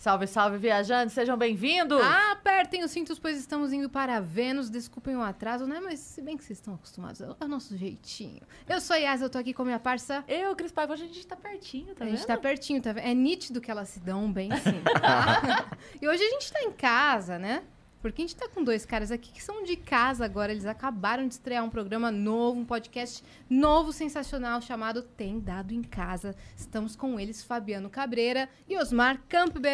Salve, salve, viajantes, sejam bem-vindos! Ah, Apertem os cintos, pois estamos indo para Vênus. Desculpem o atraso, né? Mas se bem que vocês estão acostumados, é o nosso jeitinho. Eu sou a Yas, eu tô aqui com a minha parça. Eu, Cris Paiva, hoje a gente tá pertinho, tá a vendo? gente tá pertinho, tá vendo? É nítido que elas se dão bem sim. tá? e hoje a gente tá em casa, né? Porque a gente tá com dois caras aqui que são de casa agora. Eles acabaram de estrear um programa novo, um podcast novo, sensacional, chamado Tem Dado em Casa. Estamos com eles, Fabiano Cabreira e Osmar Campbell.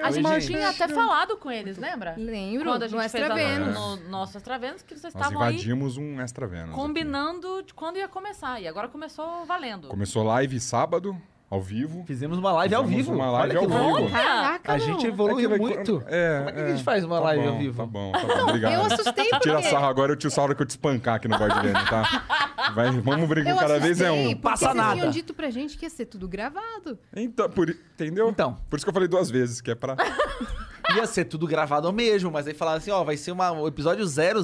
A gente Oi, tinha até falado com eles, lembra? Lembro, Quando a gente no fez Extra a- Vênus. no nosso Extra Vênus, que vocês Nós estavam aí invadimos um Extra Vênus. aqui. combinando de quando ia começar. E agora começou valendo. Começou live sábado, ao vivo. Fizemos uma live ao Fizemos vivo. uma live Olha ao que vivo. louco. Caraca, A não. gente É que evoluiu vai- muito. É, Como é que é. a gente faz uma Tá live bom, ao vivo? Tá bom, tá bom. Obrigado. Eu assustei porque... Tira sarro agora, eu tiro sarro que eu te espancar aqui no Guarda Vênus, tá? Vai, vamos brigar Eu cada vez é assustei, um. porque Passa vocês nada. tinham dito pra gente que ia ser tudo gravado. Então, por, entendeu? Então. Por isso que eu falei duas vezes, que é pra. Ia ser tudo gravado ao mesmo, mas aí falaram assim, ó, vai ser uma, o episódio 000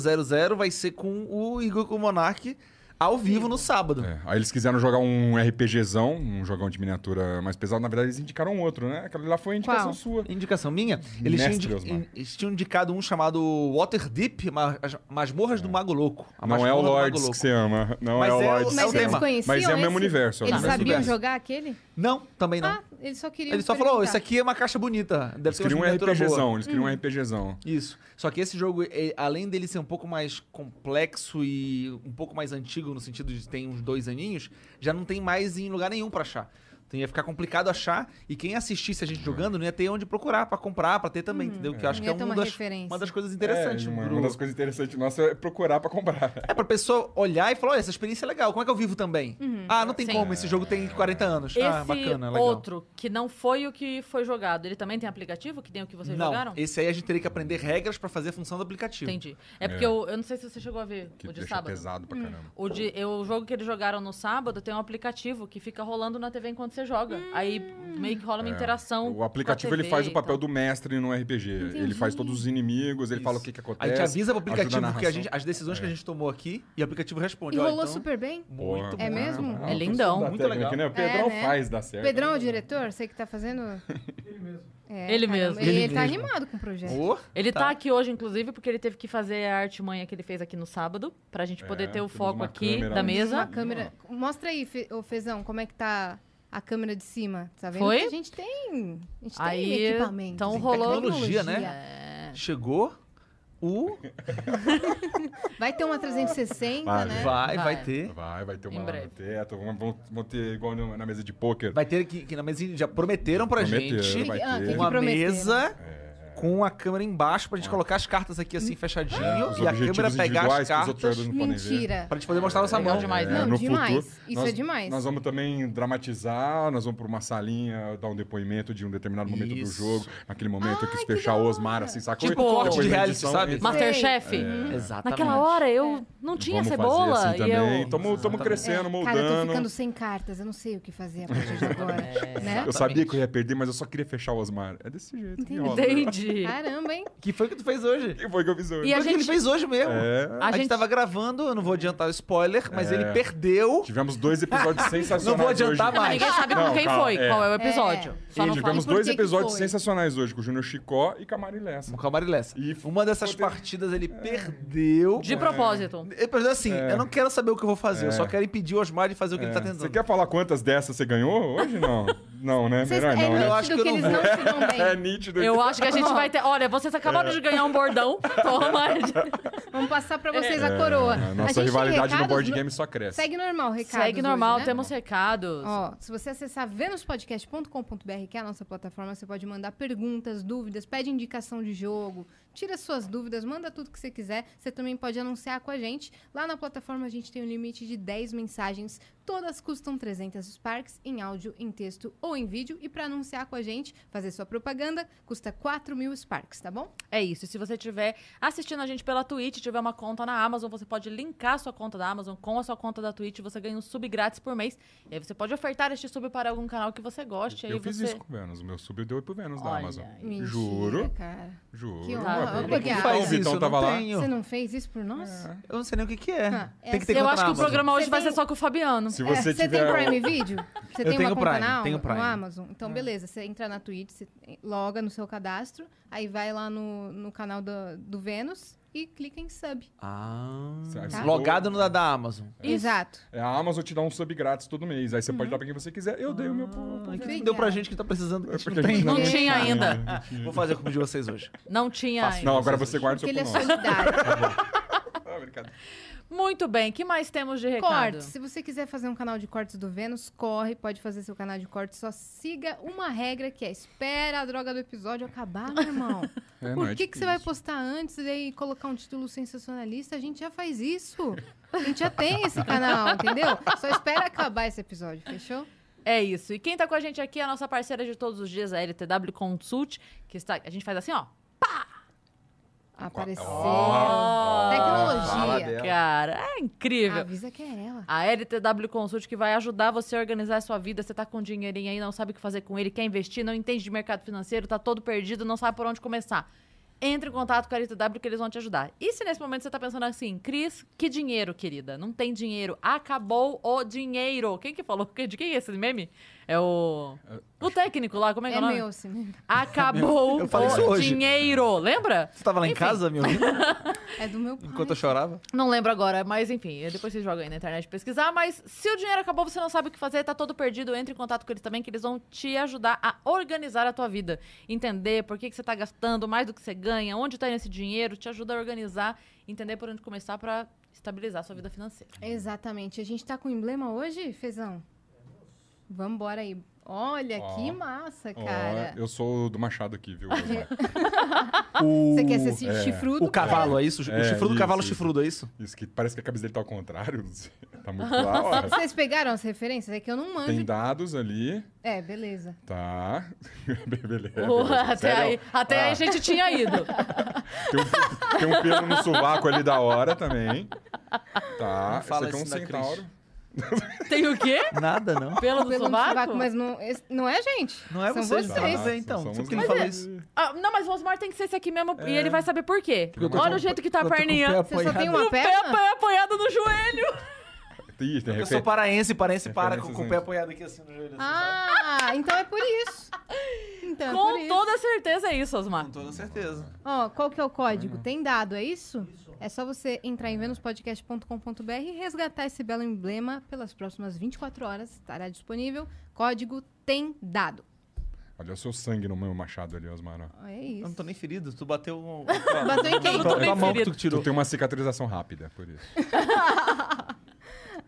vai ser com o Igor e com o Monark ao vivo no sábado. É, Aí eles quiseram jogar um RPGzão, um jogão de miniatura mais pesado. Na verdade, eles indicaram outro, né? Aquela lá foi a indicação Qual? sua. Indicação minha, eles tinham, Mestre indi- Osmar. eles tinham indicado um chamado Waterdeep, ma- as- Masmorras do Mago Louco. A Não é Masmorra o do Mago Lords Louco. que você ama. Não Mas é o é o- Lords. mas Mas que você é eles tema. ama. conheciam Mas é o mesmo esse? universo, é o Eles mesmo sabiam universo. jogar aquele? Não, também não. Ah, eles só queriam Ele só falou, ó, isso experimentar. aqui é uma caixa bonita. Deve Eles ser queriam uma um miniatura boa. RPGzão, eles queriam um RPGzão. Isso. Só que esse jogo, é- além dele ser um pouco mais complexo e um pouco mais antigo, no sentido de tem uns dois aninhos, já não tem mais em lugar nenhum pra achar. Então ia ficar complicado achar, e quem assistisse É. a gente jogando não ia ter onde procurar pra comprar, pra ter Hum. também, entendeu? Que eu acho Não que é ia ter um uma das- referência. uma das coisas interessantes. É, uma, pro- uma das coisas interessantes nossa é procurar pra comprar. É pra pessoa olhar e falar, olha, essa experiência é legal, como é que eu vivo também? Ah, não tem Uhum. Sim. como, esse jogo tem 40 anos. Esse ah, bacana, legal. outro, que não foi o que foi jogado, ele também tem aplicativo que tem o que vocês não, jogaram? esse aí a gente teria que aprender regras pra fazer a função do aplicativo. Entendi. É porque Eu, eu não sei se você chegou a ver Que o de deixa sábado. pesado pra caramba. O, de, eu- o jogo que eles jogaram no sábado tem um aplicativo que fica rolando na TV enquanto você joga. Aí meio que rola uma interação. com É. O a então. aplicativo ele TV faz e o papel tal. do mestre no RPG. Ele faz todos os inimigos, ele Isso. fala o que, que A acontece. gente avisa pro aplicativo É, ajuda na que a narração. É. gente, as decisões que a gente tomou aqui e o aplicativo responde. E Ó, rolou então, super bem? Boa. Muito né? É mesmo? Ah, É o lindão. pessoal da Muito técnica, legal. né? O Pedrão É, né? faz dar certo. Pedrão, o diretor, você que tá fazendo... É, Ele caramba, mesmo. Ele, Ele tá mesmo. animado com o projeto. Ô, Ele tá. aqui hoje, inclusive, porque ele teve que fazer a arte manha que ele fez aqui no sábado, pra gente poder É, ter o temos foco uma aqui câmera da ali. Uma mesa. câmera... Mostra aí, Fe... ô, Fezão, como é que tá a câmera de cima. Tá vendo Foi? que a gente tem... A gente Aí, tem equipamento. então tem rolou- É. Tecnologia, né? Chegou o. Vai ter uma 360, Vai, né? Vai, Vai. vai ter. Vai, vai ter uma Em lá breve. no teto. Vamos, vamos- vamos ter igual no- na mesa de pôquer. Vai ter que, que na mesa já prometeram pra Prometeram, gente vai Ah, ter. É. tem uma Prometeram. mesa com a câmera embaixo pra gente colocar as cartas aqui Hum. assim fechadinho Os e a câmera objetivos pegar as individuais que os outros cartas jogadores não podem ver. Mentira. pra gente poder mostrar nossa Legal mão. demais, É, né? Não, no demais. futuro, Isso nós- é demais. Nós vamos também dramatizar, nós vamos pra uma salinha, dar um depoimento de um determinado momento do Isso. jogo, naquele momento que se fechar o Osmar, assim, sacou? Tipo corte de Depois da reality, edição, sabe? esse- Masterchef. Exatamente. Naquela hora eu não tinha É. Vamos cebola fazer assim e também. eu. Tamo, tamo crescendo, É, Cara, eu tô moldando. ficando sem cartas, eu não sei o que fazer a partir de agora. né? eu sabia que eu ia perder, mas eu só queria fechar o Osmar. É desse jeito. que rola. Entendi. Caramba, hein? Que foi o que tu fez hoje? E foi que eu fiz hoje. E a Foi o que ele gente- fez hoje mesmo. É. A, gente... gente- tava gravando, eu não vou adiantar o spoiler, mas É. ele perdeu. Tivemos dois episódios sensacionais. Não vou adiantar Mas hoje. mais. ninguém sabe com Não, quem calma, foi, é. qual é o episódio. É. Só E não fala. tivemos E por dois que que episódios foi? sensacionais hoje, com o Júnior Chicó e Camari Lessa. Com o Marilessa. E É. Uma dessas foi- partidas ele perdeu. De é. propósito. Ele pensou assim, eu não quero saber o que eu vou fazer, eu só quero impedir o Osmar de fazer o que ele tá É. tentando. Você quer falar quantas dessas você ganhou hoje? Não. Não, né? Vocês, Melhor é não, nítido né? Eu acho que que, eu eles não não se dão É bem. nítido. Eu acho que a gente vai ter. Olha, vocês acabaram de ganhar um bordão. Toma. Vamos passar É. pra vocês a coroa. A A gente É, nossa tem rivalidade no recados board no- game é só cresce. Segue normal, né? recado. Segue normal, temos recados. Ó, se você acessar venuspodcast.com.br, que é a nossa plataforma, você pode mandar perguntas, dúvidas, pede indicação de jogo, tira suas dúvidas, manda tudo que você quiser. Você também pode anunciar com a gente. Lá na plataforma a gente tem um limite de 10 mensagens Todas custam 300 Sparks em áudio, em texto ou em vídeo. E para anunciar com a gente, fazer sua propaganda, custa 4 mil Sparks, tá bom? É isso. E se você estiver assistindo a gente pela Twitch, tiver uma conta na Amazon, você pode linkar a sua conta da Amazon com a sua conta da Twitch. Você ganha um sub grátis por mês. E aí você pode ofertar este sub para algum canal que você goste. aí Eu fiz você... isso com o Vênus. O meu sub deu pro Vênus da Olha Amazon. aí. Mentira, Juro, cara. juro. Que Ué, honra. por que Obrigada. que faz Faz O Vitão isso, tava não lá. tenho. Você não fez isso por nós? É. Eu não sei nem o que, que é. Ah, Tem que ter essa- Eu conta acho na que o Amazon. programa hoje Você vai tem- ser só com o Fabiano. Se É, você tiver. um- tem Prime Video? Você Eu tem tenho uma conta Prime, na, tenho no Prime. É. Amazon? Então, beleza. Você entra na Twitch, você loga no seu cadastro, aí vai lá no, no canal do, do Vênus e clica em sub. Ah, Tá. logado no da, da Amazon. Isso. Exato. É, A Amazon te dá um sub grátis todo mês. Aí você Uhum. pode dar pra quem você quiser. Eu dei o meu pro. pro- Ah, que Obrigada. deu pra gente que tá precisando. que a gente É porque a não tem. gente Não tinha ainda. Vou fazer com o de vocês hoje. Não tinha Fácil. ainda. Não, agora você guarda o Porque seu ele é pro nosso. solidário. Ah, brincadeira. Muito bem. que mais temos de recado? cortes. Se você quiser fazer um canal de cortes do Vênus, corre, pode fazer seu canal de cortes. Só siga uma regra que é espera a droga do episódio acabar, meu irmão. É, não, Por é que, que você difícil. vai postar antes e daí colocar um título sensacionalista? A gente já faz isso. A gente já tem esse canal, entendeu? Só espera acabar esse episódio, fechou? É isso. E quem tá com a gente aqui é a nossa parceira de todos os dias, a LTW Consult, que está. A gente faz assim, ó. Apareceu. Ó, fala Tecnologia. dela. Cara, é incrível. Avisa que é ela. A LTW Consult que vai ajudar você a organizar a sua vida. Você tá com um dinheirinho aí, não sabe o que fazer com ele, quer investir, não entende de mercado financeiro, tá todo perdido, não sabe por onde começar. Entre em contato com a LTW que eles vão te ajudar. E se nesse momento você tá pensando assim, Cris, que dinheiro, querida? Não tem dinheiro. Acabou o dinheiro. Quem que falou? De quem é esse meme? É o. O técnico lá, como é que é, É o nome? meu, sim. Acabou Eu falei isso o hoje. dinheiro. Lembra? Você tava lá em Enfim. casa, meu? É do meu pai. Enquanto eu chorava? Não lembro agora, mas enfim, depois vocês jogam aí na internet pesquisar. Mas se o dinheiro acabou, você não sabe o que fazer, tá todo perdido, entre em contato com eles também, que eles vão te ajudar a organizar a tua vida. Entender por que, que você tá gastando, mais do que você ganha, onde tá indo esse dinheiro, te ajuda a organizar, entender por onde começar pra estabilizar a sua vida financeira. Exatamente. A gente tá com emblema hoje, Fezão? Vambora aí. Olha, Ó. que massa, Ó, cara. eu sou do Machado aqui, viu? Osmar? O, Você quer ser chi- chifrudo? o cavalo, é isso? O É, chifrudo, o isso, cavalo isso. chifrudo, é isso? Isso que parece que a cabeça dele tá ao contrário. não sei. Tá muito lá, ó. Vocês pegaram as referências? É que eu não manjo. Tem dados ali. É, beleza. Tá. Beleza. Pô, É, beleza. até Sério? Ah. aí, até aí a gente tinha ido. Tem um, tem um pelo no sovaco ali da hora também. Tá. Não fala Esse aqui é um isso da Cris. centauro. Tem o quê? Nada, não. Pelo do Pelo sovaco? mas não, esse- não é gente. Não é São vocês, não. vocês. Pois é, então. Somos Por que ele Tá, nós. falou isso? Ah, não, mas o Osmar tem que ser esse aqui mesmo, e ele vai saber por quê. É. eu tô Olha com- o jeito que tá a Eu tô com o pé perninha. Você só tem apoiado. uma O pé perna? é apoiado no joelho. Ih, tem Eu sou refer... paraense, paraense para com, Referências com o pé apoiado aqui assim no joelho. assim, sabe? Ah, então é por isso. Então é por Com isso. toda certeza é isso, Osmar. Com toda certeza. Ó, qual que é o código? Tem dado, é isso? É só você entrar em venuspodcast.com.br e resgatar esse belo emblema pelas próximas 24 horas. Estará disponível. Código tem dado. Olha o seu sangue no meu machado ali, Osmar. ó. Ó, É Eu isso. não tô nem ferido, tu bateu um. Bateu em quem? Eu Tua- tô bem tua mão que ferido. tu tirou. Tu tem uma cicatrização rápida, por isso. Ah,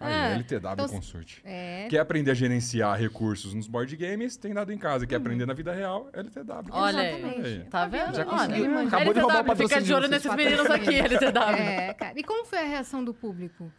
É, Aí, LTW então- Consult. É. Quer aprender a gerenciar recursos nos board games? Tem dado em casa. Quer aprender na vida real? LTW. Uhum. Olha aí. Exatamente. Tá vendo? Já Olha, conseguiu. ele manja. Acabou de roubar o LTW, Fica de patrocínio olho desses nesses meninos aqui, LTW. É, cara. E como foi a reação do público?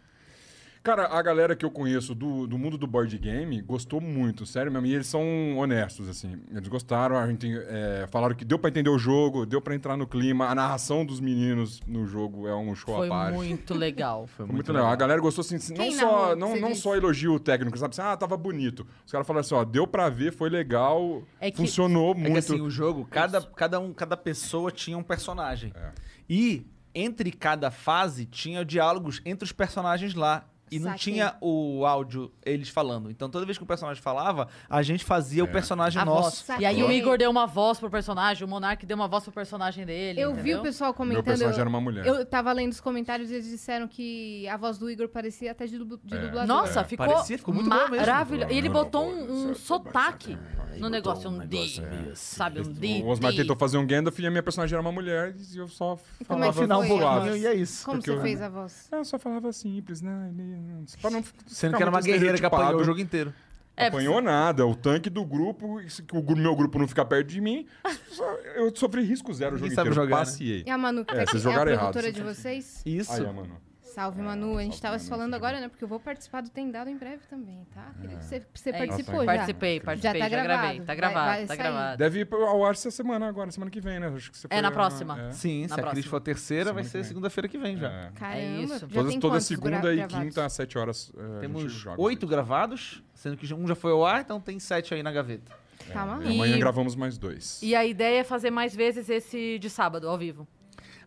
Cara, a galera que eu conheço do, do mundo do board game gostou muito, sério mesmo. E eles são honestos, assim. Eles gostaram, a gente, é, falaram que deu pra entender o jogo, deu pra entrar no clima. A narração dos meninos no jogo é um show Foi à parte. assim, muito legal. Foi Foi muito legal. A galera gostou assim, assim, não Quem só, narrou, não, você não disse? só elogio técnico, sabe? Assim, ah, tava bonito. Os caras falaram assim, ó, deu pra ver, foi legal, É que- funcionou É que muito. assim, o jogo, cada, cada, um, cada pessoa tinha um personagem. É. E entre cada fase tinha diálogos entre os personagens lá. E não Saquei. tinha o áudio eles falando. Então toda vez que o personagem falava, a gente fazia É. o personagem A voz. nosso. Nossa. E aí o Saquei. Igor deu uma voz pro personagem, o Monark deu uma voz pro personagem dele. Eu vi entendeu? o pessoal Meu comentando. personagem eu- era uma mulher. Eu tava lendo os comentários e eles disseram que a voz do Igor parecia até de, dublo, de É. dublador. Nossa, É, ficou, parecia, ficou muito boa mesmo. maravilhoso. E ele Não, botou não, um, não, um não, sotaque Aí no botou negócio, um D, negócio meio assim. sabe? Um D. O Osmar tentou D. fazer um Gandalf e a minha personagem era uma mulher e eu só Como é falava... que Afinal, um foi a pouquinho, voz? e é isso. Como porque você eu- fez a voz? Eu só falava simples, né? meio- não- Pra não Sendo ficar que era uma muito guerreira que estereotipado. apanhou o jogo inteiro. É, Apanhou nada. O tanque do grupo, isso que o gru- meu grupo não fica perto de mim, só- eu sofri risco zero o jogo Ninguém sabe inteiro. jogar, né? Passei. E a Manu, que É, tá aqui, vocês é a jogaram errado, produtora sim, de vocês? Isso. Aí, mano. Salve, É, Manu. A gente salve, tava Manu, se falando seja agora, né? Porque eu vou participar do Tem Dado em breve também, tá? querido? Você, você É isso. participou já. Participei, participei, já, Já tá gravei. gravado. Tá Vai- gravado, vai tá sair. gravado. Deve ir ao ar essa semana agora, semana que vem, né? Acho que você É, foi na a- próxima. é. Sim, Na se a Cris próxima. for terceira, vai Semana que ser vem. segunda-feira que vem já. É. Caramba, É isso. já Toda, tem toda quantos gra- segunda e gravados? quinta às sete horas. é, a gente Temos joga oito os vídeos. gravados, sendo que um já foi ao ar, então tem sete aí na gaveta. Tá E maluco. amanhã E- gravamos mais dois. E a ideia é fazer mais vezes esse de sábado, ao vivo.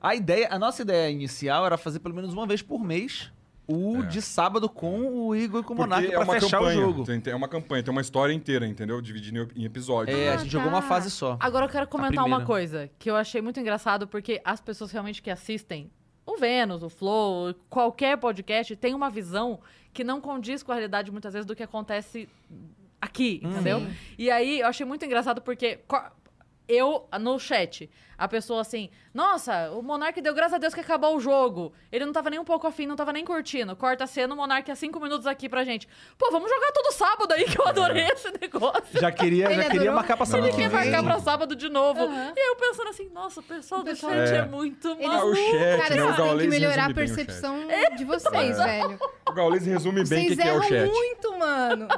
A ideia, a nossa ideia inicial era fazer pelo menos uma vez por mês o É. de sábado com o Igor e com o Porque Monark é pra uma fechar campanha, o jogo. tem- tem- é uma campanha, tem uma história inteira, entendeu? Dividindo em episódios. É, Ah, né? a gente jogou uma tá. fase só. Agora eu quero comentar uma primeira. coisa que eu achei muito engraçado, porque as pessoas realmente que assistem o Vênus, o Flow, qualquer podcast, tem uma visão que não condiz com a realidade muitas vezes do que acontece aqui, entendeu? Sim. E aí eu achei muito engraçado porque. co- Eu, no chat, a pessoa assim, nossa, o Monark deu graças a Deus que acabou o jogo. Ele não tava nem um pouco afim, não tava nem curtindo. Corta a cena, o Monark há cinco minutos aqui pra gente. Pô, vamos jogar todo sábado aí, que eu adorei esse negócio. Já queria, Ele já queria adorou? marcar pra sábado é Ele que quer marcar vem. pra sábado de novo. Aham. E eu pensando assim, nossa, o pessoal do Pessoal- chat é, É. muito Eles Ah, mal. o não- chat, cara, né? O vocês têm que Gaules melhorar a resume bem o chat. percepção de vocês, É. velho. O Gaules resume bem o que, Vocês que é o erram chat. muito, mano.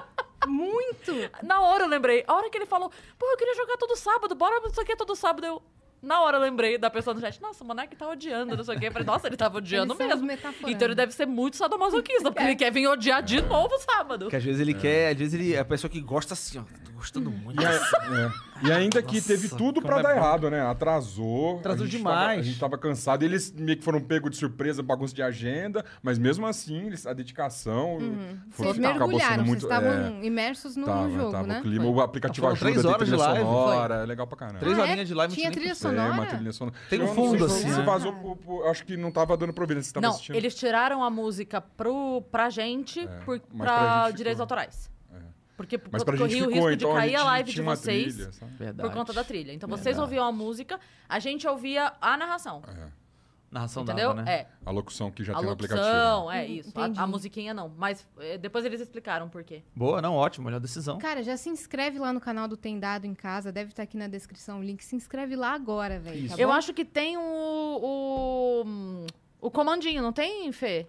Muito. Na hora eu lembrei, a hora que ele falou, pô, eu queria jogar todo sábado, bora não sei o que todo sábado. Eu, na hora eu lembrei da pessoa no chat, nossa, o Monark tá odiando, não sei o que. Eu falei, nossa, ele tava odiando Eles são mesmo. os metaforando. Então ele deve ser muito sadomasoquista, porque ele quer vir odiar de novo sábado. Que às vezes ele quer, às vezes ele é a pessoa que gosta assim, ó. Tô gostando Hum. muito. E, a- é. E ainda que Nossa, teve tudo como pra é dar bom. errado, né? Atrasou. Atrasou a gente demais. tava- a gente tava cansado. E Eles meio que foram pego de surpresa, bagunça de agenda. Mas mesmo assim, eles- a dedicação foi, Vocês tá, acabou sendo mergulharam, vocês muito... é, estavam imersos no, no tava, jogo, tava né? o clima. Foi. O aplicativo Foram Tá três ajuda, tem horas de trilha live, sonora. É legal pra caramba. Três Ah, é? horinhas de live, não Tinha sei nem trilha É, sonora? uma trilha sonora. Tem um Eu não sei fundo, se- assim, se né? vazou pro- pro- acho que não tava dando providência, você tava Não, assistindo. É, eles tiraram a música pro, pra gente, por, mas pra, pra gente direitos ficou. É. autorais. Porque Mas pra gente corria o ficou, risco então de cair a, a gente live de tinha uma vocês. trilha, sabe? Verdade. é Por conta da trilha. Então vocês Verdade. É. ouviam a música, a gente ouvia a narração. Narração entendeu? dava, né? É. A locução que Então, já A tem no aplicativo. né? locução, é Hum, isso. A- entendi. A, musiquinha não. Mas eh, depois eles explicaram por quê. Boa, não, ótimo, melhor decisão. Cara, já se inscreve lá no canal do Tem Dado em Casa, deve estar aqui na descrição o link. Se inscreve lá agora, velho. Tá Isso. Eu bom? acho que tem o, o. o comandinho, não tem, Fê?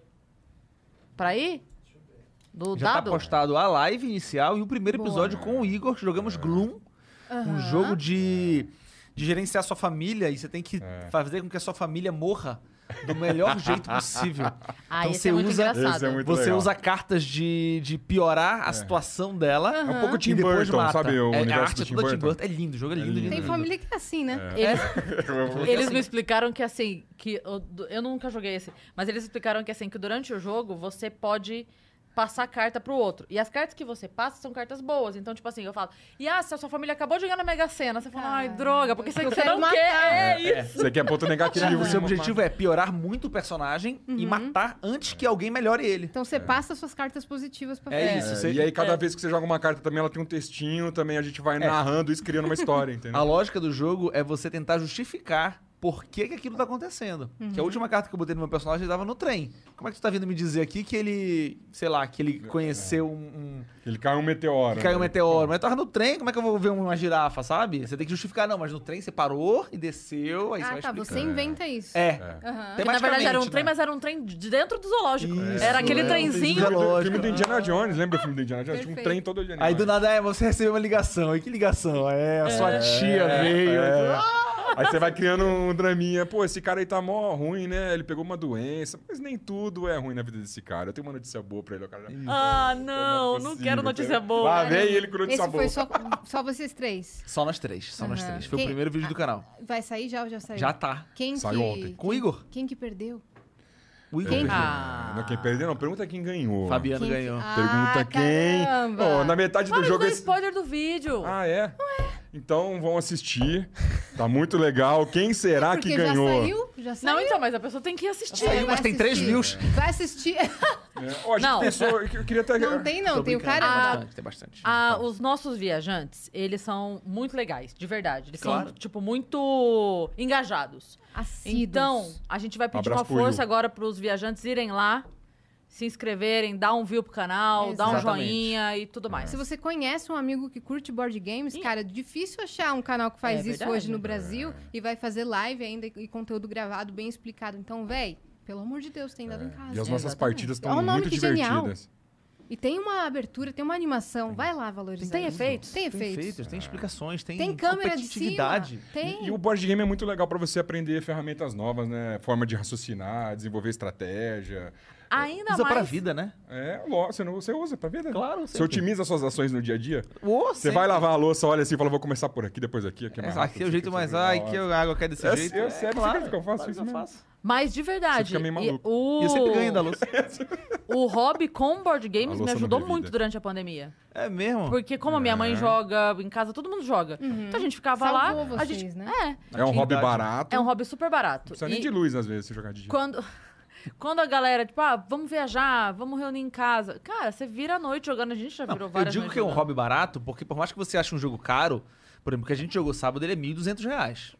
Pra ir? Do Já tá dado? postado a live inicial e o primeiro episódio com o Igor. Jogamos Gloom, um Aham. jogo de, de gerenciar sua família e você tem que É. fazer com que a sua família morra do melhor jeito possível. ah, Então esse você é muito usa- engraçado. Esse é muito Você legal. usa cartas de, de piorar a situação dela. É um pouco e Tim depois Burton, mata. sabe? O é, a universo arte do é Tim toda Tim Burton. Burton. É lindo, o jogo é lindo, lindo. Tem lindo. família que é assim, né? Eles, Porque eles assim- me explicaram que assim, que eu, eu nunca joguei esse, mas eles explicaram que assim, que durante o jogo você pode passar carta pro outro. E as cartas que você passa são cartas boas. Então, tipo assim, eu falo, e ah, se a sua família acabou de ganhar na Mega Sena, você fala, ai, Ah, droga, porque você, eu você quero não quer. É, É, isso. Você quer ponto negativo. O seu né? objetivo é piorar muito o personagem Uhum. e matar antes que alguém melhore ele. Então você passa suas cartas positivas pra É frente. isso. É, Você- E aí, cada vez que você joga uma carta também, ela tem um textinho, também a gente É. vai narrando isso, criando uma história, A entendeu? lógica do jogo é você tentar justificar por que, que aquilo tá acontecendo. Que a Uhum. última carta que eu botei no meu personagem tava no trem. Como é que tu tá vindo me dizer aqui que ele, sei lá, que ele conheceu um. um- Ele cai um meteoro. que caiu um né? meteoro, mas tava no trem, como é que eu vou ver uma girafa, sabe? Você tem que justificar, não, mas no trem você parou e desceu, aí você Ah, vai tá, explicar. você inventa isso. É. Aham. Porque, na verdade era um Tematicamente, trem, né? mas era um trem de dentro do zoológico. Isso, era aquele é, um trenzinho. trenzinho. Do- do lógico. filme do Indiana Jones, lembra o filme do Indiana Jones? Tinha um Perfeito. trem todo dia. Aí do nada, é, você recebeu uma ligação. E que ligação? É, a sua tia veio. É. "Ah!" Aí você vai criando um draminha. Pô, esse cara aí tá mó ruim, né? Ele pegou uma doença. Mas nem tudo é ruim na vida desse cara. Eu tenho uma notícia boa pra ele. O cara já... Ah, é não, não possível, quero notícia cara. Ah, boa. né? Lá vem ele com notícia Esse boa. foi só, só vocês três. Só nós três, só nós Aham. três. Foi o Quem- primeiro vídeo do canal. Vai sair já ou já saiu? Já tá. Quem Saiu que... ontem. Com o Igor. Quem que perdeu? O Igor. Quem- perdeu. Ah. Não, quem perdeu não. Pergunta quem ganhou. Fabiano Quem que- ganhou. Pergunta Ah, quem. caramba. Ó, na metade do Mas jogo. não é esse- spoiler do vídeo. Ah, é? Então vão assistir. Tá muito legal. Quem será Ah, Porque que já ganhou? saiu? Já saiu? não, então, mas a pessoa tem que ir assistir. Vai mas tem assistir. três views. Tá Vai assistir. É, ó, a gente Não. pensou- eu queria até. Não tem, não. Tô Tem o brincando, cara. é Tem Ah, bastante, tem bastante. Ah, os nossos viajantes, eles são muito legais, de verdade. Eles Claro. são, tipo, muito engajados. Ah. Assíduos. Então, a gente vai pedir Abraço uma pro força Will. agora pros viajantes irem lá, se inscreverem, dar um view pro canal, dar um Exatamente. joinha e tudo É. mais. Se você conhece um amigo que curte board games, cara, é difícil achar um canal que faz É isso verdade. hoje no Brasil e vai fazer live ainda e conteúdo gravado bem explicado. Então, véi, Pelo amor de Deus, tem dado em casa. É. E as nossas É, Exatamente. partidas estão Olha o É um nome muito que genial. divertidas. E tem uma abertura, tem uma animação. Vai lá valorizar. Tem isso. efeitos? Ah. Tem Tem efeitos. efeitos, tem explicações, tem, Tem câmera de cima. competitividade. Tem. E o board game é muito legal pra você aprender ferramentas novas, né? Forma de raciocinar, desenvolver estratégia. Ainda Usa mais. pra vida, né? É, lógico, você, não- você usa pra vida. Claro, Você sempre. otimiza suas ações no dia a dia. Ô, Você sempre. vai lavar a louça, olha assim e fala, vou começar por aqui, depois aqui, aqui é É, mais Aqui rápido. é o jeito aqui é mais. mais Ai, legal. que a água cai desse Eu- jeito. eu É, sei, você claro, acredita que eu faço claro isso que eu mesmo? faço. Mas de verdade. Você fica meio e- maluco. o... E eu sempre ganho da luz. O hobby com board games A me louça ajudou não bebida. muito durante a pandemia. É mesmo? Porque como a minha mãe É. joga, em casa todo mundo joga. Então a gente ficava Uhum. Salvou lá. vocês, a gente... né? É. É um hobby Atividade. barato. É um hobby super barato. Não precisa E nem de luz, às vezes, se jogar de dia. quando... quando a galera, tipo, ah, vamos viajar, vamos reunir em casa. Cara, você vira a noite jogando, a gente já virou Eu várias digo noites que é um jogando. hobby barato, porque por mais que você ache um jogo caro, por exemplo, que a gente jogou sábado, ele é 1.200 reais.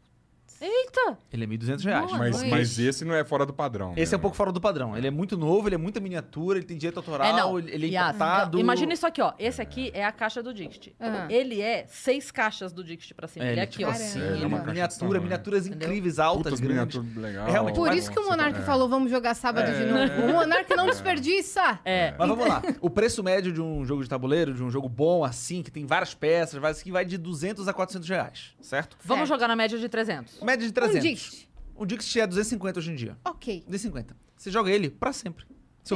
Eita! Ele é 1.200 reais. Boa Mas, noite. mas esse não é fora do padrão. Esse né? é um pouco fora do padrão. Ele é muito novo, ele é muita miniatura, ele tem direito autoral, É, não. ele ele é Yas, empatado. não. Imagina isso aqui, ó. Esse aqui é a caixa do Dict. Ah. Ele é seis caixas do Dict pra cima. É, ele ele é é aqui, tipo ó. assim, Caramba. ele é uma Caramba. miniatura, miniaturas Entendeu? incríveis, altas, Putas grandes. miniaturas legal. É realmente Por Mas- né? isso que o Monark falou, vamos jogar sábado de tá- É. novo. O Monark não desperdiça. É. Mas vamos lá. O preço médio de um jogo de tabuleiro, de um jogo bom assim, que tem várias peças, várias que vai de 200 a 400 reais, certo? Vamos Certo. jogar na média de 300. Média de Um 300. dict. Um Dixit é 250 hoje em dia. Ok. 250. Você joga ele pra sempre. Seu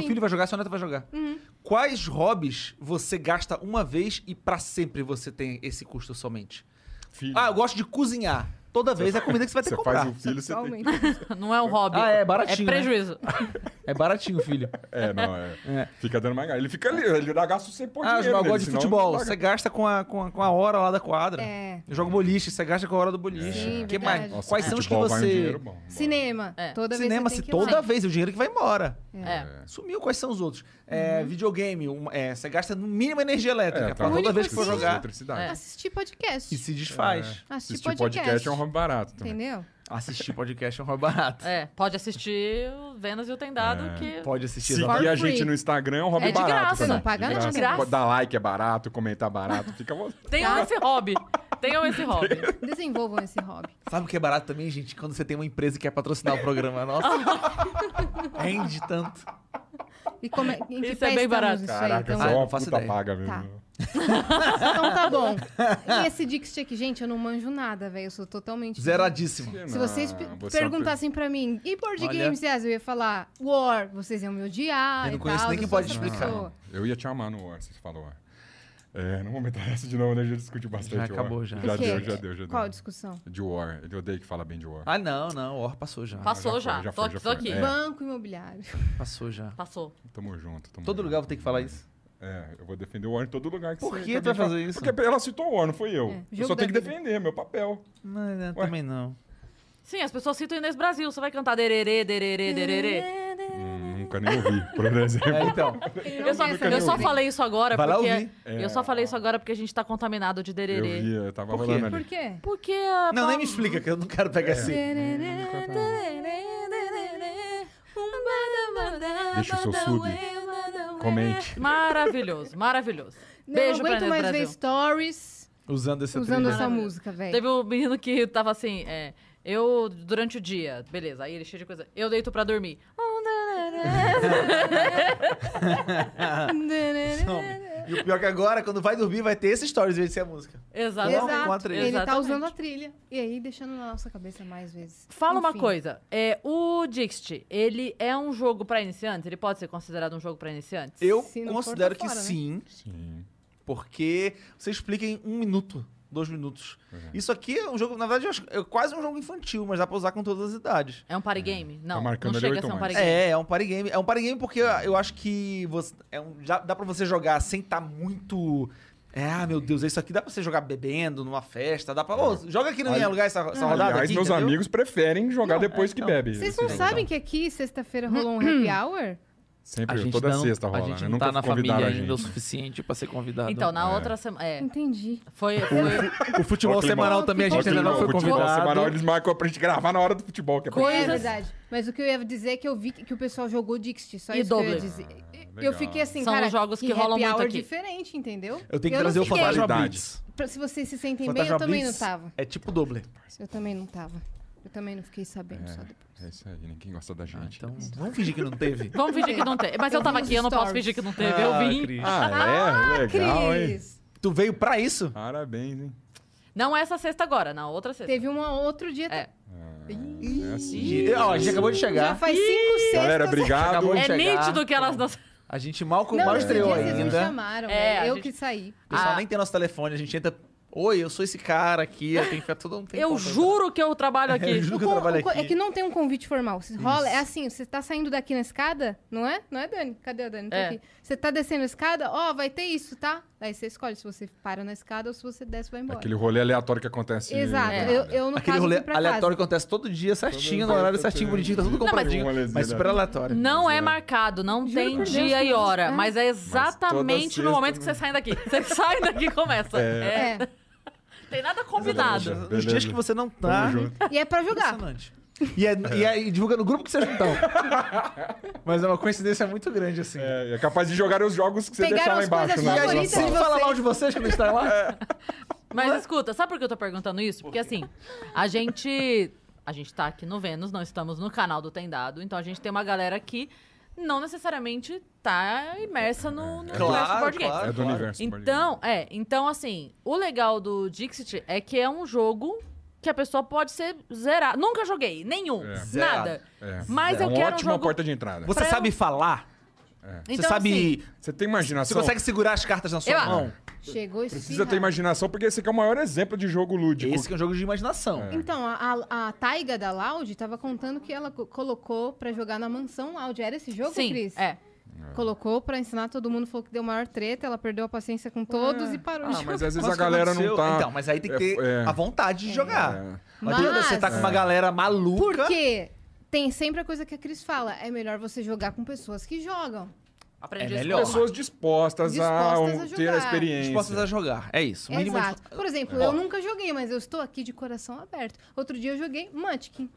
Sim. Uhum. filho vai jogar, sua neta vai jogar. Quais hobbies você gasta uma vez e pra sempre você tem esse custo somente? Filho. Ah, eu gosto de cozinhar. Toda vez é a comida que você vai ter Você que comprar. faz um filho, você tem... Totalmente. Não é um hobby. Ah, é baratinho, É né? prejuízo. É baratinho, filho. É, não, é. É. Fica dando mais gasto. Ele fica ali, ele dá gasto sem pôr Ah, eu dinheiro jogo- eu nele, gosto de senão futebol. não dá Você gasta com a, com, a, com a hora lá da quadra. É. Eu jogo boliche, você gasta com a hora do boliche. Sim, verdade. que mais? gasto. Nossa, Quais são os que futebol vai um você. dinheiro bom, bom. Cinema. É. Toda Cinema, vez você se tem que ir toda lá. vez, é o dinheiro que vai embora. É. Sumiu, quais são os outros? Uhum. É, videogame, um- é, você gasta no mínimo energia elétrica. É, pra tá. toda Único assim. vez que for sim. jogar. Eletricidade. Assistir podcast. E se desfaz. Assistir É. Assistir podcast. podcast é um hobby barato também. Entendeu? Assistir podcast é um hobby barato. É, pode assistir o Vênus e o Tendado, É. que... Pode assistir. Seguir exatamente. a free. gente no Instagram é um hobby É de barato. graça, também. não paga De nada. graça. De graça. Dar like é barato, comentar barato, fica à vontade. Tenham esse hobby. Tenham esse hobby. Ah, Desenvolvam esse hobby. Sabe o que é barato também, gente? Quando você tem uma empresa que quer patrocinar o programa. Nossa. Rende tanto. E como é, em que Isso pé é bem estamos barato. nisso aí, Caraca, então? só Ah, uma não faço puta ideia. paga Tá. mesmo. Então tá bom. E esse Dixit aqui, gente, eu não manjo nada, velho. Eu sou totalmente. Zeradíssimo. Se vocês pe- Não, você é um perguntassem pra mim, e board Olha. games, Yas? Eu ia falar War, vocês iam me odiar. Eu não e conheço tal, nem eu quem sou pode essa explicar. pessoa. Eu ia te amar no War, você falou War. É, não vou entrar nessa de novo, né? A gente discutiu bastante Já acabou, War. já. O quê? deu, já deu, já Qual a deu. discussão? De War. Ele odeia que fala bem de War. Ah, não, não. O Or passou já. É. Passou já já. foi, Tô aqui, já foi, já tô foi. aqui. É. Banco imobiliário. Passou já. Passou. Tamo junto, tamo Todo junto. lugar eu vou ter que falar isso. É, eu vou defender o War em todo lugar que Por você- que tu vai alguém fala- fazer isso? Porque ela citou o War, não fui eu. eu É. jogo só da tenho que vida. defender, meu papel. Não, não, Ué. também não. Sim, as pessoas citam Inês Brasil. Você vai cantar dererê, dererê, dererê. Hum, nunca nem ouvi, por exemplo. É, então. Eu só, nunca eu nem só ouvi. falei isso agora Vai lá porque... ouvir. Eu só falei isso agora porque a gente tá contaminado de É. Eu dererê. vi, eu tava Por quê? rolando Por ali. quê? Porque a... Não, nem me explica, que eu não quero pegar assim. Um Deixa o seu sub. é. Comente. Maravilhoso, maravilhoso. Não, Beijo não pra aguento Inês mais Brasil. ver stories Usando essa usando trilha. essa música, velho. Teve um menino que tava assim, é, eu durante o dia, beleza, aí ele cheio de coisa, eu deito pra dormir. Some. E o pior é que agora, quando vai dormir, vai ter esse stories em vez de ser a música. Exato. Exato. encontra ele. Ele tá Exatamente. usando a trilha. E aí, deixando na nossa cabeça mais vezes. Fala uma Enfim. coisa, é, o Dixit, ele é um jogo pra iniciantes? Ele pode ser considerado um jogo pra iniciantes? Eu Se não for, considero tá que fora, né? sim, Sim. porque você explica em um minuto, dois minutos. Isso aqui é um jogo, na verdade, eu acho- é quase um jogo infantil, mas dá pra usar com todas as idades. É um party game? Não, marcando não ali chega a ser oito um mais. party game. É, é um party game. É um party game porque eu acho que você, é um, já dá pra você jogar sem estar muito. É, ah, meu Deus, isso aqui dá pra você jogar bebendo, numa festa, dá pra. Ô, joga aqui no Ali- meu lugar essa, essa rodada. É. Aliás, aqui, meus entendeu? amigos preferem jogar depois que bebe. é, então. Vocês esse não jogo. sabem que aqui, sexta-feira, rolou um happy hour? Sempre, toda sexta rola, né? Nunca tá convidaram a gente. suficiente pra ser convidado. Então, na outra semana... É, Entendi. foi... foi o futebol Ó, climão. semanal também a Ó, gente ainda Futebol, não foi futebol convidado. semanal, eles marcam pra gente gravar na hora do futebol, que é pra- Coisas- É verdade. Mas o que eu ia dizer é que eu vi que que o pessoal jogou Dixit, só E isso que eu ia Doble. dizer. eu Ah, legal. fiquei assim, São cara, os jogos que happy rolam muito hour aqui. diferente, entendeu? Eu tenho que não trazer o fiquei. Fantasma Qualidade. Blitz. Pra- Se vocês se sentem bem, Fantasma eu também Blitz não tava. É tipo doble. Eu também não tava. Eu também não fiquei sabendo só depois. É isso aí, ninguém gosta da Ah, gente. então, vamos fingir que não teve. Vamos fingir que não teve. Mas eu Eu tava vi os aqui, eu não posso stories. fingir que não teve. eu vim. Cris. Ah, é? Legal, hein? Cris, Tu veio pra isso? Parabéns, hein? Não essa sexta agora, na outra sexta. teve um outro dia. É. É, é assim. Ih, Ó, a gente acabou de Já chegar. faz cinco, seis. Galera, obrigado. Acabou de É chegar. nítido que elas não. A gente mal, Não, mal esse dia estreou vocês me ainda. chamaram, É, né? a eu gente- que saí. O pessoal Ah. nem tem nosso telefone, a gente entra. Oi, eu sou esse cara aqui, eu tenho que ficar todo mundo. Eu então. juro que eu trabalho aqui. Eu juro que eu O con- trabalho o co- É aqui. que não tem um convite formal. Você rola, é assim, você tá saindo daqui na escada, não é? Não é, Dani? Cadê a Dani? Tá É. aqui. Você tá descendo a escada, ó, vai ter isso, tá? Aí você escolhe se você para na escada ou se você desce e vai embora. Aquele rolê aleatório que acontece. É. Exato. É. Eu, eu, no assim. Aquele caso, rolê fui pra aleatório casa. que acontece todo dia, certinho, Todo no dia, horário todo certinho, dia. bonitinho, tá tudo Não, mas- compradinho. Um Mas super rolezinho, aleatório. Não é marcado, não Juro tem por Deus dia que e não. hora, É. mas é exatamente toda no momento que sexta, você sai daqui. Você sai daqui e começa. É. É. Tem nada combinado. Exatamente. Nos dias Beleza. que você não Tamo tá. junto. E é pra jogar. Impressionante. E, é, e, é- e divulga no grupo que vocês não estão. Mas é uma coincidência muito grande, assim. É, é capaz de jogar os jogos que você Pegaram deixar lá as embaixo. coisas E né? a favoritas gente Favorita de sempre fala mal de vocês quando a gente tá lá. Mas escuta, sabe por que eu tô perguntando isso? Porque assim, a gente. A gente tá aqui no Vênus, não estamos no canal do Tendado, então a gente tem uma galera que não necessariamente tá imersa no, no Claro, universo do board game. claro. É do universo. Então, é, então assim, o legal do Dixit é que é um jogo que a pessoa pode ser zerada. Nunca joguei, nenhum, É. nada. É. Mas é eu uma quero um ótima jogo- porta de entrada. Você Pra eu- sabe falar? você Então, assim, sabe. Você tem você imaginação? consegue segurar as cartas na sua Eu- mão? Chegou esse Precisa ter imaginação, porque esse aqui é o maior exemplo de jogo lúdico. Esse que é um jogo de imaginação. Então, a, a, a Taiga da Loud tava contando que ela co- colocou pra jogar na mansão Loud. Era esse jogo, sim, Cris? é. Colocou pra ensinar todo mundo, falou que deu maior treta, ela perdeu a paciência com todos e parou de Ah, jogar. mas às vezes Mas a galera não aconteceu- tá. Então, mas aí tem que É, ter é. a vontade de jogar. Mas... Mas- Quando você tá com uma galera maluca. Porque tem sempre a coisa que a Cris fala: é melhor você jogar com pessoas que jogam. Aprendi É isso. melhor. Pessoas dispostas, Dispostas a, a ter a jogar. experiência. dispostas a jogar. É isso. O mínimo de- Exato. Por exemplo, É. eu nunca joguei, mas eu estou aqui de coração aberto. Outro dia eu joguei Munchkin.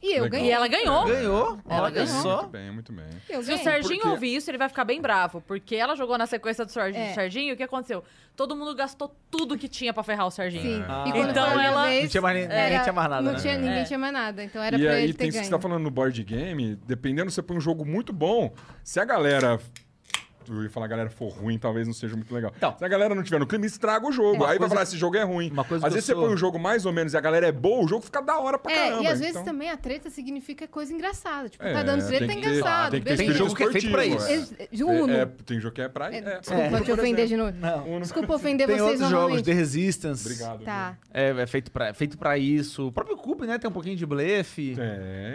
E eu Legal. ganhei. E ela ganhou. Ganhou. Ela Olha ganhou. só. Muito bem, muito bem. Eu Se o ganhei. Serginho Porque- ouvir isso, ele vai ficar bem bravo, porque ela jogou na sequência do Serginho, É. Serginho e o que aconteceu? Todo mundo gastou tudo que tinha pra ferrar o Serginho. Sim. Ah. E quando Então foi a minha ela- vez, Não tinha mais nem- era- ninguém tinha mais nada, Não né? tinha, ninguém É. tinha mais nada. Então era e pra aí ele ter tem isso que você tá ganho. falando no board game, dependendo, você põe um jogo muito bom, se a galera. Eu ia falar, a galera for ruim, talvez não seja muito legal. Então. se a galera não tiver no clima, estraga o jogo. Uma aí vai coisa- falar, esse jogo é ruim. uma coisa às que vezes eu você sou- põe um jogo mais ou menos e a galera é boa, o jogo fica da hora pra É, caramba. e às vezes então- também a treta significa coisa engraçada. Tipo, É, tá dando treta, tá tem que ter- engraçado. Tem que ter Tem beleza. espírito jogo que é feito pra esportivo, Eles- Uno. É, é, tem jogo que é pra. É, É, desculpa Uno, te ofender de novo. Não. Uno. Desculpa ofender Tem vocês outros jogos, novamente. The Resistance. Obrigado. Tá. É, é feito pra, feito pra isso. O próprio Cube, né? Tem um pouquinho de blefe.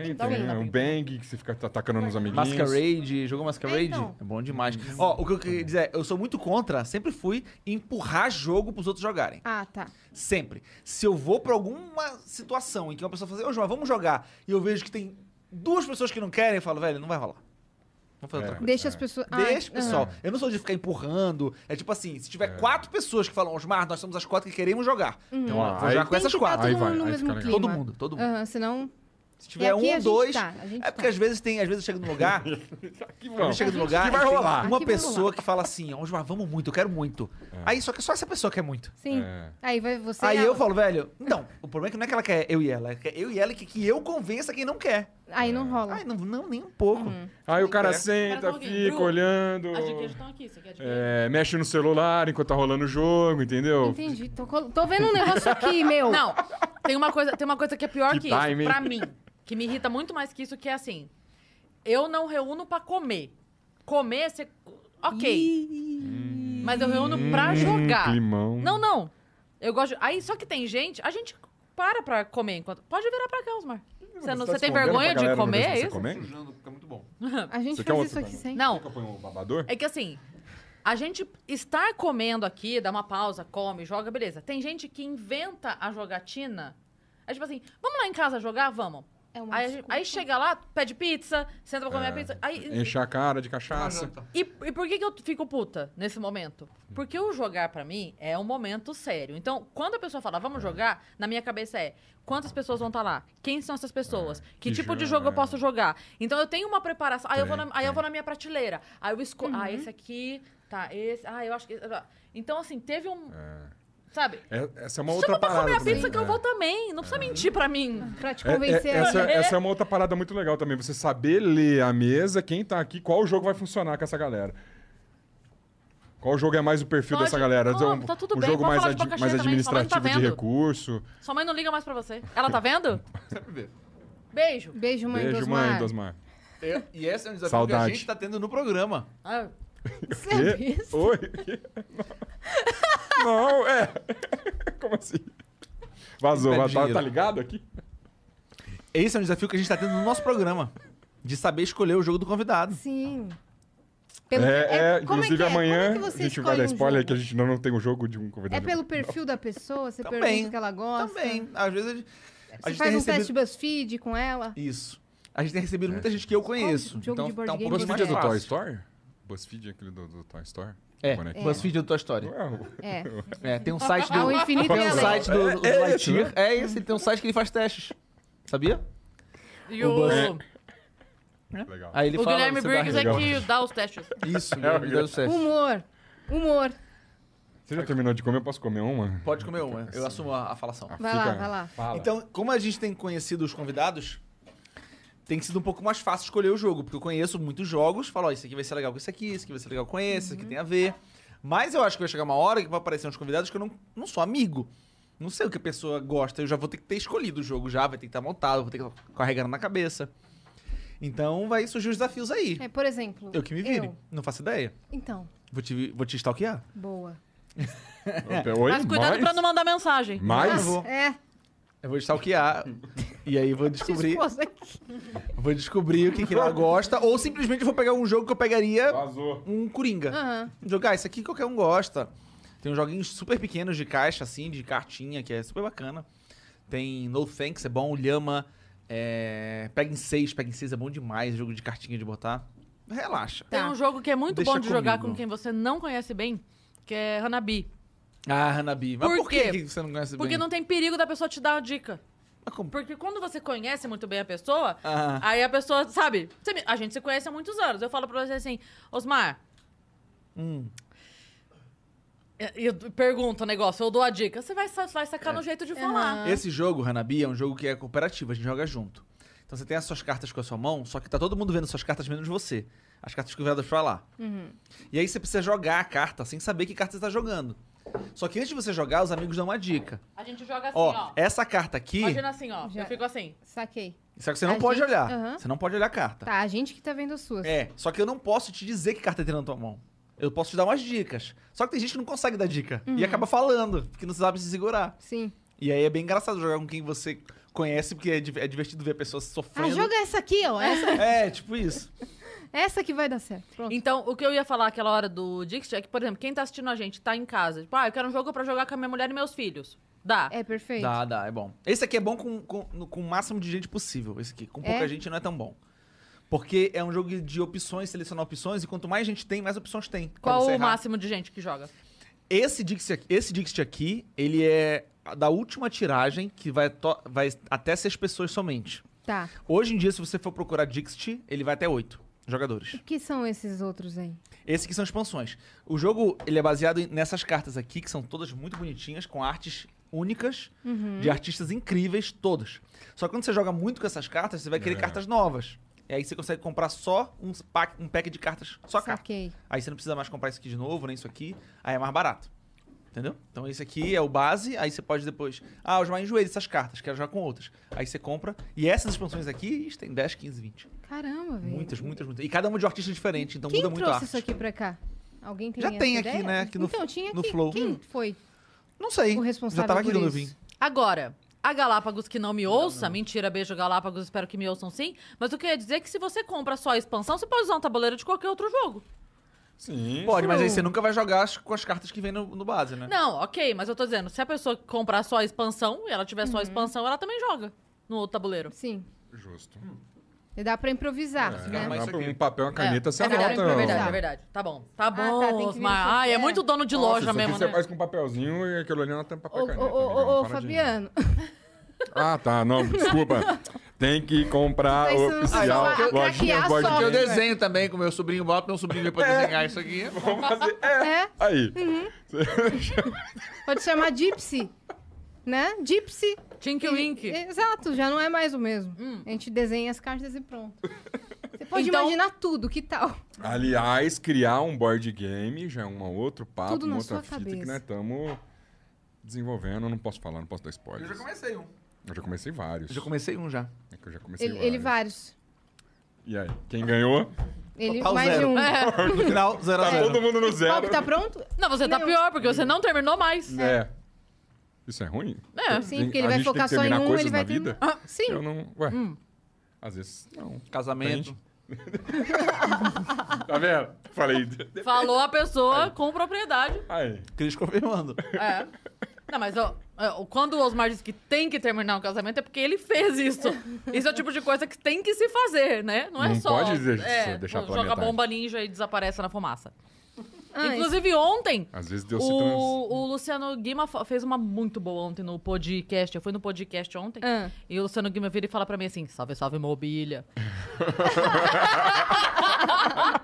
Tem, Então, tem. não. um bang que você fica at- atacando nos amiguinhos. Masquerade, jogou Masquerade? É, então. É bom demais. Uhum. Ó, o que eu queria dizer, é, eu sou muito contra, sempre fui empurrar jogo pros outros jogarem. Ah, tá. Sempre. Se eu vou pra alguma situação em que uma pessoa fala assim, ô João, vamos jogar, e eu vejo que tem duas pessoas que não querem, eu falo, velho, não vai rolar. Vamos fazer É. outra coisa. Deixa as pessoas. Ah, Deixa, ah. pessoal. Eu não sou de ficar empurrando. É tipo assim, se tiver quatro pessoas que falam, Osmar, nós somos as quatro que queremos jogar. Então, ó, vou Aí- jogar com Uhum. Tem essas que tá quatro. Aí todo vai, mundo no aí mesmo fica legal. clima. Todo mundo, todo mundo. Aham, senão. Se tiver aqui a um, gente dois. tá, a gente É porque tá. às vezes tem, às vezes chega num lugar, Aqui Quando vamos. chega gente- no lugar, que vai e tem rolar. uma Aqui vai pessoa rolar. que fala assim, ó, Osmar, vamos muito, eu quero muito. Aí só que só essa pessoa quer muito. Sim. É. Aí vai você. Aí ela. eu falo, velho, então, o problema é que não é que ela quer eu e ela, é que eu e ela que, que eu convença quem não quer. Aí não rola. Ai, não, não nem um pouco. Uhum. Aí o cara É. Cara, senta, tá ouvindo. fica Bru, olhando. As de queijo estão aqui, você quer de queijo? é, mexe no celular enquanto tá rolando o jogo, entendeu? Entendi. Tô, col- tô vendo um negócio aqui, meu. Não, tem uma coisa, tem uma coisa que é pior que, Que isso, timing. pra mim. Que me irrita muito mais que isso, que é assim. Eu não reúno pra comer. Comer, você. Ok. Mas eu reúno pra Hum, jogar. climão. Não, não. Eu gosto. de- Aí, só que tem gente. A gente para pra comer enquanto. Pode virar pra cá, Osmar. Você, não, tá você tem escondendo pra vergonha de galera no comer? mesmo É que você tá isso? come? fica muito bom. A gente Você quer faz outro, isso aqui Dani? sem. Não. Nunca põe um babador? É que assim, a gente estar comendo aqui, dá uma pausa, come, joga, beleza. Tem gente que inventa a jogatina. É tipo assim, vamos lá em casa jogar? Vamos. É uma Aí, a gente- desculpa. aí chega lá, pede pizza, senta pra comer É. a pizza. Aí, Encher a cara de cachaça. e, e por que, que eu fico puta nesse momento? Porque o jogar pra mim é um momento sério. Então, quando a pessoa fala, vamos jogar, na minha cabeça é quantas pessoas vão estar lá? Quem são essas pessoas? que que tipo de jo- jogo eu é. posso jogar? Então eu tenho uma preparação. Aí, eu, vou Tem, na, aí eu tem. vou na minha prateleira. Aí eu escolho. Ah, esse aqui, tá, esse. Ah, eu acho que. Então, assim, teve um. É. Sabe? É- essa é uma outra Chama pra parada. comer a também. pizza que eu É. vou também. Não precisa mentir pra mim. Pra te É, é, convencer. a- essa, essa é uma outra parada muito legal também. Você saber ler a mesa, quem tá aqui, qual jogo vai funcionar com essa galera. Qual jogo é mais o perfil Pode. dessa galera? Não, É um, tá tudo um bem, jogo pode mais, falar de ad- abacaxi mais também, administrativo sua mãe tá de vendo. recurso. Sua mãe não liga mais pra você. Ela tá vendo? Beijo. Beijo, mãe Beijo, dos mãe, Dosmar. Eu- e esse é um desafio que Saudade. a gente tá tendo no programa. Ah, Quê? Oi? Não, é. Como assim? Vazou, Pede vai- tá, dinheiro. tá ligado aqui? Esse é um desafio que a gente tá tendo no nosso programa. De saber escolher o jogo do convidado. Sim. É, Pelo- é, como inclusive que é? amanhã Como é que a você gente vai escolhe dar um spoiler jogo? que a gente não, não tem o jogo de um É convidado. pelo perfil da pessoa? Você Também. pergunta o que ela gosta? Também. Às vezes a gente, a Você faz gente tem um recebido... teste BuzzFeed com ela? Isso. A gente tem recebido muita gente que eu conheço. jogo então de board tá um game pouco BuzzFeed é mais do fácil. Toy Story? BuzzFeed é aquele do, do Toy Story? É, Bonequinho. BuzzFeed é do Tua História. Não é o- É. É, tem um site do... Ao infinito Tem e um além. site do, do É, é esse, Lightyear. É esse, ele tem um site que ele faz testes. Sabia? e o, Buzz. Legal. Aí ele o fala, Guilherme você Briggs dá- é que dá os testes. Isso, É, o Guilherme dá o teste. Humor. Humor. Você já terminou de comer? Eu posso comer uma? Pode comer uma, eu assumo a, assim. a falação. Ah, Vai fica- lá, vai lá. Fala. Então, como a gente tem conhecido os convidados, tem sido um pouco mais fácil escolher o jogo, porque eu conheço muitos jogos, falo, ó, esse aqui vai ser legal com esse aqui, esse aqui vai ser legal com esse, esse aqui tem a ver. Mas eu acho que vai chegar uma hora que vai aparecer uns convidados que eu não, não sou amigo. Não sei o que a pessoa gosta, eu já vou ter que ter escolhido o jogo já, vai ter que estar montado, vou ter que estar carregando na cabeça. Então vai surgir os desafios aí. É, por exemplo. Eu que me vire, eu. não faço ideia. Então, Vou te, vou te stalkear. boa. Oi, Mas cuidado mais? pra não mandar mensagem. Eu Mais? vou. É, Eu vou te stalkear e aí vou descobrir... esposa aqui. Vou descobrir o que, que ela gosta, ou simplesmente vou pegar um jogo que eu pegaria Vazou. um Coringa. Aham. Jogar, ah, isso aqui qualquer um gosta. Tem uns joguinhos super pequenos de caixa, assim, de cartinha, que é super bacana. Tem No Thanks, é bom, Lhama, é... Pega em 6, Pega em 6 é bom demais, jogo de cartinha de botar. Relaxa. Tem Tá. um jogo que é muito Deixa bom de jogar comigo. com quem você não conhece bem, que é Hanabi. Ah, Hanabi, mas Por por, quê? que você não conhece Porque bem? não tem perigo da pessoa te dar uma dica. Mas como? Porque quando você conhece muito bem a pessoa, Ah. aí a pessoa, sabe? você me- A gente se conhece há muitos anos. Eu falo pra você assim, Osmar. Hum. eh, Eu eu pergunto o negócio, eu dou a dica. Você vai, sa- vai É. sacar no jeito de falar. Esse jogo, Hanabi, é um jogo que é cooperativo, a gente joga junto. Então você tem as suas cartas com a sua mão, só que tá todo mundo vendo suas cartas menos você. As cartas viradas pra lá. Uhum. E aí você precisa jogar a carta sem saber que carta você tá jogando. Só que antes de você jogar, os amigos dão uma dica. A gente joga assim, Ó, ó. essa carta aqui. Imagina assim, ó. Já- Eu fico assim. Saquei. Só que você A não pode gente- olhar. Aham. Você não pode olhar a carta. Tá, a gente que tá vendo as suas. É, só que eu não posso te dizer que carta tem na tua mão. Eu posso te dar umas dicas. Só que tem gente que não consegue dar dica. Uhum. E acaba falando, porque não sabe se segurar. Sim. E aí é bem engraçado jogar com quem você conhece, porque é, di- é divertido ver a pessoa Ah, sofrendo. joga essa aqui, ó. Essa, É, tipo isso. essa que vai dar certo. Pronto. Então, o que eu ia falar aquela hora do Dix é que, por exemplo, quem tá assistindo a gente tá em casa. Tipo, ah, eu quero um jogo pra jogar com a minha mulher e meus filhos. Dá. É perfeito. Dá, dá, é bom. Esse aqui é bom com, com, no- com o máximo de gente possível, esse aqui. Com pouca É? gente não é tão bom. Porque é um jogo de opções, selecionar opções, e quanto mais gente tem, mais opções tem. pra Qual o você errar. máximo de gente que joga? Esse Dixit, aqui- esse Dixit aqui, ele é a da última tiragem, que vai, to- vai até seis pessoas somente. Tá. Hoje em dia, se você for procurar Dixit, ele vai até oito jogadores. O que são esses outros aí? Esse que são expansões. O jogo ele é baseado em- nessas cartas aqui, que são todas muito bonitinhas, com artes únicas, Uhum. de artistas incríveis, todas. Só que quando você joga muito com essas cartas, você vai querer É. cartas novas. E aí você consegue comprar só um pack, um pack de cartas, só carta. Saquei. Aí você não precisa mais comprar isso aqui de novo, nem isso aqui. Aí é mais barato. Entendeu? Então esse aqui é o base, aí você pode depois. Ah, eu já enjoei dessas cartas, quero jogar com outras. Aí você compra. E essas expansões aqui, ixi, tem 10, 15, 20. Caramba, velho. Muitas, muitas, muitas. E cada uma de um artista diferente, então Quem muda muito a trouxe arte. isso aqui pra cá? Alguém tem Já essa tem aqui, ideia? né, aqui no- então, tinha no aqui. Flow. Quem Hum. foi Não sei. o responsável Já tava aqui por quando eu isso? vim. Agora, a Galápagos que não me ouça, mentira, beijo Galápagos, espero que me ouçam sim. Mas eu queria dizer é que se você compra só a expansão, você pode usar um tabuleiro de qualquer outro jogo. Sim. Pode, mas aí você nunca vai jogar as- com as cartas que vem no, no base, É. né? Não, ok, mas eu tô dizendo, se a pessoa comprar só a expansão e ela tiver só a expansão, ela também joga no outro tabuleiro. Sim. Justo. E Dá pra improvisar, É, né? mas isso aqui- um papel, uma caneta, você é anota. verdade, é verdade, ó. é verdade. Tá bom. Tá bom, tá, tem que Osmar. vir no- Ai, é. é. muito dono de Nossa, loja isso aqui mesmo, você né? faz com um papelzinho e é aquilo ali não tem papel Ô, e caneta. ô, amigo, ô, ô, paradinha. Fabiano. Ah, tá. Não, desculpa. Tem que comprar Tá, isso não- oficial. Ah, então, lojinha craquear board só. Eu game. desenho também com meu sobrinho, boto meu sobrinho pra desenhar isso aqui. Vamos fazer. É. É, Aí. Uhum. pode chamar Gypsy, né? Gypsy. Tinky E- Wink. Exato, já não é mais o mesmo. A gente desenha as cartas e pronto. Você pode Hum. Então- imaginar tudo, que tal? Aliás, criar um board game já é um outro papo, Tudo na uma outra sua fita que cabeça. nós estamos desenvolvendo. Eu não posso falar, não posso dar spoiler. Eu, comecei um. já comecei vários. Já comecei um já. É que eu já comecei Ele, vários. ele vários. E aí, quem ganhou? Ele Total mais de zero. um. No final, zero Tá todo mundo no zero. Bob, tá pronto? Não, você tá Não. pior, porque você não terminou mais. É. Isso é ruim? É. Sim, porque ele a vai gente focar tem só que em terminar um, coisas ele vai na vida? Ah, terminar. Sim. Eu não. Ué. Hum. Às vezes não. Um Casamento. Ah. Tá vendo? Falei. Falou a É. pessoa com propriedade. Aí. Cris confirmando. É. Não, mas ó, ó, quando o Osmar diz que tem que terminar um casamento é porque ele fez isso. Isso é o tipo de coisa que tem que se fazer, né? Não é Não só. pode dizer isso, é, deixar joga planetário. bomba ninja e desaparece na fumaça. Ah, Inclusive, ontem, Às vezes o, deu citrons. o Luciano Guima fa- fez uma muito boa ontem no podcast. Eu fui no podcast ontem. Ah. E o Luciano Guima vira e fala pra mim assim: salve, salve, mobília. esse-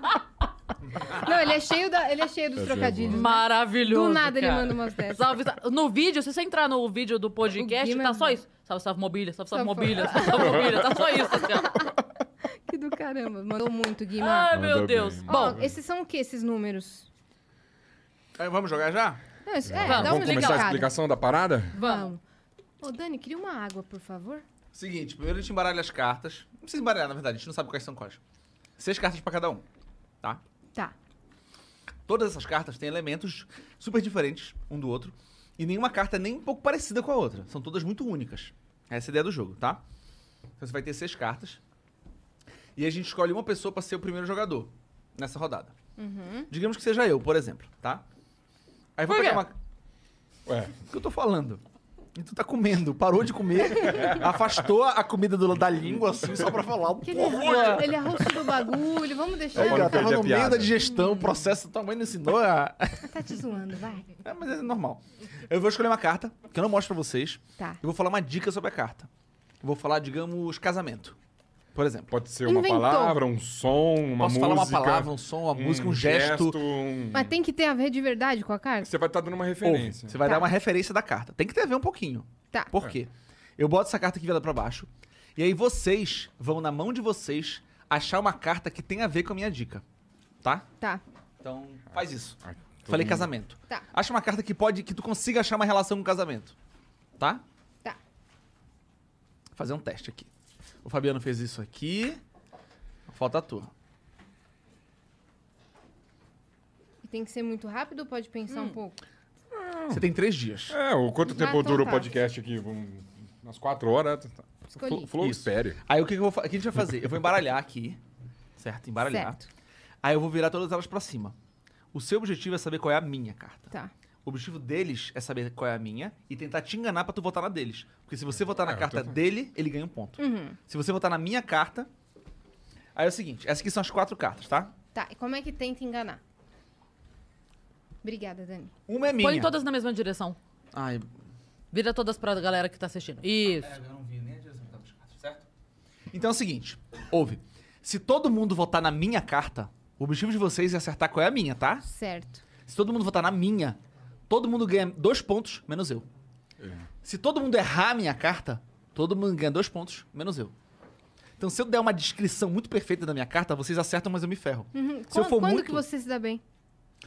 Não, ele é cheio, da, ele é cheio dos Essa é trocadilhos. Maravilhoso. Do nada ele cara. manda umas dessas. Salve, salve. No vídeo, se você entrar no vídeo do podcast, O Guima- tá só isso. Salve, salve mobília, salve, salve Salve. mobília, salve, salve mobília. Tá só isso, assim, ó. Que do caramba. Mandou muito, Guima. Ai, Mandou meu bem, Deus. mandou Ah, Bom, Ó, esses são o que, esses números? Aí, Vamos jogar já? Não, isso, é, Vamos dá uma Ah, Vamos começar a explicada. explicação da parada? vamos. Vamos. Ô, Dani, queria uma água, por favor? Seguinte, primeiro a gente embaralha as cartas. Não precisa embaralhar, na verdade, a gente não sabe quais são quais. Seis cartas pra cada um, tá? Tá. Todas essas cartas têm elementos super diferentes um do outro. E nenhuma carta é nem um pouco parecida com a outra. São todas muito únicas. Essa é a ideia do jogo, tá? Então você vai ter seis cartas. E a gente escolhe uma pessoa pra ser o primeiro jogador nessa rodada. Digamos que seja eu, por exemplo, tá? Aí eu vou Uhum. Por pegar quê? uma. Ué. O que eu tô falando? E tu tá comendo, parou de comer, afastou a comida do- da língua assim só pra falar. Que ele, Porra! ele é arrostou o bagulho, vamos deixar. Aí, Pode cara, perder tava a no meio piada. da digestão, o processo, tua mãe não ensinou a... Tá te zoando, vai. É, mas é normal. Eu vou escolher uma carta, que eu não mostro pra vocês. Tá. Eu vou falar uma dica sobre a carta. Eu vou falar, digamos, casamento. Por exemplo. Pode ser uma Inventou. palavra, um som, uma música. posso falar uma palavra, um som, uma música, um gesto. um- Mas tem que ter a ver de verdade com a carta? Você vai estar dando uma Ouve, referência. Você vai Tá. dar uma referência da carta. Tem que ter a ver um pouquinho. Tá. Por quê? Eu boto essa carta aqui virada pra baixo. E aí vocês vão, na mão de vocês, achar uma carta que tem a ver com a minha dica. Tá? Tá. Então, faz isso. Ah, todo Falei mundo- casamento. Tá. Acha uma carta que pode, que tu consiga achar uma relação com casamento. Tá? Tá. Vou fazer um teste aqui. O Fabiano fez isso aqui. Falta a tua. E tem que ser muito rápido ou pode pensar Hum. um pouco? Hum. Você tem três dias. É, o quanto tempo então dura o tá. podcast aqui? Vamos- Umas quatro horas. tá- Escolhi. Flow, Isso. espere. Aí o que, que eu vou fa- o que a gente vai fazer? Eu vou embaralhar aqui. Certo? Embaralhar. Certo. Aí eu vou virar todas elas pra cima. O seu objetivo é saber qual é a minha carta. Tá. O objetivo deles é saber qual é a minha e tentar te enganar pra tu votar na deles. Porque se você votar na É, eu tô carta tentando. dele, ele ganha um ponto. Uhum. Se você votar na minha carta. Aí é o seguinte: essas aqui são as quatro cartas, tá? Tá. E como é que tenta enganar? Obrigada, Dani. Uma é minha. Põe todas na mesma direção. Ai, Vira todas pra galera que tá assistindo. Isso. É, eu não vi nem a direção que tava as cartas, certo? Então é o seguinte: ouve. Se todo mundo votar na minha carta, o objetivo de vocês é acertar qual é a minha, tá? Certo. Se todo mundo votar na minha, todo mundo ganha dois pontos, menos eu. É. Se todo mundo errar a minha carta, todo mundo ganha dois pontos, menos eu. Então, se eu der uma descrição muito perfeita da minha carta, vocês acertam, mas eu me ferro. Se eu Uhum. Quan- for quando muito, que você se dá bem?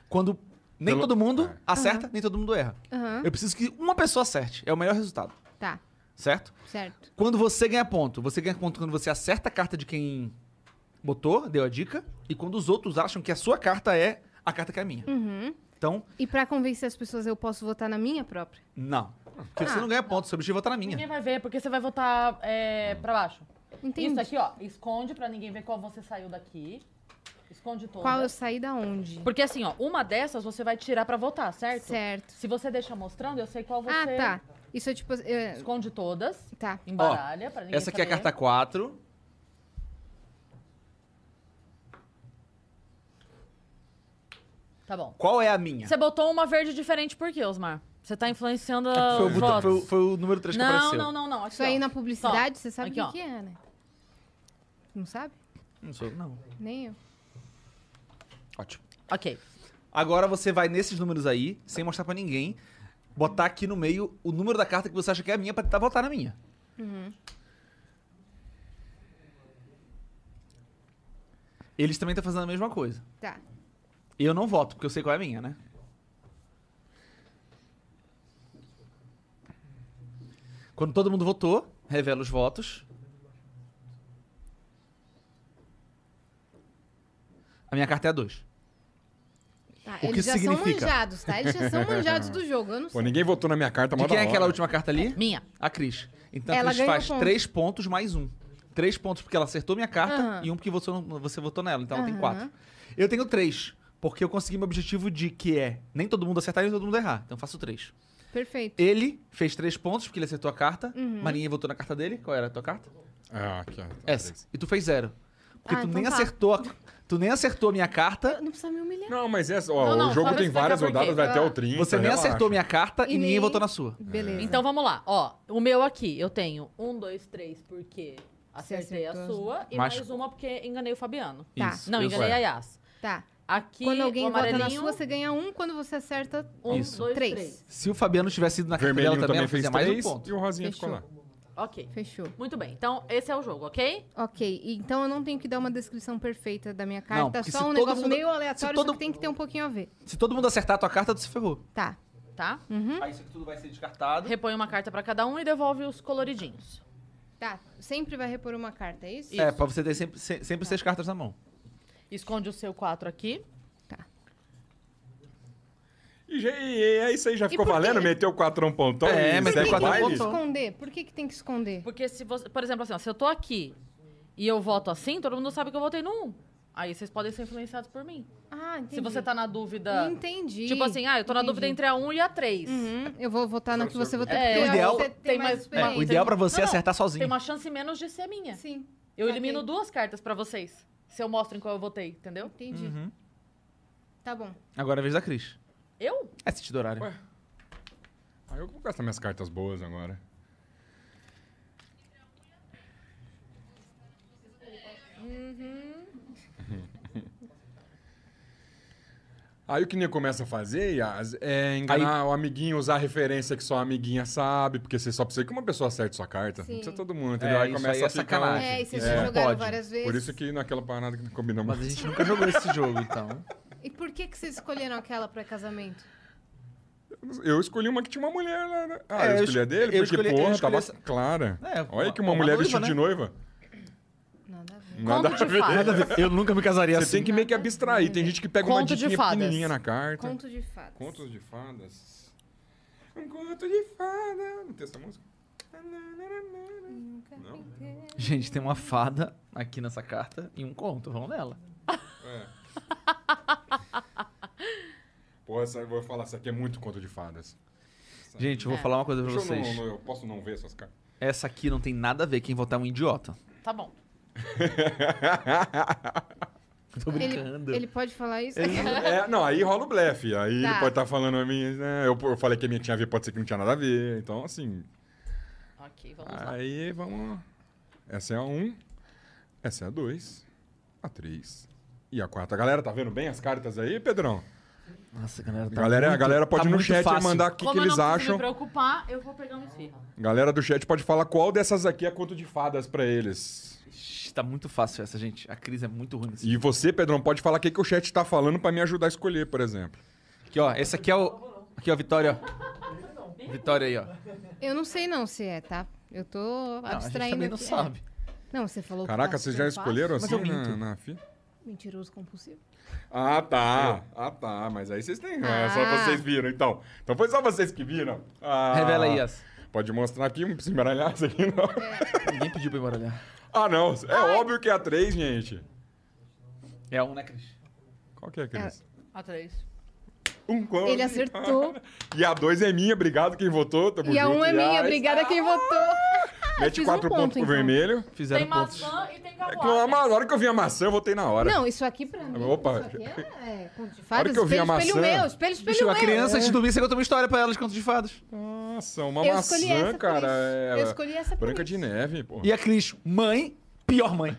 quando nem Pelo- todo mundo É. acerta, nem todo mundo erra. Aham. Eu preciso que uma pessoa acerte. É o melhor resultado, Tá. certo? Certo. Quando você ganha ponto, você ganha ponto quando você acerta a carta de quem botou, deu a dica, e quando os outros acham que a sua carta é a carta que é a minha. Uhum. Então, E pra convencer as pessoas, eu posso votar na minha própria? Não. Porque você não ganha ponto, seu objetivo é votar na minha. Ninguém vai ver, porque você vai votar é, pra baixo. Entendi. Isso é aqui, ó. Esconde pra ninguém ver qual você saiu daqui. Esconde todas. Qual eu saí da onde? Porque assim, ó, uma dessas você vai tirar pra votar, certo? Certo. Se você deixar mostrando, eu sei qual você... Ah, tá. Isso é tipo. é, Esconde todas, Tá. embaralha pra ninguém Essa aqui é a saber. carta 4. Tá bom. Qual é a minha? Tá é Você botou uma verde diferente por quê, Osmar? Você tá influenciando É Foi o, os botão- votos. foi o- foi o número 3 que não, apareceu. não, não, não. Aqui, Isso aí ó. na publicidade, Só. você sabe o Aqui, que ó. que é, né? Não sabe? Não sou, não. Nem eu. Ótimo. Ok. Agora você vai nesses números aí, sem mostrar pra ninguém, botar aqui no meio o número da carta que você acha que é a minha pra tentar votar na minha. Uhum. Eles também estão fazendo a mesma coisa. Tá. Eu não voto, porque eu sei qual é a minha, né? Quando todo mundo votou, revela os votos. A minha carta é a 2. Tá, que eles já são significa? manjados, tá? Eles já são manjados do jogo, eu não Pô, sei. ninguém votou na minha carta, De Tá mó quem da é hora. aquela última carta ali? Minha. A Cris. Então Ela a Cris ganhou faz ponto. três pontos mais um. Três pontos porque ela acertou minha carta Aham. e um porque você, não- você votou nela. Então ela tem Aham. quatro. Eu tenho três, porque eu consegui meu objetivo de que é nem todo mundo acertar e nem todo mundo errar. Então eu faço três. Perfeito. Ele fez três pontos porque ele acertou a carta. Mas ninguém votou na carta dele. Qual era a tua carta? Ah, aqui, ó. Tá, Essa. beleza. E tu fez zero. Porque Ah, tu então nem tá. acertou a, Tu nem acertou a minha carta. Não precisa me humilhar. Não, mas essa, ó, Não, não, o só jogo pra tem explicar várias por quê. rodadas, vai até Ah. o né? 30. Você nem relaxa. acertou minha carta e, E ninguém nem- votou na sua. Beleza. Então vamos lá. Ó, o meu aqui, eu tenho um, dois, três, porque acertei a acertou. sua. E Mas- mais uma porque enganei o Fabiano. Tá. Isso, Não, então é eu enganei sou. a Yas. Tá. Aqui, Quando alguém o vota na amarelinho, sua, você ganha um. Quando você acerta, um, Isso. dois, Três. três. Se o Fabiano tivesse ido na carta dela Vermelhinho também, também ela fez fazia mais um três ponto. e o Rosinha Fechou. ficou lá. Ok. fechou. Muito bem. Então, esse é o jogo, ok? Ok, e então eu não tenho que dar uma descrição perfeita da minha carta, porque se só um todo negócio mundo- meio se aleatório, todo- só que tem que ter um pouquinho a ver. Se todo mundo acertar a tua carta, tu se ferrou. Tá. Tá? Aí isso aqui tudo vai ser descartado. Repõe uma carta pra cada um e devolve os coloridinhos. Tá. Sempre vai repor uma carta, é isso? É, pra você ter sempre, se- sempre seis cartas na mão. Esconde o seu quatro aqui. Tá. E, já- e- e é isso aí, já ficou por quê? valendo? Meteu quatro um pontão? É, e meteu segue o quatro um baile? pontão. Esconder? Por que, que tem que esconder? Porque se você. Por exemplo, assim, ó, se eu tô aqui e eu voto assim, todo mundo sabe que eu votei no um. Aí vocês podem ser influenciados por mim. Ah, entendi. Se você tá na dúvida. Entendi. Tipo assim, ah, eu tô na dúvida Entendi. entre a 1 e a 3. Uhum, eu vou votar na que você votou. É, porque o ideal- você tem mais- É, experiência. o ideal pra você é Não, não. acertar sozinho. Tem uma chance menos de ser minha. Sim. Eu Saquei. elimino duas cartas pra vocês. Se eu mostro em qual eu votei, entendeu? Entendi. Uhum. Tá bom. Agora é a vez da Cris. Eu? É sentido horário. Ué. Aí Ah, eu vou gastar minhas cartas boas agora. Uhum. Aí o que nem começa a fazer, Yas, é enganar o amiguinho, usar a referência que só a amiguinha sabe, porque você só precisa que uma pessoa acerte sua carta. Sim. Não precisa todo mundo, entendeu? É, aí isso começa aí é a ficar... um sacanagem. É, e vocês isso já não jogaram pode. várias vezes. Ah, Por isso que naquela parada que combinamos. Mas a gente nunca jogou esse jogo, então. E por que, que vocês escolheram aquela pra casamento? Eu escolhi uma que tinha uma mulher lá. né? Ah, É, eu eu escolhi a esco- dele, porque, eu escolhi- eu porra, escolhi tava essa- clara. É, Olha que uma- uma, uma mulher noiva, vestida né? de noiva. Nada a ver. Nada Conto a de ver. fadas. Eu nunca me casaria assim. Você tem que meio que abstrair. Tem gente que pega uma Conto de diquinha fadas. pequenininha na carta. Conto de fadas. Contos de fadas. Um conto de fada. Não tem essa música? Não? Gente, tem uma fada aqui nessa carta e um conto. Vamos nela. É. Pô, essa, eu vou falar, isso aqui é muito conto de fadas. Gente, eu vou É. falar uma coisa pra Deixa eu não- vocês. não- eu posso não ver essas cartas? Essa aqui não tem nada a ver. Quem votar é um idiota. Tá bom. Tô Ele, brincando. ele pode falar isso? É, não, aí rola o blefe. Aí Tá. ele pode estar falando a minha. Né? Eu, eu falei que a minha tinha a ver, pode ser que não tinha nada a ver. Então, assim. Ok, vamos lá. Aí vamos. Essa é a 1, essa é a 2, a 3 e a 4. A galera tá vendo bem as cartas aí, Pedrão? Nossa, galera, A tá galera, muito, a galera pode tá ir no muito chat fácil. mandar o que, Como que eu não eles preciso me acham. preocupar, eu vou pegar um esfirra. Galera do chat pode falar qual dessas aqui é conto de fadas pra eles. Ixi, Tá muito fácil essa, gente. A Cris é muito ruim. nesse E você, Pedrão, pode falar o que, que o chat tá falando pra me ajudar a escolher, por exemplo. Aqui, ó. Esse aqui é o. Aqui, ó, Vitória. ó. Vitória aí, ó. Eu não sei não se é, tá? Eu tô Não, a gente abstraindo também não aqui. sabe. É. Não, você falou que Caraca, tá vocês super já fácil. escolheram Mas assim eu minto. na, na fi- Mentiroso compulsivo. Ah, tá. Ah, tá. Mas aí vocês têm. É só Ah. vocês viram, então. Então foi só vocês que viram. Ah. Revela aí, Yas. Pode mostrar aqui, não precisa embaralhar isso aqui, não. Ninguém pediu pra né? embaralhar. Ah, não. É óbvio que é a 3, gente. É um, né, Cris? Qual que é, Cris? A três. Um quanto? É. Ele acertou. E a 2 é minha, obrigado quem votou. Tamo e a junto, um é minha, Yas. obrigada quem votou. Mete fiz um quatro ponto, pontos pro então. vermelho. Fizeram Tem pontos. maçã e tem É que eu- cavalo. na hora que eu vi a maçã, eu votei na hora. Não, isso aqui pra mim. Opa. Isso aqui é. é conto de fadas, que eu vi a espelho, espelho maçã- meu, espelho, espelho Bicho, meu. a criança, É. antes de dormir, você conta uma história pra elas, conto de fadas. Hum. Nossa, É uma Eu escolhi essa maçã, por cara. isso. é- Eu escolhi essa por Branca isso. de neve, pô. E a Cris, mãe, pior mãe.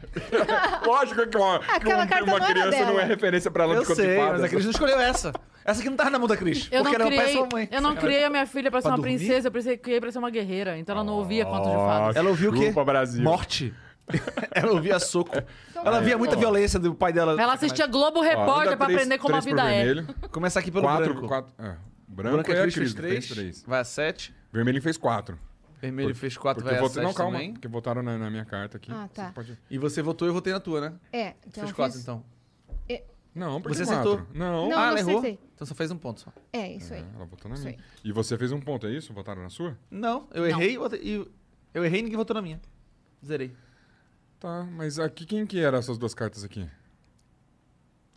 Lógico que uma, que Ah, Aquela um- carta uma não era criança dela. não é referência pra ela Eu de conto de sei, fadas. mas a Cris não escolheu essa. Essa aqui não tava na mão da Cris. Eu não, porque era um o pai e criei, sua mãe. eu não criei a minha filha pra ser Pra uma dormir? princesa, eu pensei- criei pra ser uma guerreira. Então ela não ouvia contos de Ah, fadas. Ela ouviu o quê? Chupa, Brasil. Morte. ela ouvia soco. Ela via muita ó. violência do pai dela. Então é. Ela assistia Globo Repórter pra aprender como a vida é. Começa aqui pelo branco. Quatro, quatro. é. Branco Branca é a Cris Cris, fez fez três. três. Vai a sete. Vermelho fez quatro. Vermelho Por- fez quatro, Porque vai a votou- sete não, calma, também. porque votaram na, na minha carta aqui. Ah, tá. Você pode- E você votou, eu votei na tua, né? É, Você então fez eu quatro, fiz- então. Não, porque Você quatro. acertou. Não. Não, ah, eu ela errou? acertei. Então só fez um ponto só. É, isso aí. É, Ela votou na Isso minha. E você fez um ponto, é isso? Votaram na sua? Não, eu errei votei- e eu errei e ninguém votou na minha. Zerei. Tá, mas aqui quem que eram essas duas cartas aqui?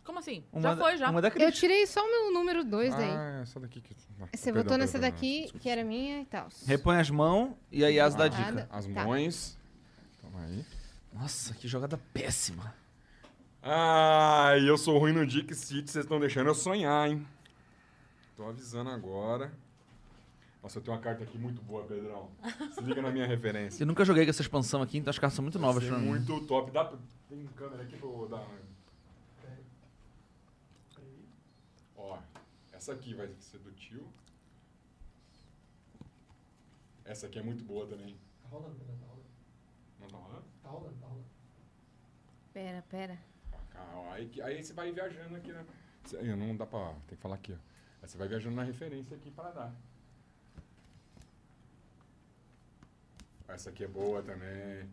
Como assim? Uma já da- foi, já. Uma da Cris. Eu tirei só o meu número 2 daí. Ah, essa daqui que. Ah, Você perdão, votou nessa perdão, daqui, que era minha e tal. Repõe as mãos e aí as dá a dica. Nada. As Tá. mães. Toma aí. Nossa, que jogada péssima. Ai, eu sou ruim no Dick City, vocês estão deixando eu sonhar, hein? Tô avisando agora. Nossa, eu tenho uma carta aqui muito boa, Pedrão. Se liga na minha referência. Eu nunca joguei com essa expansão aqui, então as cartas são muito novas Sim, pra mim. é muito top. Dá pra... Tem câmera aqui pra eu dar uma... Ó, essa aqui vai ser do tio. Essa aqui é muito boa também. Não tá rolando? Pera, pera. Ah, Aí, que- aí você vai viajando aqui, né? Cê- aí Não dá pra. Tem que falar aqui, ó. Aí você vai viajando na referência aqui pra dar. Essa aqui é boa também.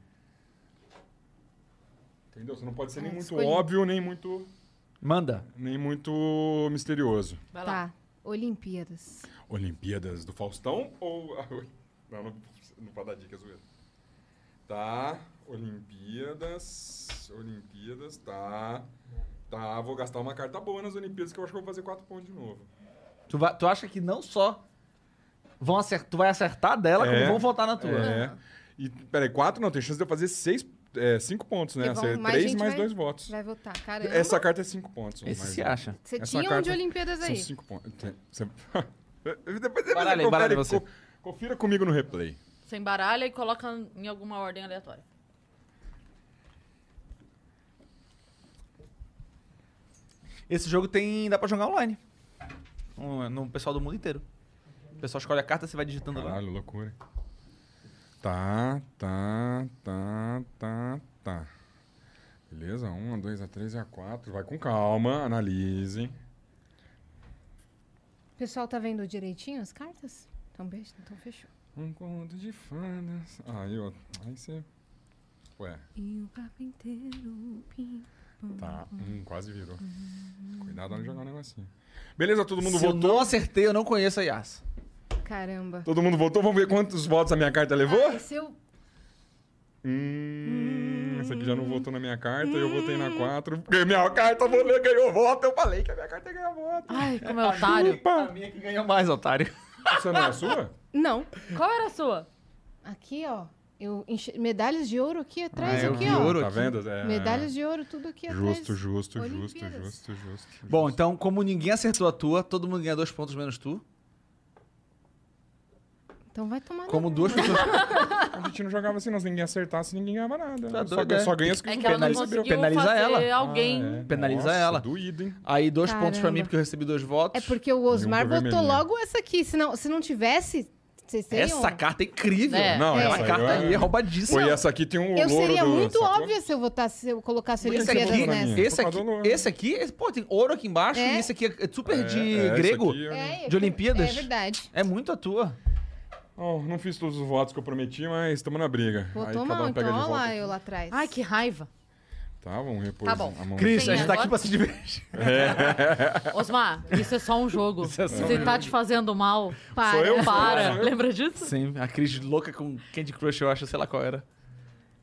Entendeu? Você não pode ser nem Ah, muito escolhi. óbvio, nem muito. Manda. nem muito misterioso. Vai lá. Tá. Olimpíadas. Olimpíadas do Faustão ou. Não, não, não pode dar dica, é zoeira. Tá. Olimpíadas. Olimpíadas, tá. Tá, vou gastar uma carta boa nas Olimpíadas que eu acho que eu vou fazer quatro pontos de novo. Tu, vai- tu acha que não só vão acertar, tu vai acertar dela, É, como vão voltar na tua. É. E, peraí, quatro não, tem chance de eu fazer seis, é, cinco pontos, né? Porque vão- Ser mais três gente mais vai- dois votos. Vai votar. Caramba. Essa carta é cinco pontos. Esse mais se um. acha. Você essa tinha um carta- de Olimpíadas São aí. cinco pontos. Tem- você- Depois- depois Baralha aí, confere- baralha você. co- Confira comigo no replay. Você embaralha e coloca em alguma ordem aleatória. Esse jogo tem. dá pra jogar online. No, no pessoal do mundo inteiro. O pessoal escolhe a carta, você vai digitando lá. Caralho, loucura. hein? Tá, tá, tá, tá, tá. Beleza? Um, a dois, a três e a quatro. Vai com calma, analise. O pessoal tá vendo direitinho as cartas? Então, beijo. Então, fechou. Um conto de fadas. Aí, ó. Aí você. Ué, E o carpinteiro. pim. tá. Hum, quase virou. Cuidado pra não jogar o negocinho. Beleza, todo mundo Se eu votou? não acertei, eu não conheço a Yas. Caramba. Todo mundo votou? Vamos ver quantos votos a minha carta levou? Ai, se eu- Hum, essa aqui já não votou na minha carta, eu votei na 4. Minha carta vole- ganhou voto, eu falei que a minha carta ganhou voto. Ai, como é otário. A minha que ganhou mais, otário. Essa não é a sua? Não. Qual era a sua? Aqui, ó. Eu enche- Medalhas de ouro aqui atrás, Ah, eu aqui, vi ó. ouro. Tá aqui. vendo? É, Medalhas de ouro, tudo aqui Justo, atrás. justo, justo, Olimpíadas. justo, justo. Bom, justo. então, como ninguém acertou a tua, todo mundo ganha dois pontos menos tu. Então vai tomar. Como no- duas pessoas. A gente não jogava assim, não. Se ninguém acertasse, ninguém ganhava nada. Tá só, doido, ga- é. só ganha as que É os que ela não penaliza- conseguiu penaliza fazer ela. alguém. Ah, é. Penaliza Nossa, ela. Doído, hein? Aí dois pontos pra Caramba. mim, porque eu recebi dois votos. É porque o Osmar pro botou um vermelhinho. logo essa aqui. Se não, se não tivesse, vocês teriam. Essa carta é incrível. É. Não, É. Essa essa aí carta eu- aí é roubadíssima. Foi essa aqui, tem um é Eu louro seria do- muito sacou? óbvia se eu votasse, se eu colocasse Esse Olimpíadas aqui, nessa. esse Por causa aqui, do ouro. esse aqui, esse- pô, tem ouro aqui embaixo É. e esse aqui é super É, de é, essa grego. aqui, É, De eu- Olimpíadas? É verdade. É muito a tua. ó, não fiz todos os votos que eu prometi, mas estamos na briga. Votou aí cada mal, um pega então. de Olha volta. lá eu lá atrás. Ai, que raiva. Tá, vamos repor Tá bom. a mão. Cris, a gente tá agora? aqui pra se divertir. Osmar, isso é só um jogo. Isso é só um Se tá te fazendo mal, para. Sou eu? para. Sou eu? Lembra disso? Sim, a Cris louca com Candy Crush, eu acho, sei lá qual era.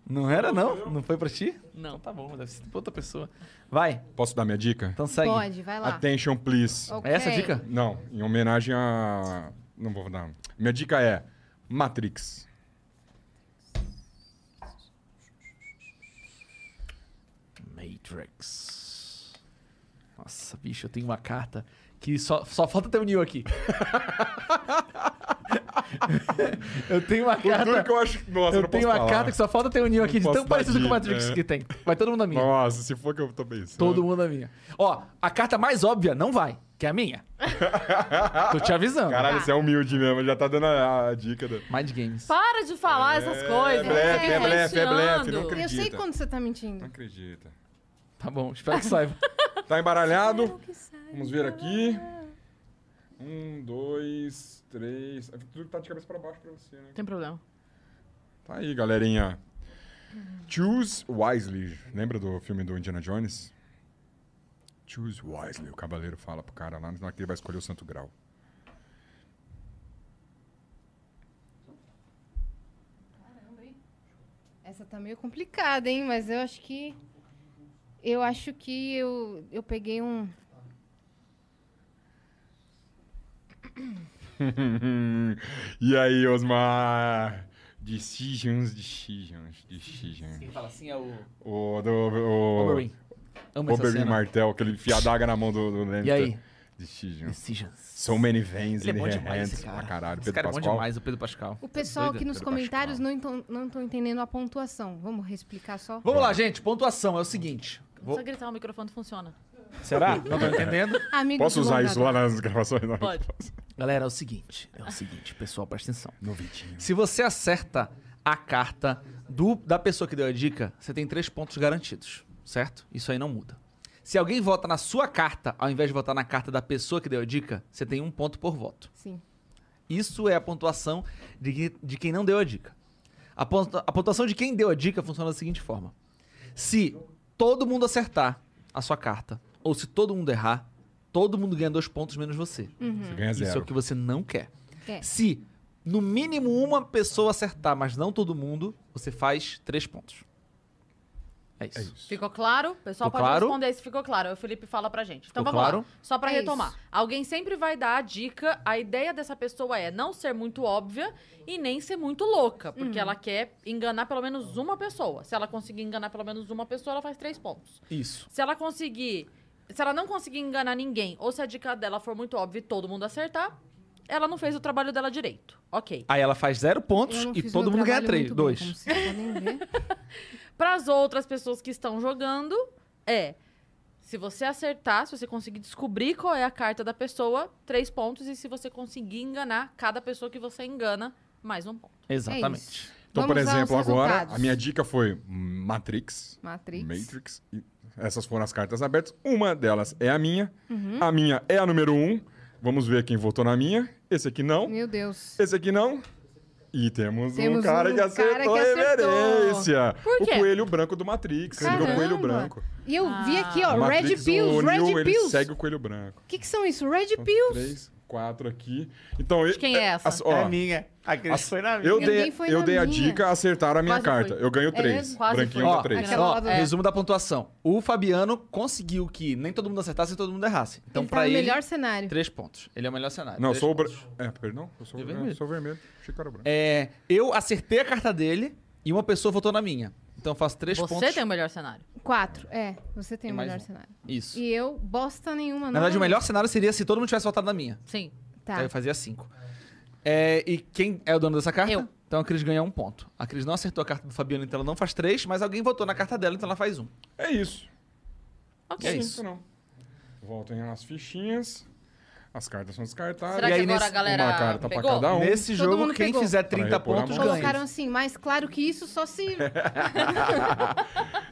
Não era, não? Não foi pra ti? Não. Tá bom, deve ser pra outra pessoa. Vai, Posso dar minha dica? então segue. Pode, vai lá. Attention, please. Ok. É essa a dica? Não, em homenagem a. Não vou dar. Minha dica é Matrix. Matrix. Nossa, bicho, eu tenho uma carta que só, só falta ter o Neo aqui. eu tenho uma O duro carta. que eu acho. Nossa, Eu não tenho posso uma falar. carta que só falta ter o Neo aqui, de posso tão dar parecido com o dica, Matrix é. que tem. Vai todo mundo na minha. Nossa, se for que eu tô assim. pensando. Todo mundo a minha. Ó, a carta mais óbvia não vai, que é a minha. Tô te avisando. Caralho, você é humilde mesmo, já tá dando a, a dica. Da... Mind Games. Para de É, falar essas coisas. blefe, tá é blefe, é blefe, influenciando. não acredito. Eu sei Acredita. quando você tá Não mentindo. acredita. Tá bom, espero que saiba. Tá embaralhado? Vamos ver aqui. Um, dois, três. É que Tudo tá de cabeça pra baixo pra você, né? Tem problema. Tá aí, galerinha. Choose wisely. Lembra do filme do Indiana Jones? Choose wisely. O cavaleiro fala pro cara lá na hora que ele vai escolher o santo grau. Essa tá meio complicada, hein? Mas eu acho que. Eu acho que eu, eu peguei um. e aí, Osmar? Decisions, decisions, decisions. fala assim é o. O do. O, Oberyn. Amo é essa Oberyn cena. Martel, aquele fia d'aga na mão do, do Lannister. E aí? Decisions. Decisions. So many veins Ele é in bom her demais, hands. esse cara. Pra caralho. Esse Pedro cara é bom Pascal. demais, o Pedro Pascal. O pessoal Doido. aqui nos Pedro comentários Pascal. não estão não tão entendendo a pontuação. Vamos reexplicar só? Vamos lá, gente. Pontuação é o seguinte. Vou... Vou- Só gritar, o microfone funciona. Será? Não tô entendendo. Amigos Posso de usar longa isso lá é data. nas gravações? Não. Pode. Galera, é o seguinte. É o seguinte, pessoal, presta atenção. Novitinho. Se você acerta a carta do- da pessoa que deu a dica, você tem três pontos garantidos, certo? Isso aí não muda. Se alguém vota na sua carta, ao invés de votar na carta da pessoa que deu a dica, você tem um ponto por voto. Sim. Isso é a pontuação de, que- de quem não deu a dica. A, pontua- a pontuação de quem deu a dica funciona da seguinte forma: se todo mundo acertar a sua carta, ou se todo mundo errar, todo mundo ganha dois pontos menos você. Você ganha Isso é o zero. que você não quer. É. Se no mínimo uma pessoa acertar, mas não todo mundo, você faz três pontos. É isso. É isso. Ficou claro? O pessoal Ficou pode claro? responder aí se ficou claro. Aí O Felipe fala pra gente. Então Ficou vamos claro? lá. Só pra É retomar. isso. Alguém sempre vai dar a dica. A ideia dessa pessoa é não ser muito óbvia e nem ser muito louca. Porque Hum. ela quer enganar pelo menos uma pessoa. Se ela conseguir enganar pelo menos uma pessoa, ela faz três pontos. Isso. Se ela conseguir. Se ela não conseguir enganar ninguém, ou se a dica dela for muito óbvia e todo mundo acertar, ela não fez o trabalho dela direito. Ok. Aí ela faz zero pontos Eu não e fiz o todo meu mundo ganha trabalho três, muito bem, dois. como vocês podem ver. Para as outras pessoas que estão jogando, é. Se você acertar, se você conseguir descobrir qual é a carta da pessoa, três pontos. E se você conseguir enganar cada pessoa que você engana, mais um ponto. É Exatamente. isso. Então, Vamos por aos exemplo, agora, resultados. a minha dica foi Matrix. Matrix. Matrix. E essas foram as cartas abertas. Uma delas é a minha. Uhum. A minha é a número um. Vamos ver quem votou na minha. Esse aqui não. Meu Deus. Esse aqui não. E temos, um Temos cara um que cara acertou que a acertou. reverência. Por O quê? coelho branco do Matrix. Ele virou Caramba. coelho branco. E eu vi aqui, ó, O Red Matrix, o Pills, Neo, Red ele Pills. segue o coelho branco. O que, que são isso? Red Então, Pills? Três, quatro aqui. Então, De quem é essa? as- ó, minha. A Cris as- foi na eu minha. dei, Ninguém foi eu na dei a minha. dica, acertaram a minha Quase carta. fui. Eu ganho É três. mesmo? Quase Branquinho fui. dá Ó, três. Aquela ó, lá do- resumo da pontuação. O Fabiano conseguiu que nem todo mundo acertasse e todo mundo errasse. Então, ele tá pra no ele, melhor cenário. três pontos. Ele é o melhor cenário. Não, eu três sou o branco. pontos. É, perdão? Eu sou, De é, vermelho. sou vermelho. Chicara branco. É, eu acertei a carta dele e uma pessoa votou na minha. Então, eu faço três você pontos. um tem o melhor cenário. Quatro. É, você tem E o mais melhor um. cenário. Isso. E eu, bosta nenhuma, não. Na verdade, o melhor cenário seria se todo mundo tivesse votado na minha. Sim. Tá. Aí eu fazia cinco. É, e quem é o dono dessa carta? Eu. Então a Cris ganha um ponto. A Cris não acertou a carta do Fabiano, então ela não faz três, mas alguém votou na carta dela, então ela faz um. É isso. Ok. É isso. não. Voltem as fichinhas. As cartas são descartadas. Será E que aí, agora nesse- a galera uma carta pra pegou? cada um. Nesse Todo jogo, mundo quem pegou. fizer Pra 30 repor a pontos mão. ganha. Colocaram assim, mais claro que isso, só se. É,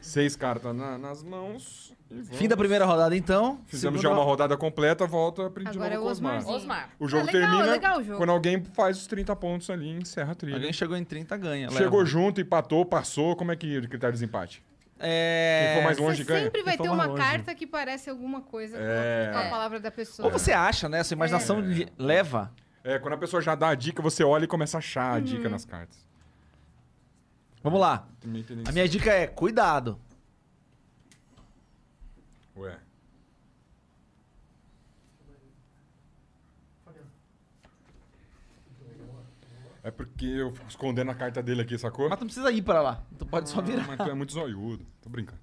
Seis cartas na- nas mãos. e vamos. Fim da primeira rodada, então. Fizemos Segunda- já uma rodada completa, volta pra- de Agora novo é o com o Osmar. Osmarzinho. Osmar. O jogo Ah, legal, termina é legal o jogo. quando alguém faz os 30 pontos ali e encerra a trilha. Alguém chegou em 30, ganha. leva. Chegou junto, empatou, passou. Como é que é o critério de empate? É... Quem for mais Você longe ganha. sempre vai Quem ter for uma mais longe. carta que parece alguma coisa com É. a- com a palavra da pessoa. Ou você acha, né? Sua imaginação li- leva. É, quando a pessoa já dá a dica, você olha e começa a achar a Uhum. dica nas cartas. Vamos lá. Também tem A minha dica é: cuidado. Ué. É porque eu fico escondendo a carta dele aqui, sacou? Mas tu não precisa ir tá pra lá. Tu pode só virar. Mas tu é muito zoiudo. Tô brincando.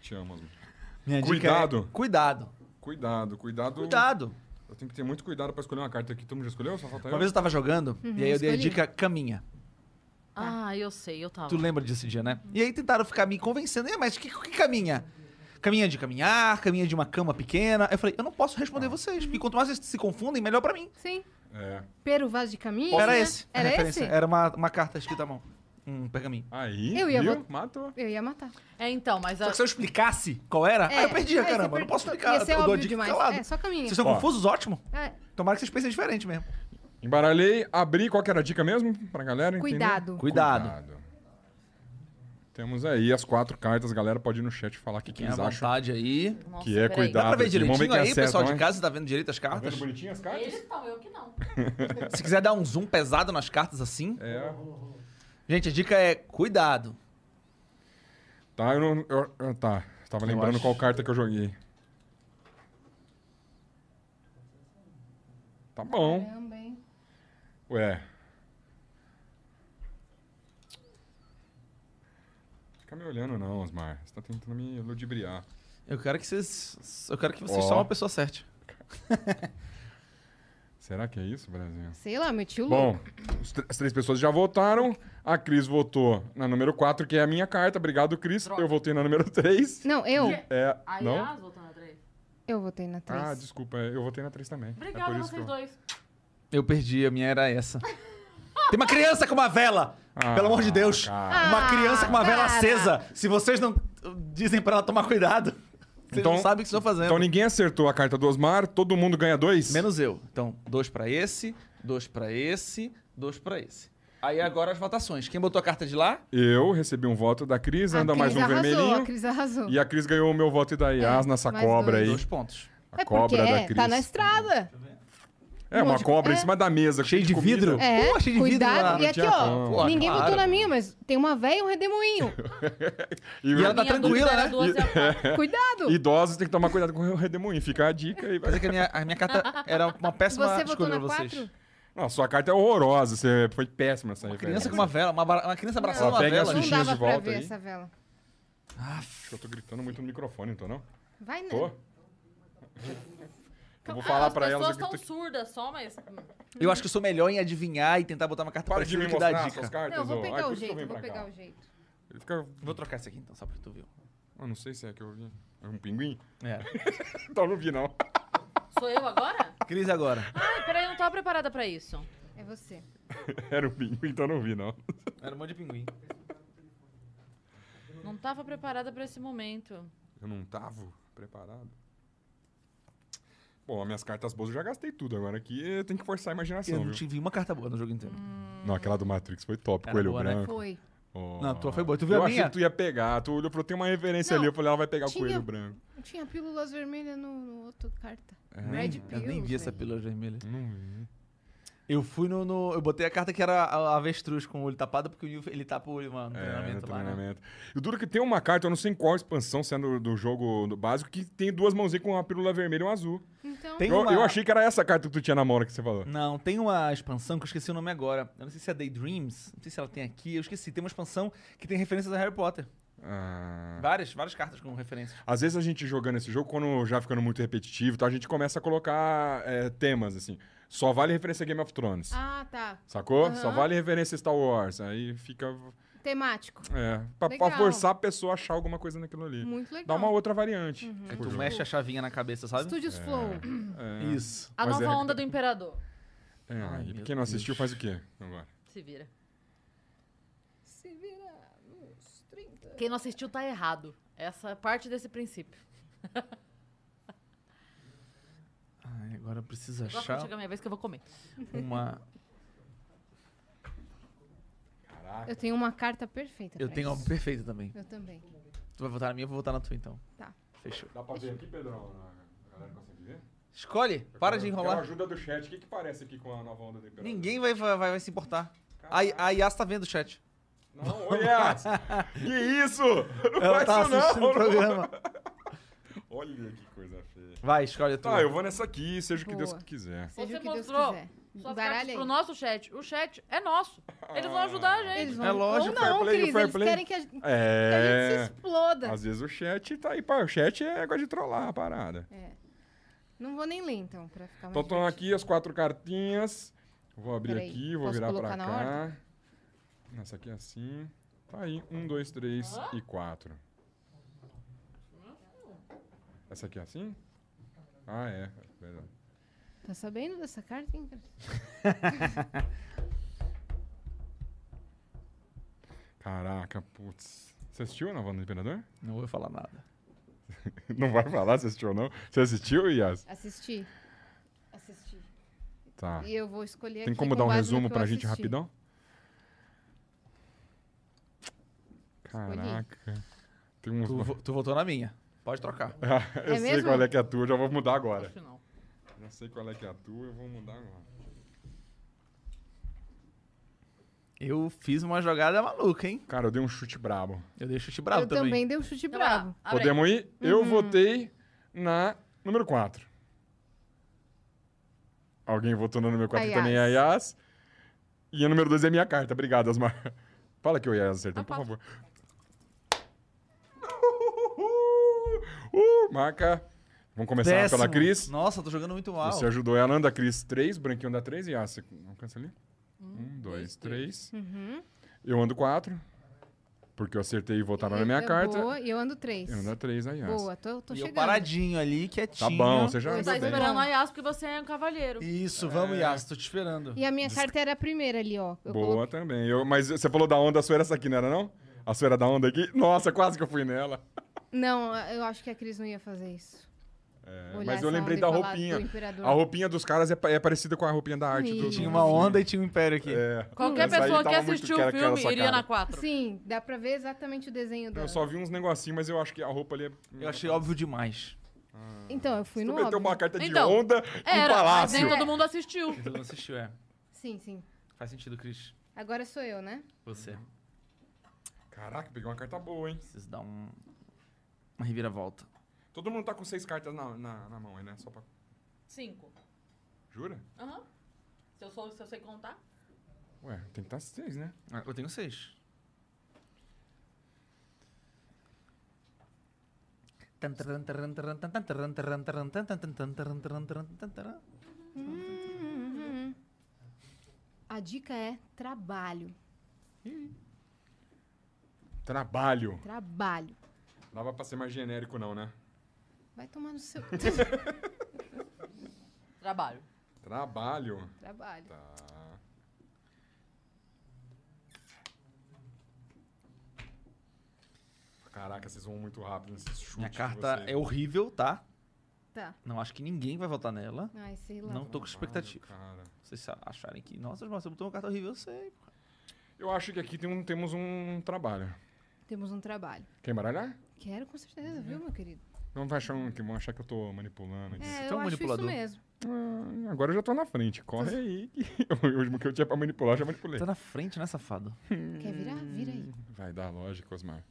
Te amo, Lu. Minha dica Cuidado. é- cuidado. Cuidado, cuidado. Cuidado. Eu tenho que ter muito cuidado pra escolher uma carta aqui. Todo mundo já escolheu? Só falta Uma eu? vez eu tava jogando e aí eu dei a Uhum. escolhi. dica caminha. Ah, eu sei, eu tava. Tu lembra desse dia, né? E aí tentaram ficar me convencendo. É, mas que, que caminha? Caminha de caminhar, caminha de uma cama pequena. Aí Eu falei, eu não posso responder vocês. Porque quanto mais vocês se confundem, melhor pra mim. Sim. É. Pero Vaz de Caminho. Era né? esse. a Era referência. esse? Era uma, uma carta escrita à mão. Um pergaminho. Aí, Eu ia viu? votar- Matou. Eu ia matar. É, então, mas... Só A... que se eu explicasse qual era, aí eu perdi, é, caramba. você Eu não posso perde- explicar. Ia ser eu dou a óbvio dica demais. calado. É, só caminha. Vocês estão Ó. confusos? Ótimo. É, Tomara que vocês pensem diferente mesmo. Embaralhei, abri. Qual que era a dica mesmo pra galera? entender? cuidado. Cuidado. Temos aí as quatro cartas. Galera, pode ir no chat falar o que, que Tenha eles acham. vontade aí. Nossa, que é peraí. Dá pra Cuidado ver aqui, vamos ver direitinho quem aí, acerta, pessoal de hein? casa? Tá vendo direito as Tá cartas? vendo bonitinhas as Eles cartas? estão, eu que não. Se quiser dar um zoom pesado nas cartas assim. É. Gente, a dica é cuidado. Tá, eu não. eu- eu- tá. Tava lembrando acho. qual carta que eu joguei. Tá bom. Caramba, hein? Ué. Fica me olhando, não, Osmar. Você tá tentando me ludibriar. Eu quero que vocês. Eu quero que vocês Ó. só uma pessoa acerte. Será que é isso, Brasil? Sei lá, meu tio Bom, louco. os tr- as três pessoas já votaram. A Cris votou na número 4, que é a minha carta. Obrigado, Cris. Eu votei na número 3. Não, eu. É, A não? Yas voltou na 3. Eu votei na Ah, 3. desculpa. Eu votei na 3 também. é Obrigada por a isso que vocês eu... dois. Eu perdi, a minha era essa. Tem uma criança com uma vela! Ah, pelo amor de Deus! cara. uma criança com uma vela Ah, cara. acesa! Se vocês não dizem pra ela tomar cuidado, vocês Então- não sabem o que estão fazendo. Então ninguém acertou a carta do Osmar. Todo mundo ganha dois? Menos eu. Então, dois pra esse, dois pra esse, dois pra esse. Aí agora as votações. Quem botou a carta de lá? Eu recebi um voto da Cris. A Anda mais um Cris arrasou, A vermelhinho. Cris arrasou. É, E a Cris ganhou o meu voto e da Yas nessa mais cobra dois. aí. Dois pontos. A é porque cobra da é, Cris. tá na estrada. É, uma monte de- cobra em é. cima da mesa. Cheio com de comida. vidro. É, Pô, achei de vidro lá cuidado. no E aqui, Japão. ó, Pô, ninguém claro. votou na minha, mas tem uma véia e um redemoinho. E, E ela tá Minha tranquila, dúvida era né? duas e a quatro. Cuidado. Idosos tem que tomar cuidado com o redemoinho. Fica a dica aí. Mas é que a minha, a minha carta era uma péssima Você votou né, na escolha pra vocês. 4? Não, sua carta é horrorosa. Você foi péssima nessa referência. Criança com uma vela, uma, bara- uma criança abraçando Ó, uma peguem vela. as Não fichinhas dava de pra volta ver aí. essa vela. Eu tô gritando muito no microfone, então não? Vai, né? Tô? É. Eu vou Ah, falar pra As elas. eu grito pessoas aqui. estão surdas só, mas... hum, Eu acho que eu sou melhor em adivinhar e tentar botar uma carta Para de parecida me que dá mostrar suas dica. cartas. Não, eu vou ô. Ai, pegar por o isso que eu jeito, vim vou pra cá. pegar o jeito. Ele fica... Vou trocar essa aqui então, só pra tu viu. Eu não sei se é que eu vi. É um pinguim? É. Então eu não vi, não. Sou eu agora? Cris agora. Ai, Ah, peraí, eu não tava preparada pra isso. É você. Era um pinguim, então eu não vi, não. Era um monte de pinguim. Não tava preparada pra esse momento. Eu não tava preparado. Bom, as minhas cartas boas eu já gastei tudo. Agora aqui tem que forçar a imaginação, Eu não viu? tive uma carta boa no jogo inteiro. Não, aquela do Matrix foi top. Era coelho boa, né? branco. Foi. Ó. Não, a tua foi boa. Tu viu eu a achei minha? que tu ia pegar. Tu olhou e falou, tem uma referência Não, ali. Eu falei, ela vai pegar tinha- o coelho branco. Não tinha pílulas vermelhas no, no outro carta. Nem- Red eu nem Pills, vi essa velho. pílula vermelha. Não vi. Eu fui no, no- Eu botei a carta que era a a avestruz com o olho tapado, porque o Nil, ele tapa o olho, mano, no treinamento lá. Né? É, treinamento. E o duro é que tem uma carta, eu não sei em qual expansão, sendo do jogo do básico, que tem duas mãozinhas com uma pílula vermelha e um azul. Então, Tem Eu, uma- eu achei que era essa carta que tu tinha na mão que você falou. Não, tem uma expansão que eu esqueci o nome agora. Eu não sei se é Daydreams, não sei se ela tem aqui, eu esqueci. Tem uma expansão que tem referências a Harry Potter. Ah. Várias, várias cartas com referências. Às vezes a gente jogando esse jogo, quando já ficando muito repetitivo, e tal, a gente começa a colocar é, temas, assim. Só vale referência a Game of Thrones. ah, tá. Sacou? Aham. Só vale referência a Star Wars. Aí fica. Temático. É, pra, pra Legal. forçar a pessoa a achar alguma coisa naquilo ali. Muito Dá legal. uma outra variante. Hum. Aí pro tu jogo. É mexe a chavinha na cabeça, sabe? Studios Flow. Ah. É, Isso. A Mas nova é- onda do imperador. É, Ai, e meu quem não assistiu Deus. faz o quê agora? Se vira. Se vira nos 30. Quem não assistiu tá errado. Essa é parte desse princípio. Ai, agora eu preciso Agora quando achar chegar a minha vez que eu vou comer. uma. Eu tenho uma carta perfeita. Eu pra tenho um uma isso. perfeita também. Eu também. Tu vai votar na minha, eu vou votar na tua então. Tá. Fechou. Dá pra ver aqui, Pedrão? A galera consegue ver? Escolhe, para de enrolar. ajuda do chat. O que, que parece aqui com a nova onda do Imperador? Ninguém vai, vai, vai se importar. A, a Yas tá vendo o chat. Não, oi, Yas! que isso? Não faz Ela tá isso, não! assistindo o programa. Olha que coisa feia. Vai, escolhe a tua. Tá, eu vou nessa aqui, seja o que Deus Boa. quiser. Seja Você o que Deus mostrou. quiser. Só Baralha cartas aí. pro nosso chat. O chat é nosso. Eles vão ajudar a gente. Eles vão... É lógico, Ou não, fair play, Cris, fair eles play. querem que a, gente- que a gente É. se exploda. Às vezes o chat tá aí. Pá, o chat é gosta de trollar a parada. Não vou nem ler, então, pra ficar mais Então estão divertido. aqui as quatro cartinhas. Vou abrir Peraí, aqui, vou posso virar colocar pra na cá. Essa aqui é assim. Tá aí. Um, dois, três e quatro. Essa aqui é assim? Ah, é. Verdade. Tá sabendo dessa carta, hein? Cris? Caraca, putz. Você assistiu a Nova do Imperador? Não vou falar nada. Não vai falar se assistiu ou não. Você assistiu, Yas? Assisti. Assisti. Tá. E eu vou escolher Tem aqui como com dar um base no resumo que eu pra gente assisti. rapidão? Caraca. Tem uns. Tu, vo- tu votou na minha. Pode trocar. eu É sei mesmo? qual é que é a tua, já vou mudar agora. Acho que não. Já sei qual é que é a tua, eu vou mudar agora. Eu fiz uma jogada maluca, hein? Cara, eu dei um chute brabo. Eu dei chute Eu bravo também, também. dei um chute Então, vai lá. bravo. Abre aí. Podemos ir? Eu votei na número 4. Alguém votou na número 4 A também, é a Yas. E a número 2 é minha carta. Obrigado, Asmar. Fala que eu ia acertei, A por quatro. favor. Uh, marca. Vamos começar Décimo. pela Cris. Nossa, tô jogando muito mal. Você ajudou ela, anda Cris 3, branquinho dá 3 e ah, você alcança ali? 1, 2, 3. Uhum. Eu ando 4, porque eu acertei e voltava Tá na Eu- minha eu carta. é Boa, e eu ando três. Eu ando 3, aí Yas. Boa, tô, tô E eu chegando. paradinho ali, quietinho. Tá bom, você já Pois andou Tá Tudo bem. bem. esperando a Yas porque você é um cavalheiro. Isso, vamos, É. Yas, tô te esperando. E a minha carta era a primeira ali, ó. Eu Boa coloquei- também. Eu, mas você falou da onda, a sua era essa aqui, não era não? A sua era da onda aqui? Nossa, quase que eu fui nela. Não, eu acho que a Cris não ia fazer isso. É, Olhar mas eu essa lembrei onda da e falar roupinha. do imperador. A roupinha dos caras é, pa- é parecida com a roupinha da arte. Ih. do- do- Tinha uma onda e tinha um império aqui. É. Qualquer Essa aí pessoa que tava muito assistiu o cara- cara filme sua iria cara. na 4. Sim, dá pra ver exatamente o desenho dela. Eu só vi uns negocinhos, mas eu acho que a roupa ali é... Eu achei óbvio demais. Então, eu fui Tu no meteu óbvio. uma carta de Então, onda com Era, mas Um palácio. nem todo mundo assistiu. Então não assistiu, é. Sim, sim. Faz sentido, Cris. Agora sou eu, né? Você. Caraca, peguei uma carta boa, hein? Preciso dar um... uma reviravolta. Todo mundo tá com seis cartas na, na, na mão, aí, né? Só pra... 5. Jura? Aham. Se, eu sou, se eu sei contar. Ué, tem que estar seis, né? Ah, Eu tenho seis. A dica é trabalho. Trabalho. Trabalho. Dava pra ser mais genérico, não, né? Vai tomar no seu Trabalho. Trabalho. trabalho. Tá. Caraca, vocês vão muito rápido nesses chutes. Minha de carta vocês. é horrível, tá? Tá. Não acho que ninguém vai votar nela. Ai, sei lá. Não tô com expectativa. Cara. Vocês sa- acharem que. Nossa, mas você botou uma carta horrível, eu sei. pô. Eu acho que aqui tem um- temos um trabalho. Temos um trabalho. Quer embaralhar? Quero com certeza, viu, meu querido? Não vai achar um, que vão achar que eu tô manipulando. aqui. É, tu é eu acho isso um manipulador. mesmo. Ah, agora eu já tô na frente. Corre aí. Que o último que eu tinha pra manipular, eu já manipulei. Tá na frente, né, safado? Quer virar? Vira aí. Vai dar lógica, Osmar.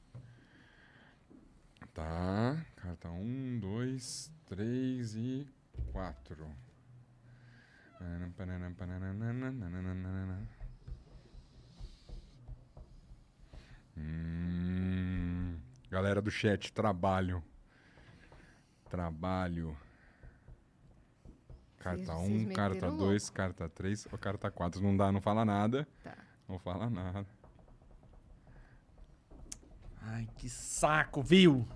Tá. Carta 1, 2, 3 e 4. Hum, galera do chat, trabalho. Trabalho. Carta Vocês- vocês 1, carta meteram o 2, carta 3 ou carta 4. Não dá, não fala nada. Tá. Não fala nada. Ai, que saco, viu?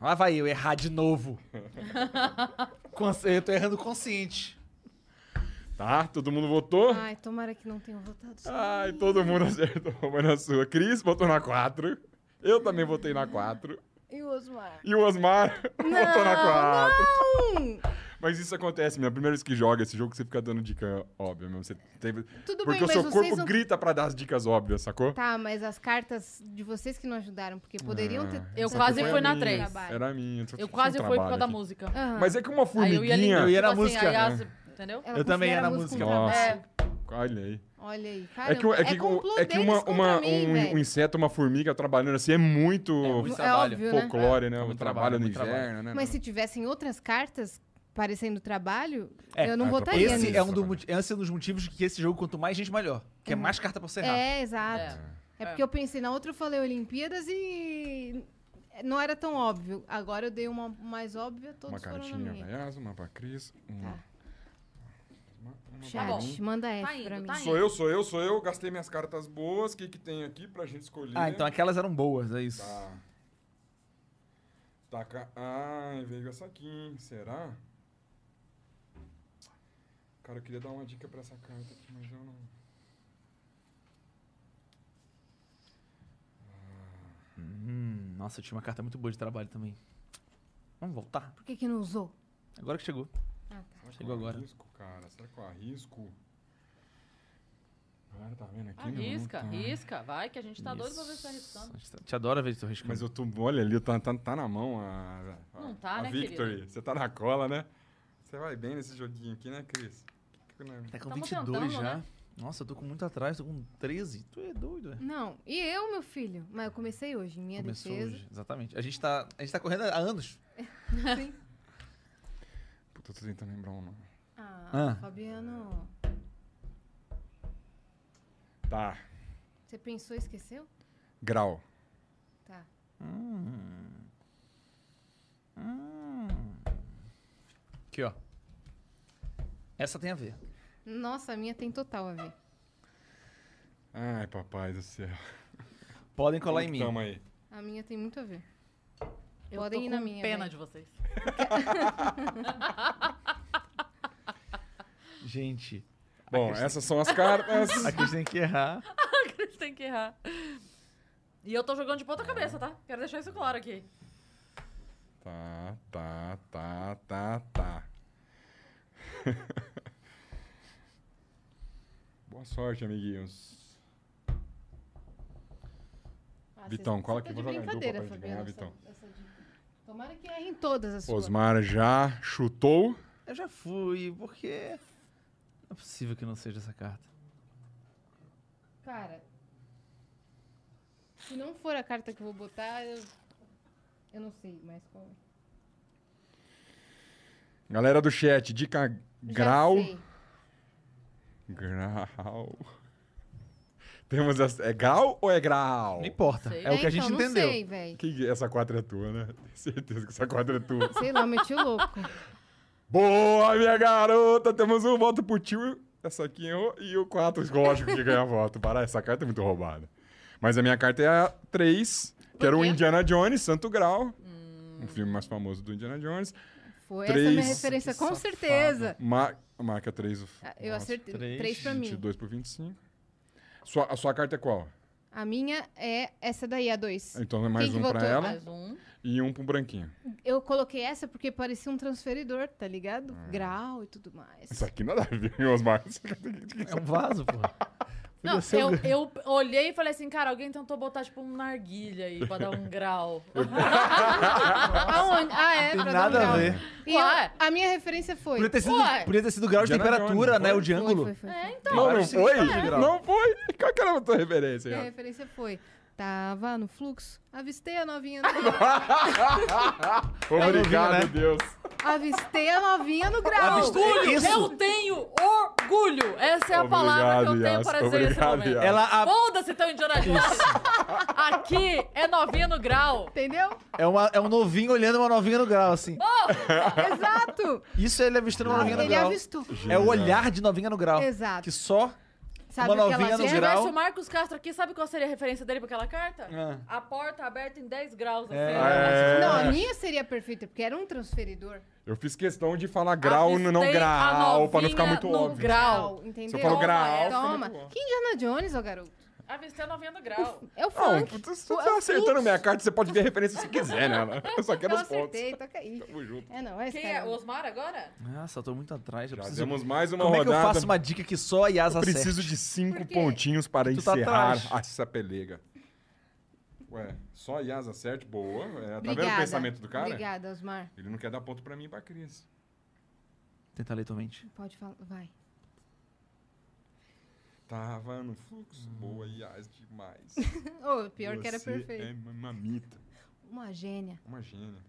Lá vai eu errar de novo. Cons- eu tô errando consciente. Tá, todo mundo votou? Ai, tomara que não tenham votado. Ai, todo mundo acertou. Foi na sua. Cris votou na 4. Eu também votei na 4. E o Osmar? E o Osmar votou na 4. Não! Mas isso acontece, minha primeira vez que joga esse jogo, você fica dando dica óbvia mesmo. Você tem... Tudo Porque bem, o mas seu vocês corpo não- grita pra dar as dicas óbvias, sacou? Tá, mas as cartas de vocês que não ajudaram, porque poderiam ter. um Ah, Eu só que quase foi fui a na minha, três. Era a minha. Eu quase fui por causa da música. música. Aham. Mas é que uma Aí eu ia ligar, formiguinha. Eu ia na tipo assim, música. a Yas- entendeu? Ela Eu também considera era a música. um Nossa. trabalho. É, Olha aí. Olha aí, É cara. que, é que, complô é que deles uma, contra uma- mim, um, velho. um inseto, uma formiga trabalhando assim é muito É muito É trabalho. óbvio, né? folclore, né? É O muito trabalho trabalho, no muito inverno, né? Mas se tivessem outras cartas, parecendo trabalho, É, eu não é, Tá votaria atrapalha. Esse nisso. é, um do moti- esse é um dos motivos que esse jogo, quanto mais gente, melhor. Que é Uhum. mais carta pra você errar. É, exato. É. É. porque eu pensei, na outra eu falei Olimpíadas e não era tão óbvio. Agora eu dei uma mais óbvia, todos Uma foram na cartinha né? minha. pra Yas, uma pra Cris. Uma... Tá. uma- uma Chat, pra bom. mim. manda F Tá indo, pra mim. tá indo. Sou eu, sou eu, sou eu. Gastei minhas cartas boas. O que, que tem aqui pra gente escolher? Ah, então aquelas eram boas, é isso. Tá. Tá ca... Ai, veio essa aqui, hein? Será? Cara, eu queria dar uma dica pra essa carta aqui, mas eu não. Hum, nossa, eu tinha uma carta muito boa de trabalho também. Vamos voltar? Por que, que não usou? Agora que chegou. Ah, Será que Chegou eu agora. arrisco, cara? Será que eu arrisco? A galera tá vendo aqui? não, Arrisca, tá. arrisca. Ah, Vai, que a gente tá doido pra ver se tá Isso. arriscando. A gente tá- Te adoro ver se tu arriscando. Mas eu tô. Olha ali, tá, tá, tá na mão a. a- Não tá, a né, Victory. querido? Você tá na cola, né? Você vai bem nesse joguinho aqui, né, Cris? Que que eu não- Tá com Tamo 22 tentando, já. né? Nossa, eu tô com muito atrás, tô com 13. Tu é doido, é? Não, e eu, meu filho? Mas eu comecei hoje, em minha Começou defesa. hoje. Exatamente. A gente, tá, a gente tá correndo há anos. Sim. Puta, eu tô tentando lembrar um nome. Ah, Ah. Fabiano, Tá. você pensou e esqueceu? Grau. Tá. Hum. Hum. Aqui, ó. Essa tem a ver. Nossa, a minha tem total a ver. Ai, papai do céu. Podem colar Como que em mim. Tamo aí. A minha tem muito a ver. Eu Podem tô ir na com minha, né? pena vai. de vocês. Gente, Bom, questão- essas são as cartas. aqui a gente tem que errar. Eles têm que errar. E eu tô jogando de ponta cabeça, tá? Quero deixar isso claro aqui. tá, tá, tá, tá, tá. Boa sorte, amiguinhos. Ah, Vitão, cês- cola cê aqui, tá vou de jogar em dupla brincadeira, pra gente Fabiano, ganhar, essa- essa dica. Tomara que errem todas as suas. Osmar já chutou. Eu já fui, porque. Não é possível que não seja essa carta. Cara, se não for a carta que eu vou botar, eu, eu não sei mais qual. é. Galera do chat, dica Já grau. sei. Grau. Temos essa. É grau ou é grau? Não importa. Sei. É o que a então, gente não entendeu. sei, velho. Que essa quadra é tua, né? Tenho certeza que essa quadra é tua. Sei lá, meti o louco. Boa, minha garota! Temos um voto pro tio. Essa aqui errou. E o 4, lógico que ganha voto. Para, essa carta é muito roubada. Mas a minha carta é a 3, que era o quê? Indiana Jones, Santo Grau. Hum. Um filme mais famoso do Indiana Jones. Foi essa Três. minha referência, Que com safado. certeza. Ma- marca 3. Ah, Eu acertei. Três, três, pra mim. 22 por 25. Sua, a sua carta é qual? A minha é essa daí, a dois. Então é mais que um pra votou? Ah. ela Mais um. e um pro branquinho. Eu coloquei essa porque parecia um transferidor, tá ligado? Grau e tudo mais. Ah. Isso é aqui nada a ver, hein, Osmar? Isso aqui- É um vaso, pô. Não, Podia ser eu, um- eu olhei e falei assim, cara, alguém tentou botar tipo um narguilha aí pra dar um grau. Aonde? Ah, é, Tem pra dar um nada grau. a ver. E eu- Ué. a minha referência foi. Podia ter sido, Ué. podia ter sido grau de Indiana temperatura, Jones, né? foi? O de Foi, ângulo. foi, foi. é, então. Não, não vários foi? tipos de grau. Não foi? Qual que era a tua referência? Minha Yas? referência foi. Tava no fluxo, avistei a novinha no grau. Obrigado, né? Deus. avistei a novinha no grau. Avistou isso? é Eu tenho orgulho! Essa é a Obrigado, palavra que eu tenho Yas. para dizer nesse Obrigado, momento. Yas. Ela a- Foda-se, tão Indiana Jones! Aqui é novinha no grau. Entendeu? é, uma- é um novinho olhando uma novinha no grau, assim. Exato. Isso é ele avistando uma novinha no Ele grau. avistou. É o olhar de novinha no grau. Exato. Que só. Sabe uma aquela novinha no cena? Se grau. tivesse o Marcos Castro aqui, sabe qual seria a referência dele pra aquela carta? É. Ah. A porta aberta em 10 graus, assim. É. Não, a minha seria perfeita, porque era um transferidor. Eu fiz questão de falar grau no não Avistei a grau, pra não ficar novinha muito no óbvio. grau. entendeu? Se eu falo grau, Toma. fica muito Que Indiana Jones, ô garoto? Avistei a novinha no grau. É o Não, funk. tu- se tu O- tá é o acertando fluxo. minha carta, você pode ver a referência se quiser nela. Eu só quero Eu os pontos. acertei, toca aí. Tamo junto. É, não, é esse Quem é? cara. O Tá Osmar agora? Nossa, eu tô muito atrás. Eu Já preciso... demos mais uma Como é que rodada. eu faço uma dica que só a Yas Eu acerta? preciso de cinco Por quê? pontinhos para Tu tá encerrar atrás. essa pelega. Ué, só a Yas acerte, boa. É, tá vendo o Obrigada. pensamento do cara? Obrigada, Osmar. Ele não quer dar ponto pra mim e pra Cris. Tentar ler tua mente. Pode falar, vai. Tava Hum. no fluxo. Boa, Yas, demais. Ô, pior que era Você perfeito. é mamita. Uma gênia. Uma gênia.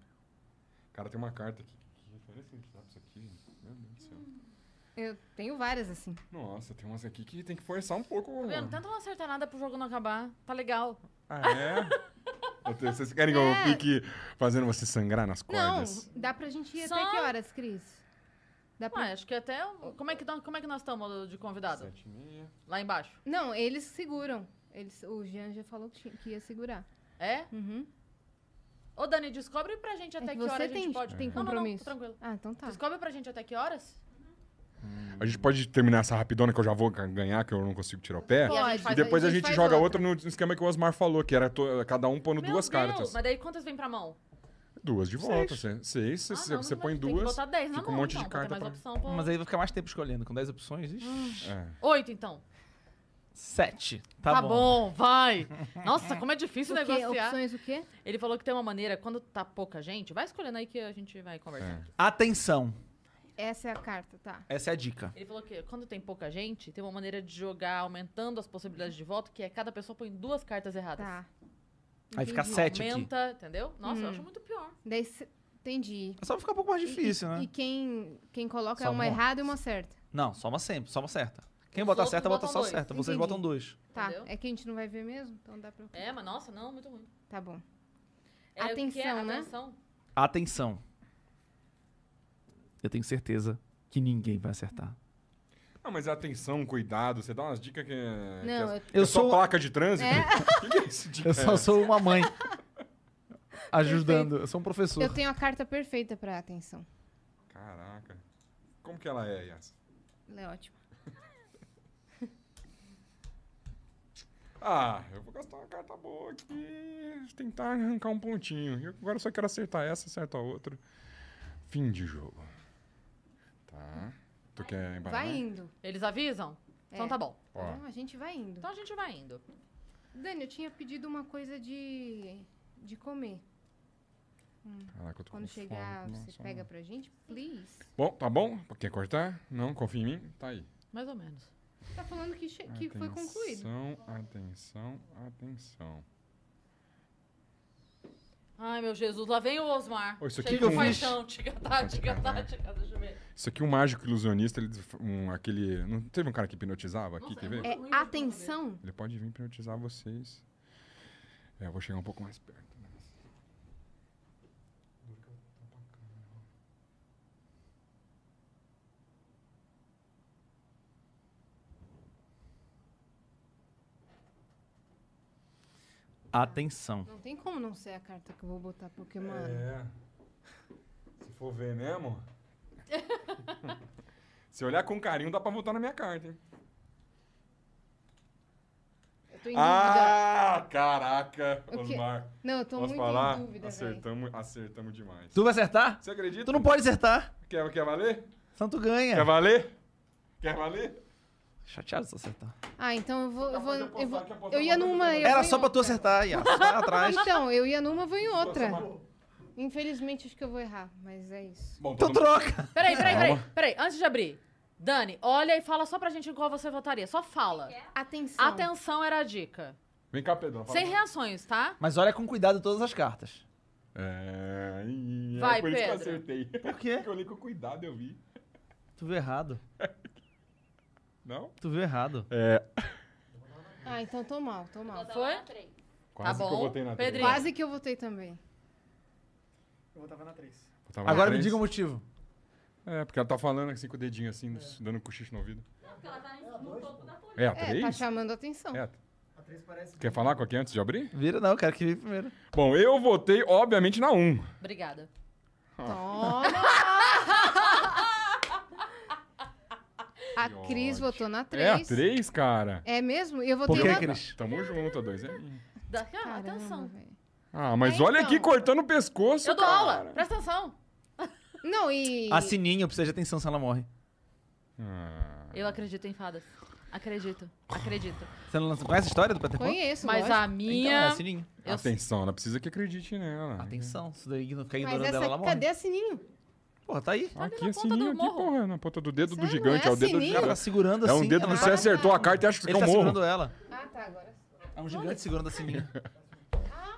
Cara, tem uma carta aqui. que diferença que a gente dá pra isso aqui? Meu Deus do céu. Eu tenho várias, assim. Nossa, tem umas aqui que tem que forçar um pouco. Tá vendo? Tenta não acertar nada pro jogo não acabar. Tá legal. Ah, é? Eu tenho- Vocês querem que eu É. fique fazendo você sangrar nas Não, cordas? dá pra gente ir Só- até que horas, Cris? Dá pra... Ué, acho que até. Como é que, nós- como é que nós estamos de convidado? Sete e meia. Lá embaixo. Não, eles seguram. Eles... O Jean já falou que, tinha- que ia segurar. É? Uhum. Ô, Dani, descobre pra gente até É que que, você hora a gente tem- pode. tem não, não, não, compromisso. tô tranquilo. Ah, então tá. Descobre pra gente até que horas? A gente pode terminar essa rapidona que eu já vou ga- ganhar, que eu não consigo tirar o pé. E a gente E faz- depois a gente, faz joga outra no esquema que o Osmar falou, que era to- cada um pondo Meu duas Deus, cartas. Mas daí quantas vem pra mão? Duas de volta. Seis, seis Ah, você- não, você não põe vai- tem que duas. botar 10 na fica um mão, monte de então, pra ter carta mais pra- opção pra- Mas aí vai ficar mais tempo escolhendo. Com 10 opções, Hum. ixi, É. Oito, então. 7. Tá, Tá, bom. vai. Nossa, como é difícil O quê? negociar. Opções o quê? Ele falou que tem uma maneira, quando tá pouca gente, vai escolhendo aí que a gente vai conversando. Atenção. Essa é a carta, tá. Essa é a dica. Ele falou que quando tem pouca gente, tem uma maneira de jogar aumentando as possibilidades de voto, que é cada pessoa põe duas cartas erradas. Tá. Aí fica Entendi. 7 aqui. Aumenta, entendeu? Nossa, eu Hum. acho muito pior. Daí cê- Entendi. É só ficar um pouco mais E- difícil, e, né? E quem, quem coloca é Só uma um. errada e uma certa. Não, soma sempre, soma certa. Quem Os botar outros certa, bota botam só dois. certa. Vocês Entendi. botam dois. Tá. Entendeu? É que a gente não vai ver mesmo, então dá pra. É, mas nossa, não, muito ruim. Tá bom. É, o que é? Atenção, né? Atenção. Atenção. Eu tenho certeza que ninguém vai acertar. Ah, mas atenção, cuidado, você dá umas dicas que é. que Não, é- eu- é Eu só sou- placa de trânsito? O que, que é esse dica? Eu só sou uma mãe. Ajudando. Eu sou um professor. Eu tenho a carta perfeita pra atenção. Caraca. Como que ela é, Yas? Ela é ótima. Ah, eu vou gastar uma carta boa aqui. Tentar arrancar um pontinho. Eu agora só quero acertar essa, acertar a outra. Fim de jogo. Tá. Tu quer embaralhar? Vai indo. Eles avisam? Então É. tá bom. Ó. Então a gente vai indo. Então a gente vai indo. Dani, eu tinha pedido uma coisa de, de comer. Caraca, eu tô Quando com chegar, fome. você Nossa, né? pega mano. pra gente, please. Bom, tá bom? Quer cortar? Não, confia em mim? Tá aí. Mais ou menos. Tá falando que, che- que foi concluído. Atenção, atenção, atenção. Ai, meu Jesus, lá vem o Osmar. Ô, isso aqui Cheio que de eu fiz. paixão. Tica, tá, tica, tá, tica, deixa eu ver. Isso aqui, um mágico ilusionista, ele, um, aquele. Não teve um cara que hipnotizava aqui, Nossa, quer é ver? muito- É atenção? Ele pode vir hipnotizar vocês. É, eu vou chegar um pouco mais perto. né? Duro que eu tô pra câmera, ó. Atenção. Não tem como não ser a carta que eu vou botar Pokémon. É. Se for ver mesmo. Se olhar com carinho, dá pra voltar na minha carta, hein? Eu tô em dúvida. Ah, caraca, O quê? Osmar. Não, eu tô Posso muito falar? em dúvida, velho. acertamos, acertamos demais. Tu vai acertar? Você acredita? Tu não pode acertar. Quer, quer valer? Senão tu Quer ganha. valer? Quer valer? Chateado se acertar. Ah, então eu vou. Eu, vou, Dá pra poder eu, vou- apostar, quer eu ia apostar? numa. Eu Era vou em só pra tu outra. acertar, Yas. Vai atrás. Então, eu ia numa, vou em outra. Infelizmente, acho que eu vou errar, mas é isso. Bom, Tu todo- troca. Peraí, peraí, peraí, peraí. Antes de abrir. Dani, olha e fala só pra gente em qual você votaria. Só fala. é? Atenção. Atenção era a dica. Vem cá, Pedrão. fala. Sem reações, tá? Mas olha com cuidado todas as cartas. É, ih, é Vai, por isso que eu Pedro. acertei. Por quê? Porque eu li com cuidado, eu vi. Tu viu errado. Não? Tu viu errado. É. Ah, então tô mal, tô mal. Foi? Quase que eu Tá bom, botei na Pedrinho. três. Quase que eu votei também. Eu votava na 3. Botava Agora na me três. diga o motivo. É, porque ela tá falando assim com o dedinho assim, dando um cochicho no ouvido. É, a É, tá três? chamando atenção. É. A 3 parece. Quer falar com a quem antes de abrir? Vira não, quero que vire primeiro. Bom, eu votei, obviamente, na 1. Obrigada. Toma! A Que Cris ódio. votou na 3. É a 3, cara. É mesmo? E eu Por votei que, na... Cris? Tamo junto, a 2. É. Da- ah, Caramba, atenção. velho. Ah, mas É, olha então. aqui cortando o pescoço. Eu dou cara. aula, presta atenção. Não, e... A Ah, Sininho precisa de atenção se ela morre. Ah, Eu acredito em fadas. Acredito, acredito. Você não você conhece a história do Peter Pan? Conheço, Mas lógico. a Então, é minha. a Sininho. eu- assim, atenção, ela precisa que acredite Ah, nela. Atenção, se daí não ficar Mas ignorando ela, essa... ela morre. Cadê a Sininho? Porra, tá aí. Tá ali Aqui, na a ponta sininho do aqui, morro. porra, é na ponta do dedo do Sério? gigante. É É o dedo do sininho? Ela tá gigante. segurando É assim. um dedo ela que tá- você acertou a carta e acha que Ele é um tá morro. segurando ela. Ah, tá, agora. É um gigante segurando a Sininho. Ah,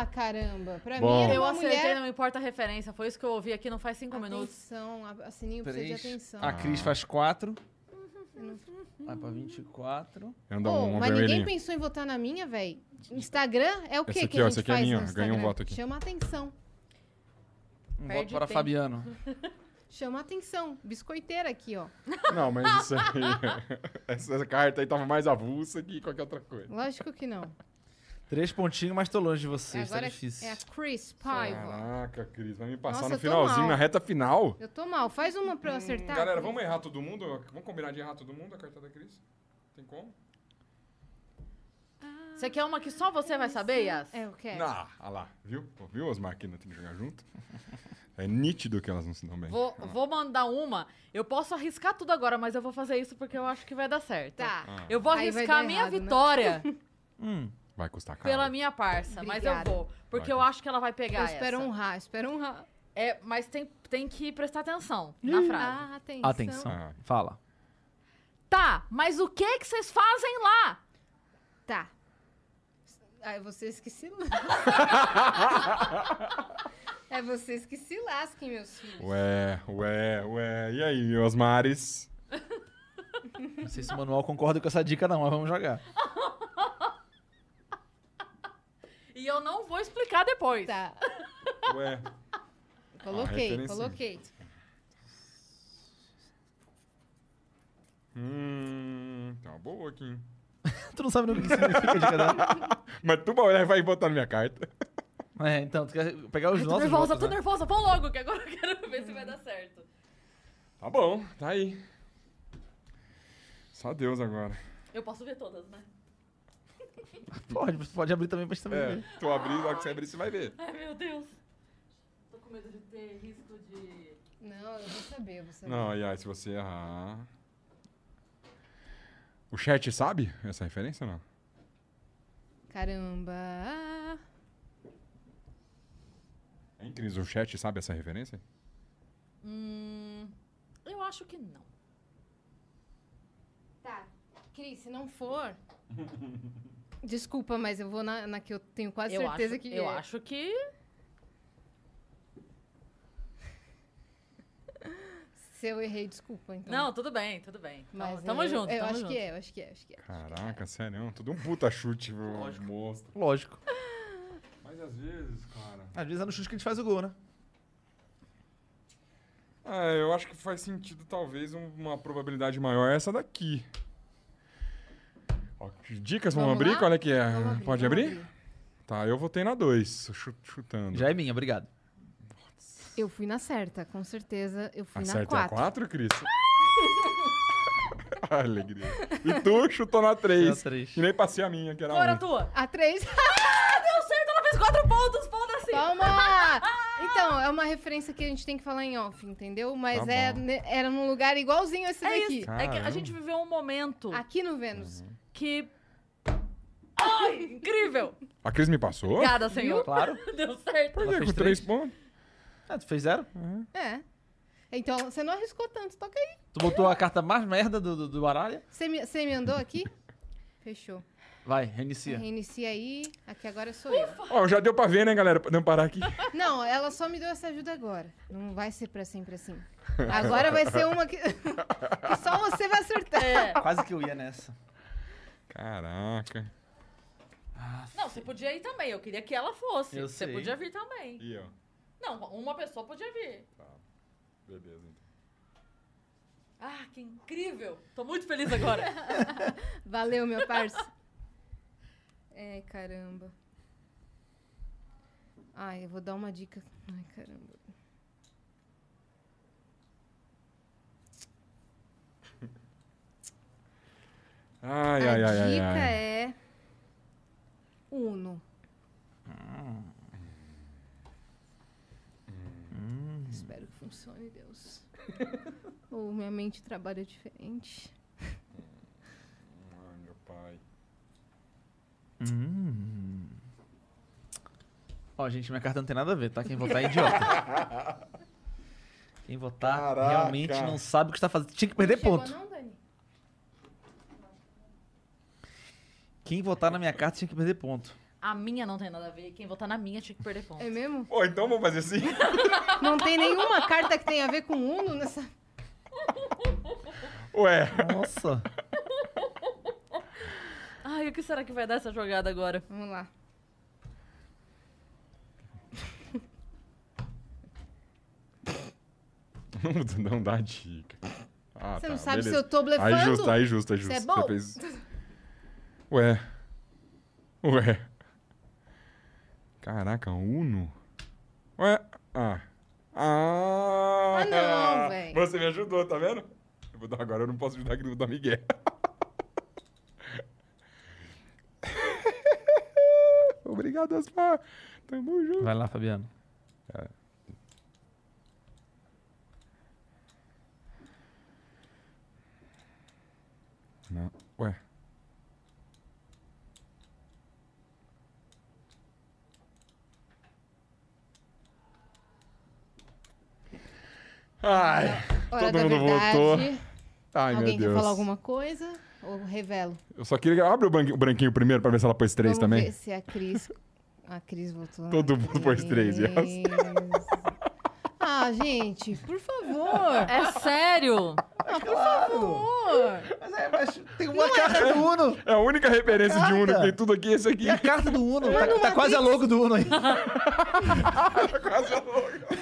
Ah, caramba. Pra Bom. mim, era Eu uma acertei, mulher... não importa a referência. Foi isso que eu ouvi aqui, não faz cinco minutos. Atenção, a- a sininho precisa de Três. Ah, atenção. Uhum. A Cris faz quatro. Vai pra 24. Anda Ô, uma mas ninguém vermelhinha. pensou em votar na minha, velho. Instagram é o quê Essa aqui, que a ó, gente essa aqui é faz minha, no ó. Ganhei um Instagram? voto aqui. Chama atenção. Um Perde voto para tempo. Fabiano. Chama atenção. Biscoiteira aqui, ó. Não, mas isso aí. essa essa carta aí tava mais avulsa que qualquer outra coisa. Lógico que não. Três pontinhos, mas tô longe de vocês. Agora tá é- difícil. é a Chris Paiva. Caraca, Cris, vai me passar Nossa, no eu tô finalzinho, mal. na reta final. Eu tô mal. Faz uma pra eu Hum. acertar. Galera, vamos errar todo mundo? Vamos combinar de errar todo mundo a carta da Cris? Tem como? Você quer uma que só você vai saber, Yas? É, eu quero. Ah, ah lá, viu? Pô, Viu as máquinas tem que jogar junto? É nítido que elas não se dão bem. Vou, vou mandar uma. Eu posso arriscar tudo agora, mas eu vou fazer isso porque eu acho que vai dar certo. Tá. Ah. Eu vou Aí vai arriscar a dar minha errado, né? vitória Vai custar caro. pela minha parça, mas eu Obrigada. vou. Porque Vai. eu acho que ela vai pegar Eu espero um. essa. honrar, espero honrar. É, mas tem, tem que prestar atenção na frase. Ah, atenção. Atenção. Ah. Fala. Tá, mas o que que vocês fazem lá? Tá. Aí vocês que se lasquem. é vocês que se lasquem, meus filhos. Ué, ué, ué. E aí, Osmares? Não sei se o Manuel concorda com essa dica, não, mas vamos jogar. E eu não vou explicar depois. Tá. Ué. Coloquei, Ah, referência. coloquei. Hum, tá uma boa aqui. hein? tu não sabe nem o que significa um. a dica dela. Mas tu vai- vai botar na minha carta. É, então, tu quer pegar os Tô nossos nervosa, votos, tô né? nervosa. Vão logo, que agora eu quero ver se vai dar certo. Tá bom, tá aí. Só Deus agora. Eu posso ver todas, né? Pode, você pode abrir também pra gente também É, ver. tu abrir, na hora que você abrir, você vai ver. Ai, meu Deus. Tô com medo de ter risco de... Não, eu vou saber, eu vou saber. Não, e aí, se você errar. O chat sabe essa referência ou não? Caramba. Hein, Cris? O chat sabe essa referência? Hum, eu acho que não. Tá. Cris, se não for. Desculpa, mas eu vou na, na que eu tenho quase eu certeza acho, que. é. Eu acho que... Se eu errei, desculpa, então. Não, tudo bem, tudo bem. mas Tamo, tamo eu, junto, Eu tamo acho junto. que é, eu acho que é, eu acho que é. Caraca, sério, tudo um puta chute, meu monstro. Lógico. Mas às vezes, cara. Às vezes é no chute que a gente faz o gol, né? Ah, eu acho que faz sentido, talvez, um- uma probabilidade maior é essa daqui. Ó, que dicas, vamos, Vamos abrir? lá? Qual é que é? Vamos abrir, Pode vamos abrir? Tá, eu votei na 2, chutando. Já é minha, obrigado. Eu fui na certa, com certeza. Eu fui Acertei na a 4. 4, Cris? Alegria. E tu chutou na Na 3. três. E nem passei a minha, que era Agora a um. tua. A 3. Ah, Deu certo, ela fez quatro pontos, foda-se. Toma! Então, é uma referência que a gente tem que falar em off, entendeu? Mas Tá é, bom. ne- era num lugar igualzinho esse É daqui. isso. É que a Caramba. gente viveu um momento Aqui no Vênus. uhum. que... Ai, incrível. A Cris me passou? Obrigada, senhor. É, Claro. Deu certo. Por Ela quê? fez Com 3 pontos? Ah, tu fez zero? É. Então, você não arriscou tanto, toca aí. Tu botou a carta mais merda do, do, do baralho? Você me, você me andou aqui? Fechou. Vai, reinicia. Reinicia aí. Aqui agora sou eu. Ó, já deu pra ver, né, galera? Podemos parar aqui. Não, ela só me deu essa ajuda agora. Não vai ser pra sempre assim. Agora vai ser uma que, que só você vai acertar. É. Quase que eu ia nessa. Caraca. Não, você podia ir também. Eu queria que ela fosse. Eu você sei. podia vir também. E ó. Não, uma pessoa podia vir. Beleza, então. Ah, que incrível. Tô muito feliz agora. Valeu, meu parça. É, caramba. Ai, eu vou dar uma dica. Ai, caramba. Ai, A ai, ai, ai. dica ai. é. Uno. Hum. Espero que funcione, Deus. Ou minha mente trabalha diferente. Ai, meu pai. Hum. Ó, gente, minha carta não tem nada a ver, tá? Quem votar é idiota. Quem votar Caraca. realmente não sabe o que está fazendo. Tinha que perder Não chegou ponto. Não, Dani? Quem votar na minha carta tinha que perder ponto. A minha não tem nada a ver. Quem votar na minha tinha que perder ponto. É mesmo? Pô, então vamos fazer assim? Não tem nenhuma carta que tenha a ver com Uno nessa. Ué. Nossa. Ai, o que será que vai dar essa jogada agora? Vamos lá. Não, não dá dica. Ah, Você tá, não sabe beleza. se eu tô blefando? Aí justo, aí justo, aí Você justo. é bom? Ué. Ué. Caraca, Uno? Ué. Ah. Ah, Ah, não, véi. Você me ajudou, tá vendo? Eu vou dar agora, eu não posso ajudar que eu vou dar Miguel. Obrigado, Osmar. Tamo junto. Vai lá, Fabiano. Não. Ué. Ai, Hora todo da mundo verdade. votou. Ai, Alguém meu quer Deus. falar alguma coisa? Ou revelo? Eu só queria. Abre o branquinho, o branquinho primeiro pra ver se ela pôs três Vamos também. ver se a Cris. A Cris votou. Todo na mundo pôs três, Cris. yes. Ah, gente, por favor. É sério? Ah, por favor. Mas, é, mas tem uma carta do Uno. É a única referência de Uno que Caraca. tem tudo aqui, é esse aqui. E a carta do Uno. é Tá, tá quase a logo do Uno aí. Quase a logo.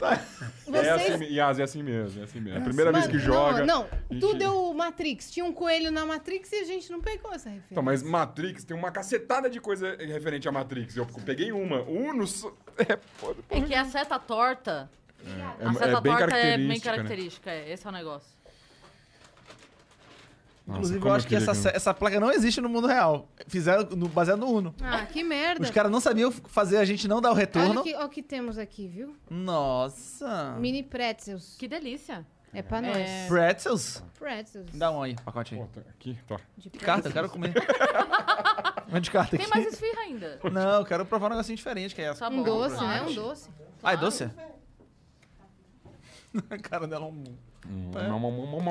É Vocês. assim, Yas, é assim mesmo, é assim mesmo. É a primeira vez que Mano, joga. Não, não. gente- tu deu o Matrix. Tinha um coelho na Matrix e a gente não pegou essa referência. Então, mas Matrix tem uma cacetada de coisa referente a Matrix. Eu peguei uma. Uno. só- É foda. É que a seta torta. É, a seta torta é bem é característica. bem né? característica. é. Esse é o negócio. Nossa, Inclusive, como eu acho que queria essa, essa placa não existe no mundo real. Fizeram no, baseado no Uno. Ah, que merda. Os caras não sabiam fazer a gente não dar o Olha retorno. o que, olha o que temos aqui, viu? Nossa. Ah. Mini pretzels. Que delícia. É pra nós. Pretzels? Pretzels. Dá um aí, pacote aí. Pô, tá aqui, tá. De De carta, eu quero comer. Uma de carta aqui. Tem mais esfirra ainda. Não, eu quero provar um negocinho diferente que é essa. Tá bom. Um doce, né? claro. Um doce. Ah, é doce? A cara dela é um...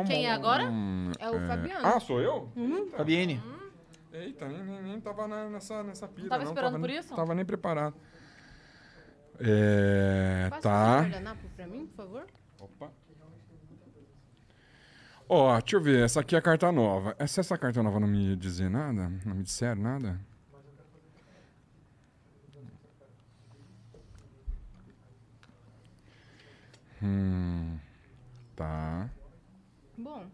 Quem é agora? Uhum. É o Fabiano. Ah, sou eu? Fabiene. Eita, nem, nem, nem tava na- nessa, nessa pira. tava esperando por nem- isso? Tava nem preparado. É. Passa um Tá. guardanapo pra mim, por favor. Opa. Ó, deixa eu ver. Essa aqui é a carta nova. É, Se essa carta nova não me dizer nada, não me disser nada. Hum. Tá. Bom.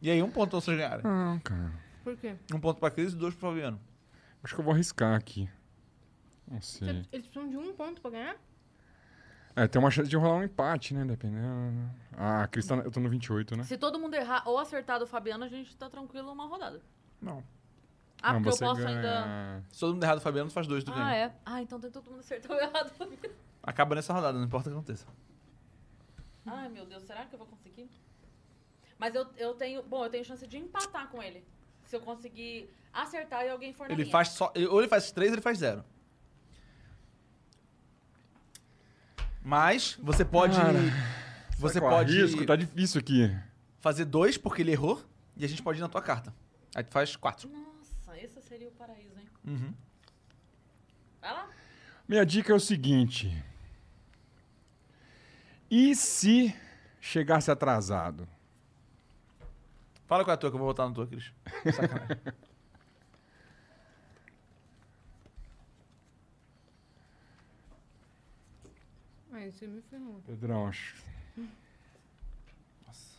E aí, um ponto pra vocês ganharem. Ah, cara. Por quê? Um ponto pra Cris e dois pro Fabiano. Acho que eu vou arriscar aqui. Não sei. Eles precisam de um ponto pra ganhar? É, tem uma chance de rolar um empate, né? Dependendo. Ah, a Cris tá. na- Eu tô no 28, né? Se todo mundo errar ou acertar do Fabiano, a gente tá tranquilo uma rodada. Não. Ah, Não, porque eu você posso ganha- ainda. Se todo mundo errado, o Fabiano faz dois do ganho. Ah, é? Ah, então tem todo mundo acertou errado. Acaba nessa rodada, não importa o que aconteça. Ai, meu Deus, será que eu vou conseguir? Mas eu, eu tenho. Bom, eu tenho chance de empatar com ele. Se eu conseguir acertar e alguém for na Ele minha. faz só. Ou ele faz três, ou ele faz zero. Mas você pode. você Será que eu pode Arrisco, tá difícil aqui. fazer dois porque ele errou e a gente pode ir na tua carta. Aí tu faz quatro. Nossa, esse seria o paraíso, hein? Uhum. Vai lá. Minha dica é o seguinte. E se chegasse atrasado? Fala qual é a tua que eu vou botar na tua, Cris. Sacanagem. Ai, você Ah, me ferrou. Pedrão, acho. Nossa.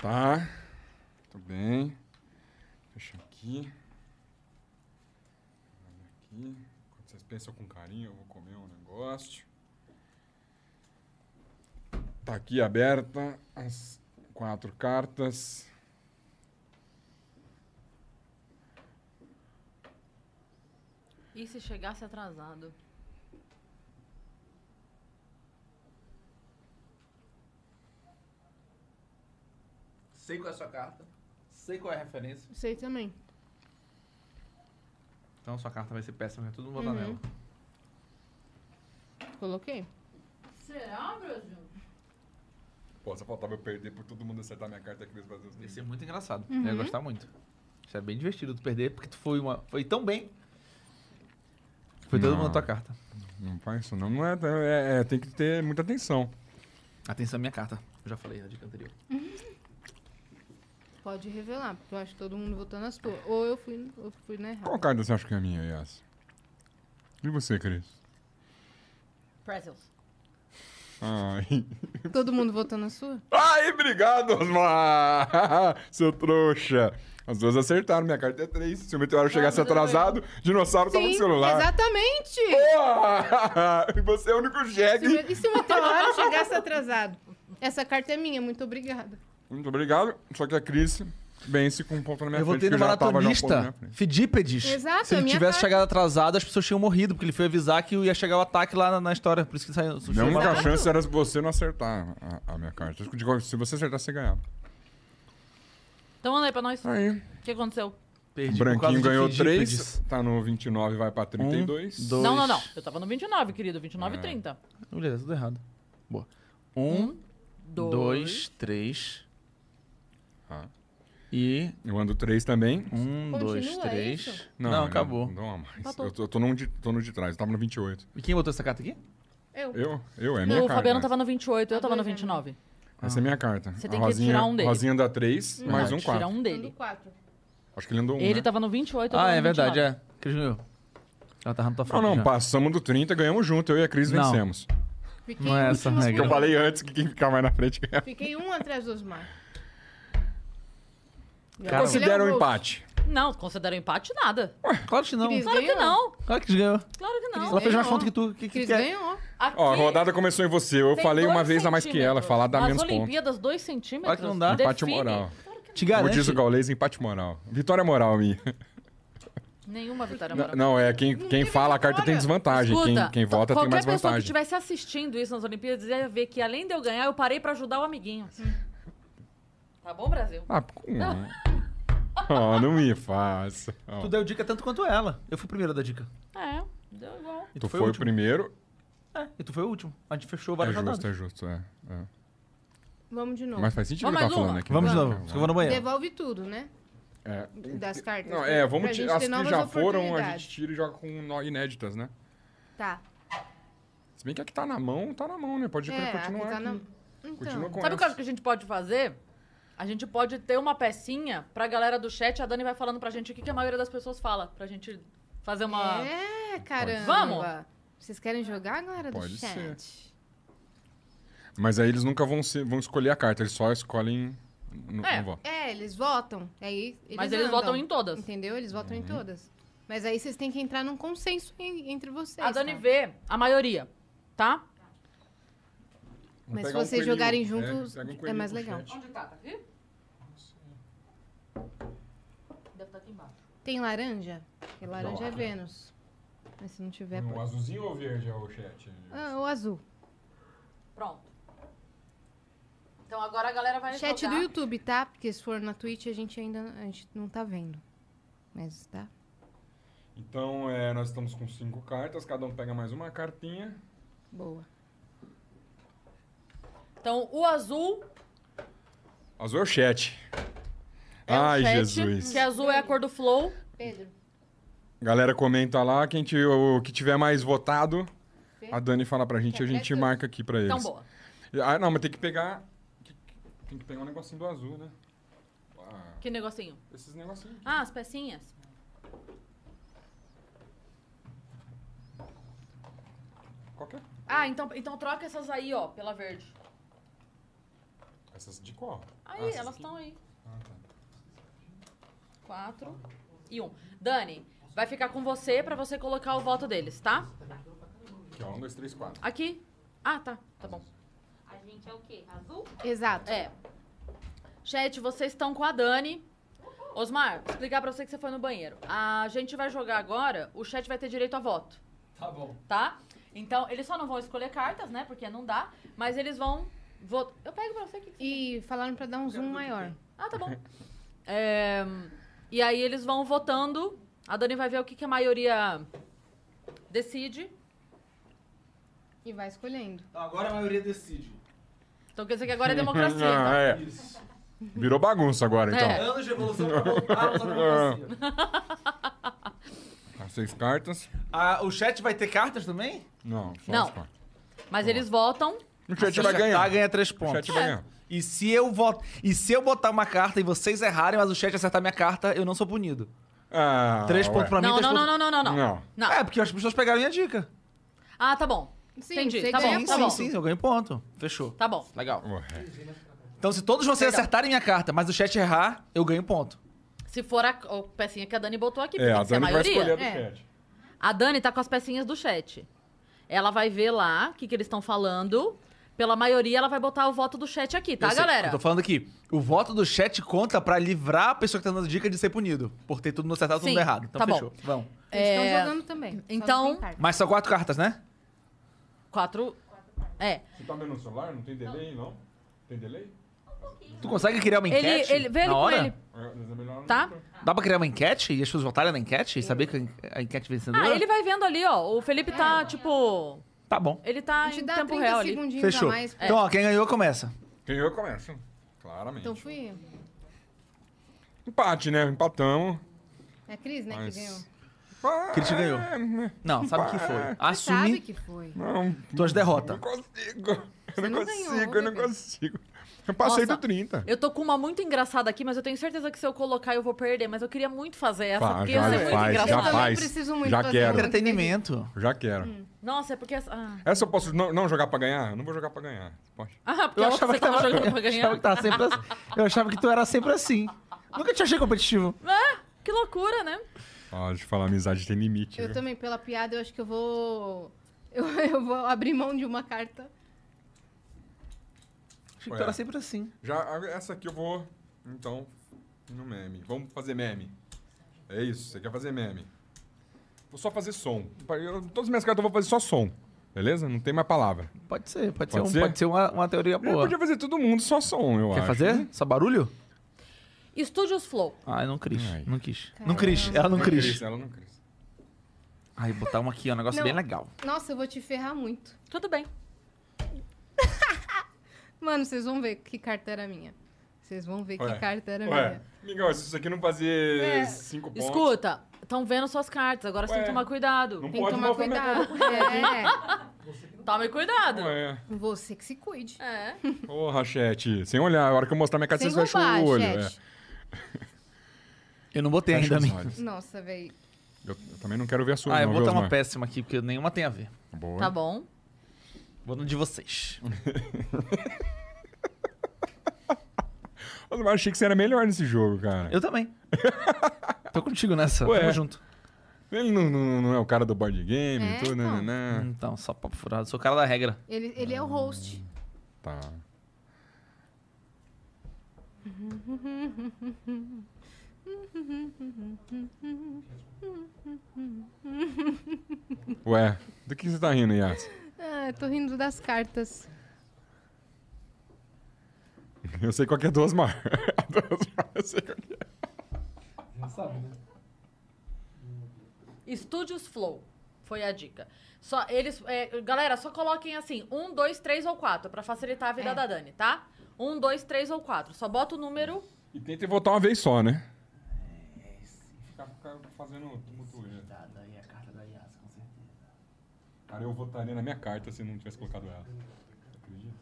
Tá. Tudo bem. Fecha aqui. Olha aqui. Quando vocês pensam com carinho, eu vou comer um negócio. Tá aqui aberta as quatro cartas. E se chegasse atrasado? Sei qual é a sua carta. Sei qual é a referência. Sei também. Então sua carta vai ser péssima, né? todo mundo votar Uhum. nela. Coloquei. Será, Brasil? Pô, só faltava eu perder por todo mundo acertar minha carta aqui mesmo. Brasil. Ia ser muito engraçado. Eu ia gostar muito. Isso é bem divertido tu perder, porque tu foi uma. Foi tão bem. que Foi todo Não. mundo na tua carta. Não faz isso, não. não é, é- é- tem que ter muita atenção. Atenção à minha carta. Eu já falei na dica anterior. Pode revelar, porque eu acho que todo mundo votou nas tuas. Ou eu fui, eu fui né, na errada. Qual carta você acha que é a minha, Yas? E você, Cris? Pretzels. Ai. Todo mundo votou na sua? Ai, obrigado, Osmar! Seu trouxa! As duas acertaram, minha carta é três. Se o meteoro chegasse tudo bem. atrasado, dinossauro tava Tá no celular. exatamente! Porra! E você é o único Se o jegue. me- e se o meteoro chegasse atrasado? Essa carta é minha, muito obrigada. Muito obrigado. Só que a Cris vence com um ponto na minha eu frente. votei que no já tava já um ponto na minha maratonista frente. Fidípedes. Exato, Se é a ele minha tivesse carta. chegado atrasado, as pessoas tinham morrido, porque ele foi avisar que ia chegar o ataque lá na, na história. Por isso que saiu. Minha saiu única barato. chance era você não acertar a, a minha carta. Eu digo, Se você acertar, você ganhava. Então manda aí pra nós. Aí. O que aconteceu? Perdi por causa Branquinho de ganhou Fidípedes. 3. Tá no 29, vai pra 32. dois. Não, não, não. Eu tava no 29, querido. 29 e 30. É. Não, Beleza, tudo errado. Boa. Um, dois, três. Ah. E. Eu ando 3 também. Um, Continua, dois, é três. isso? Não, acabou. Não, não há mais. Empatou. Eu tô, eu tô, no, de, tô no de trás, eu tava no 28. E quem botou essa carta aqui? Eu. Eu? Eu, é minha O carta. Fabiano tava no 28, eu tava no dois, né? 29. Essa é minha carta. Você A tem que tirar um dele. Rosinha dá 3, mais um 4. Tira um Mando dele. quatro. Acho que ele andou 1. Ele tá- né? tava no 28, eu Ah, tava é no verdade, 29. é. Cris ganhou. Ela tava na tua frente. Não, Ah, não, já. passamos do 30, ganhamos junto, eu e a Cris Não. vencemos. Fiquei Não é em essa último regra. Eu por um. falei antes que quem ficar mais na frente ganha. Fiquei um atrás dos mar. é Cara, é Considera um empate. Não, considera um empate nada. Claro que não. Cris Claro que ganhou. não. Claro que ganhou. Claro que não. Ela fez mais ganhou. ponto que tu. Que, que, Cris que é? ganhou. Aqui, Ó, a rodada começou em você, eu tem falei dois uma vez a mais que ela, centímetros. falar dá Nas menos ponto. Olimpíadas, dois centímetros. Olha que não dá. Empate define. moral. Te Como garante. diz o gaulês, empate moral. Vitória moral minha. Nenhuma vitória Não, moral. não, é quem, quem teve fala a carta tem vitória. desvantagem. Escuta, quem quem to- vota tem qualquer mais pessoa que vantagem. estivesse assistindo isso nas Olimpíadas ia ver que além de eu ganhar, eu parei pra ajudar o amiguinho. assim. Tá bom, Brasil? Ah, com... oh, não me faça. Ó. Tu deu dica tanto quanto ela. Eu fui o primeiro da dica. É, deu igual. E Tu foi, o o último. primeiro. É, e tu foi o último. A gente fechou É várias rodadas. justo, é justo, é. é. Vamos de novo. Mas faz sentido o Vamos que eu mais tava falando uma? aqui. Vamos de né? novo. Só que eu vou no Tá banheiro. Devolve tudo, né? É. Das cartas. Não, é, vamos Pra gente tirar as ter que novas já foram, a oportunidades. gente tira e joga com nó- inéditas, né? Tá. Se bem que a que tá na mão, tá na mão, né? Pode É, continuar. aqui tá aqui. na... Continua Então, com Sabe o que eu essa. acho que a gente pode fazer? A gente pode ter uma pecinha pra galera do chat. A Dani vai falando pra gente o que, que a maioria das pessoas fala. Pra gente fazer uma. é, caramba. Vamos? Vocês querem jogar, galera do Pode chat? Mas aí eles nunca vão, ser, vão escolher a carta, eles só escolhem. n- É. Não votam. É, eles votam. Aí eles Mas eles andam, votam em todas. Entendeu? Eles votam em Uhum. todas. Mas aí vocês têm que entrar num consenso en- entre vocês. A Dani tá? vê a maioria, tá? Vamos Mas se pegar um vocês coelhinho. jogarem É, juntos, pega um é coelhinho mais pro legal. chat. Onde tá? Tá aqui? Deve estar aqui embaixo. Tem laranja? Porque laranja é Vênus. Mas se não tiver. O pode- Um azulzinho ou verde é o chat? Ah, o azul. Pronto. Então agora a galera vai Chat jogar. do YouTube, tá? Porque se for na Twitch, a gente ainda a gente não tá vendo. Mas tá. Então, é, nós estamos com cinco cartas, cada um pega mais uma cartinha. Boa. Então o azul Azul é o chat. é Ai, o chat, Jesus. que azul é a cor do flow. Pedro. Galera, comenta lá. Quem tiver, o que tiver mais votado, a Dani fala pra gente e a gente Perfeito. marca aqui pra eles. Então boa. Ah, não, mas tem que pegar. Tem que pegar um negocinho do azul, né? Ah, Que negocinho. esses negocinhos. Ah, as pecinhas. Qualquer. um. Ah, então, então troca essas aí, ó, pela verde. Essas de qual? Aí, Ah, essas elas aqui. estão aí. Ah, tá. Quatro e um. Dani, vai ficar com você pra você colocar o voto deles, tá? Aqui, ó. Um, dois, três, quatro. Aqui. Ah, tá. Tá bom. A gente é o quê? Azul? Exato. É. Chat, vocês estão com a Dani. Osmar, vou explicar pra você que você foi no banheiro. A gente vai jogar agora, o chat vai ter direito a voto, Tá bom. tá? Então, eles só não vão escolher cartas, né? Porque não dá, mas eles vão votar. Eu pego pra você que. E falaram pra dar um zoom maior. Ah, tá bom. É, E aí eles vão votando A Dani vai ver o que, que a maioria decide. E vai escolhendo. Então agora a maioria decide. Então quer dizer que agora é democracia. então. Ah, é. Isso. Virou bagunça agora, então. É. Anos de evolução pra voltarmos à democracia. As seis cartas. Ah, o chat vai ter cartas também? Não, só Não. as cartas. Mas eles votam. O chat Se vai acertar, ganhar. tá, ganha três O pontos. É. chat vai ganhar. E se eu voto, e se eu botar uma carta e vocês errarem, mas o chat acertar minha carta, eu não sou punido. Ah, três ué. pontos pra mim, Não, três não, pontos... não, não, não, não, não. Não. Não. É, porque as pessoas pegaram minha dica. Ah, tá bom. Sim, Entendi. você Tá bom, ganha sim, tá sim, bom. sim, eu ganho ponto. Fechou. Tá bom. Legal. Ué. Então, se todos vocês Legal. acertarem minha carta, mas o chat errar, eu ganho ponto. Se for a, a pecinha que a Dani botou aqui, porque É, a tem que ser a Dani vai maioria. escolher a do É. chat. A Dani tá com as pecinhas do chat. Ela vai ver lá o que, que eles estão falando. Pela maioria, ela vai botar o voto do chat aqui, tá, Eu sei, galera? Eu tô falando aqui, o voto do chat conta pra livrar a pessoa que tá dando dica de ser punido. Por ter tudo no acertado, tudo Sim, no errado. Então, tá bom. fechou. Vamos. Eles estão É, jogando também. só então- não tem carta. Mas são quatro cartas, né? Quatro. É. Você tá vendo no celular? Não tem delay, não? Tem delay? Tu consegue criar uma Ele, enquete? ele, vê ele na com hora? ele. É, Tá? Dá pra criar uma enquete e as pessoas votarem na enquete e saber que a enquete vencedora? Ah, ele vai vendo ali, ó. O Felipe tá, tipo. Tá bom. Ele É. A tá gente em dá tempo 30 real ali. segundinhos Fechou. a mais. é. pra- Então, ó, quem ganhou começa. Quem eu começo. Claramente. Então fui eu. Empate, né? Empatamos. É a Cris, né, Mas- que ganhou. Ah, Cris ganhou. é, né? Não, sabe o que foi. Assume Sabe que foi. Não, tuas não derrotas. consigo. Eu não, não consigo, ganhou, eu não bebê. consigo. Eu passei Nossa. do 30. Eu tô com uma muito engraçada aqui, mas eu tenho certeza que se eu colocar eu vou perder. Mas eu queria muito fazer essa, Faz, porque ia já ser muito faz, já engraçada. Eu também faz. preciso muito já fazer quero. uma. Entretenimento. Eu Já quero. Nossa, é porque essa. Ah, Essa eu posso não, não jogar pra ganhar? Eu não vou jogar pra ganhar. Pode. Ah, porque Eu a outra achava, você que tava tava, jogando pra eu achava ganhar. que tava sempre assim. Eu achava que tu era sempre assim. Nunca te achei competitivo. Ah, Que loucura, né? Ó, deixa eu falar, amizade tem limite. Eu viu? também, pela piada, eu acho que eu vou... Eu, eu vou abrir mão de uma carta. Achei que Ué. tu era sempre assim. Já, a- essa aqui eu vou, então, no meme. Vamos fazer meme. É isso, você quer fazer meme. Vou só fazer som. Pa- eu- todas as minhas cartas eu vou fazer só som. Beleza? Não tem mais palavra. Pode ser, pode, Pode ser, um- ser? é pode ser uma, uma teoria Eu boa. podia fazer todo mundo só som, eu Quer acho. fazer? Só barulho? Estúdios Flow. Ah, eu não quis. Ai. Não quis. Caramba. Não quis. Ela não Não quis. cresce, Ela não cresce. Ai, botar uma aqui, é um negócio Não. bem legal. Nossa, eu vou te ferrar muito. Tudo bem. Mano, vocês vão ver que carta era minha. Vocês vão ver Ué. que carta era Ué, minha. Miguel, se isso aqui não fazer É. cinco pontos... Escuta, estão vendo suas cartas, agora você tem que Ué. tomar cuidado. Não Tem que pode tomar mostrar minha cuidado. Tome cuidado. Não é. É. Você que se cuide. É. Porra, chat. Sem olhar. A hora que eu mostrar minha carta, Sem vocês roubar, fecham o olho. chat. Eu não botei É. Fecha ainda a os minha. olhos. Nossa, velho. Eu, eu também não quero ver a sua, Ah, eu não, vou botar viu, uma Osmar? péssima aqui, porque nenhuma tem a ver. Boa. Tá bom. Vou no de vocês. Osmar, achei que você era melhor nesse jogo, cara. Eu também. Tô contigo nessa. Ué. Tamo junto. Ele não, não- não é o cara do board game É, e tudo, então. né, né? né. Então, só papo furado. Sou o cara da regra. Ele, ele é o host. Tá. Ué, do que você tá rindo, Yas? Ah, eu tô rindo das cartas. Eu sei qual que é do Osmar. A do Osmar, eu sei qual que é. Estúdios Flow. Foi a dica. Só eles, é, galera, só coloquem assim, um, dois, três ou quatro, pra facilitar a vida É. da Dani, tá? Um, dois, três ou quatro. Só bota o número. E tenta votar uma vez só, né? Ficar, fazendo tumultuoso. Daí a carta da Yas, com certeza. Cara, eu votaria na minha carta se não tivesse colocado ela. Acredito.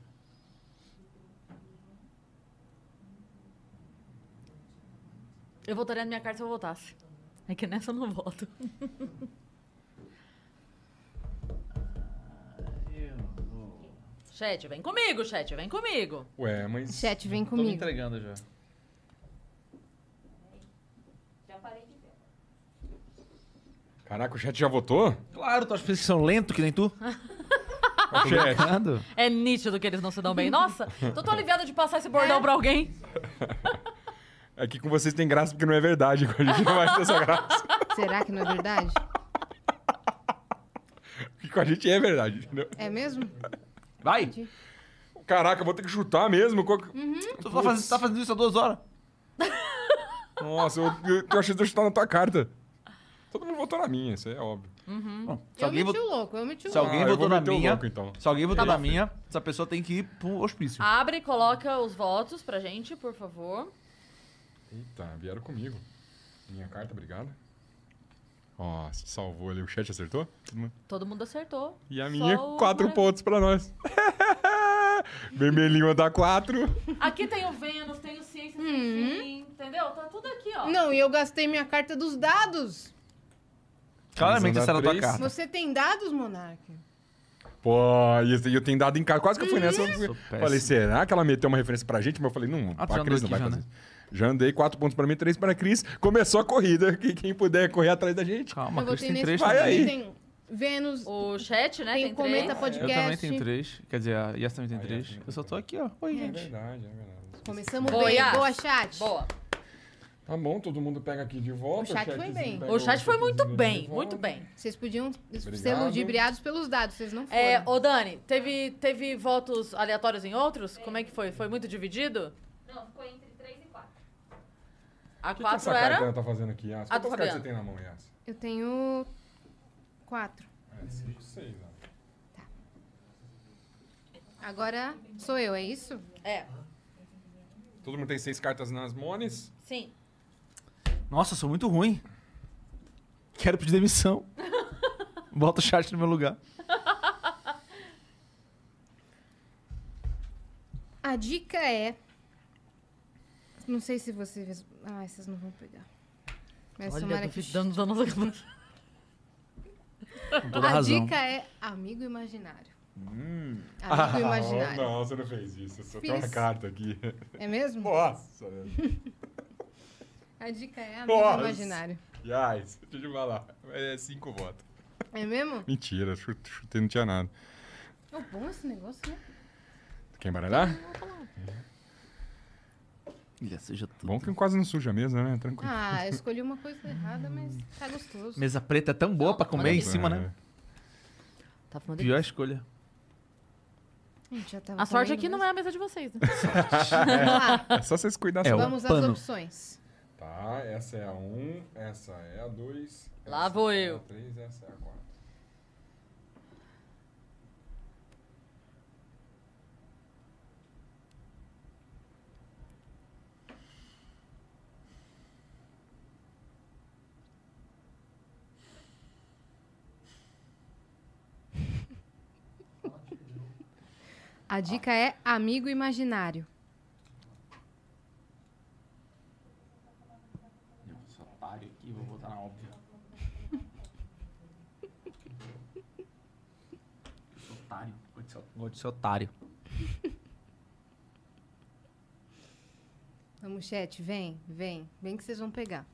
Eu votaria na minha carta se eu votasse. É que nessa eu não voto. Eu vou. Chat, vem comigo, chat, vem comigo. Ué, mas... Chat, vem Tô me comigo. entregando já. Já parei de ver. Caraca, o chat já votou? Claro, tu acha que eles são lentos que nem tu? Ah. Ô, chat, Brincando. É nítido que eles não se dão bem. Nossa, tô tão aliviada de passar esse bordão pra alguém. É que com vocês tem graça porque não é verdade. Com a gente não vai ter essa graça. Será que não é verdade? Porque com a gente é verdade, entendeu? É mesmo? Vai! Caraca, eu vou ter que chutar mesmo. qual que- Tu tá fazendo, tá fazendo isso há duas horas. Nossa, eu, eu tenho a chance de eu chutar na tua carta. Todo mundo votou na minha, isso aí é óbvio. Bom, se Eu alguém meti votou, o louco, eu meti o se louco. alguém Ah, eu vou votou na meter o minha, louco, então. se alguém votou Tá na bom. Ah. minha, essa pessoa tem que ir pro hospício. Abre e coloca os votos pra gente, por favor. Eita, vieram comigo. Minha carta, obrigado. Ó, se salvou ali. O chat acertou? Todo mundo- Todo mundo acertou. E a Só minha, é o quatro Mara- pontos pra nós. Vermelhinho dá quatro. Aqui tem o Vênus, tem o Ciência Sem Fim, entendeu? Tá tudo aqui, ó. Não, e eu gastei minha carta dos dados. Claramente Mas essa era a tua andar três. carta. Você tem dados, Monark? Pô, e esse- e eu tenho dado em casa. Quase que eu fui nessa. Eu sou falei, péssimo. será que ela meteu uma referência pra gente? Mas eu falei, não, Ah, tu a já Cris andou não vai aqui já, fazer né? isso. Já andei, quatro pontos pra mim, três pra Cris. Começou a corrida. que Quem puder correr atrás da gente. Calma, eu Cris votei tem três Vai porque também. aí. Tem Vênus, O chat, né? tem, Tem, três. Cometa Eu Podcast. também tenho três. Quer dizer, a Yas também tem Ah, três. Yas, né? Eu só tô aqui, ó. Oi, É gente. verdade, é verdade. Começamos Boa, bem. Yas. Boa, chat. Boa. Tá bom, todo mundo pega aqui de volta. O chat foi chatzinho bem. pega O chat foi muito chatzinho de bem, volta. muito bem. Vocês podiam ser Obrigado. ludibriados pelos dados, vocês não foram. É, ô Dani, teve, teve votos aleatórios em outros? Como é que foi? Foi muito dividido? Não, ficou entre 3 e 4. A O que, que quatro essa era? cartela tá fazendo aqui, Yas? A do Quantas cartas você Fabiano. tem na mão, Yas? Eu tenho quatro. É, cinco, seis, né? ó. Agora sou eu, é isso? É, Todo mundo tem seis cartas nas mones. sim. Nossa, eu sou muito ruim. Quero pedir demissão. Bota o chat no meu lugar. A dica é... Não sei se vocês... Ah, vocês não vão pegar. Mas tomara que... Com toda A razão. dica é amigo imaginário. Amigo imaginário. Hum. Oh, não, você não fez isso. Só tem uma Fiz. carta aqui. É mesmo? Nossa, A dica é amigo Nossa. imaginário. Yas, deixa eu te falar. É cinco votos. É mesmo? Mentira, chu- chutei, não tinha nada. É bom esse negócio, né? Quer embaralhar? Ilha, seja tudo. Bom que quase não suja a mesa, né? Tranquilo. Ah, eu escolhi uma coisa errada, mas tá gostoso. Mesa preta é tão boa pra comer em É, cima, né? Tá falando Pior é escolha. Gente, já tava A sorte comendo aqui não é a mesa de vocês, né? mesmo. Vamos lá, É só vocês cuidarem. É o vamos às pano. opções. Tá, essa é a um, essa é a dois. Lá essa vou é eu. A três, essa é a quatro. A dica é amigo imaginário. Eu sou otário aqui, vou botar na óbvia. Eu sou otário. Pode ser Gosto de ser otário. Vamos, chat, vem, vem. Vem que vocês vão pegar.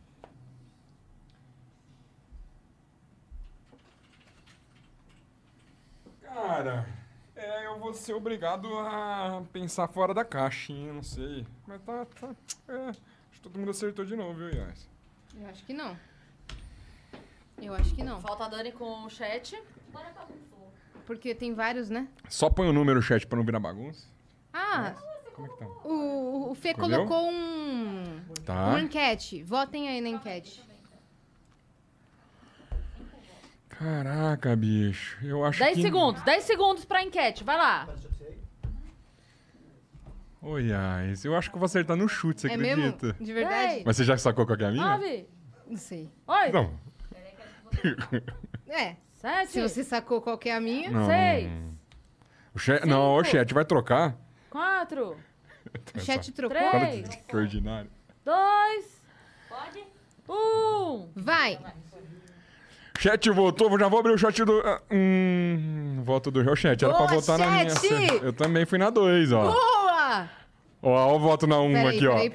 Cara, é, eu vou ser obrigado a pensar fora da caixa, hein? Eu Não sei. Mas tá. tá é, acho que todo mundo acertou de novo, viu, Yas? Eu acho que não. Eu acho que não. Falta a Dani com o chat. Bora pra Gonçalo. Porque tem vários, né? Só põe o número, chat, pra não virar bagunça. Ah, Como é que tá? o, o Fê Escolheu? colocou um, Tá. Hum. uma enquete. Votem aí na enquete. Caraca, bicho. Eu acho 10 que... segundos, 10 segundos pra enquete, vai lá. Ô, Yas, eu acho que eu vou acertar no chute, você é acredita? mesmo? Ah, De verdade? Ei. Mas você já sacou qual que é a minha? 9, Não sei. 8, Não. É, se 7, você sacou qual que é a minha. Não. 6, O chat... Não, o Cinco. chat vai trocar. 4, O chat trocou. Olha Três. que, que ordinário. 2, Pode? 1. Vai. Chat voltou, já vou abrir o chat do. ah, Hum. Voto do. Ô, chat, era Boa, pra votar na minha. chat! Acerta. Eu também fui na 2, ó. Boa! Ó, ó o voto na 1 um Peraí, aqui, ó. peraí,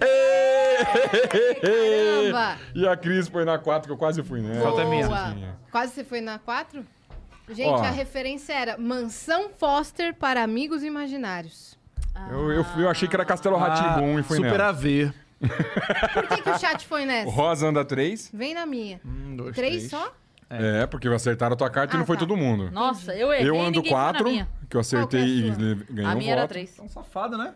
Ê! Caramba! E a Cris foi na 4, que eu quase fui né? nela. Falta a minha. minha. Quase você foi na 4? Gente, Ó. a referência era Mansão Foster para Amigos Imaginários. Eu, eu, fui- eu achei que era Castelo Ratibum e fui Ah, Super nela. AV. Por que, que o chat foi nessa? Rosa anda 3. Vem na minha. Um, dois, Três só? É. porque acertaram a tua carta Ah, e não foi tá. todo mundo. Nossa, eu errei. eu ando ninguém foi na 4, minha. que eu acertei e Qual que é a le- ganhei A um minha era voto. 3. Tão safado, né?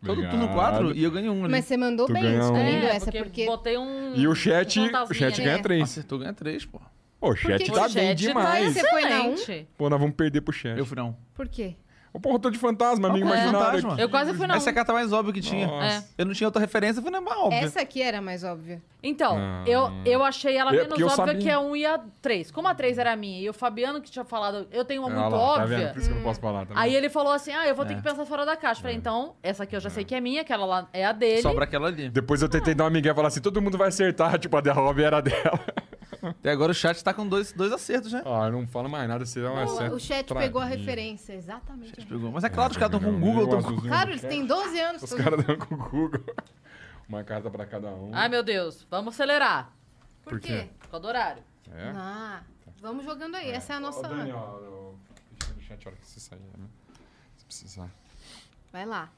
Todo Obrigado. turno quatro e eu ganho um ali. Mas você mandou Tu bem ganhou um. escolhendo É, essa, porque. botei um. E o chat, um o chat totalzinho, né? ganha 3. Acertou, ganha três, pô. Pô, o chat que tá que bem Chat demais. Você foi na um? excelente. Pô, nós vamos perder pro chat. Eu fui não. Por quê? O porra, eu tô de fantasma, amigo Qual que é o imaginário. fantasma? aqui. Eu quase fui na Essa é a um. carta mais óbvia que tinha. Nossa. Eu não é tinha outra referência, eu falei, mas óbvio. Essa aqui era mais óbvia. Então, Ah. eu, eu achei ela É, menos porque eu óbvia sabia. que a 1 e a 3. Como a 3 era minha e o Fabiano que tinha falado, eu tenho uma Ah, muito lá, tá óbvia. vendo? Por isso que eu não posso falar também. Aí ele falou assim: ah, eu vou ter que pensar fora da caixa. Eu Falei, então, essa aqui eu já sei que é minha, aquela lá é a dele. Sobra aquela ali. Depois eu tentei dar uma migué e falar assim, todo mundo vai acertar, tipo, a da Rob era dela. Até agora o chat tá com dois, dois acertos, né? Ah, eu não falo mais nada, você dá uma O, certa o chat traíra. pegou a referência, exatamente. a Pegou. Mas é claro, os caras estão com o Google, Pegou estão o com... azulzinho Claro, do eles chat. têm 12 anos. Os todo- caras dão com o Google. Uma carta pra cada um. Ai, Ah, meu Deus, vamos acelerar. Por Por quê? quê? Por causa do horário. É? Ah, vamos jogando aí. Essa é a nossa. Ô, Daniel, eu... deixa eu deixar a hora que você sair, né? Se precisar. Vai lá.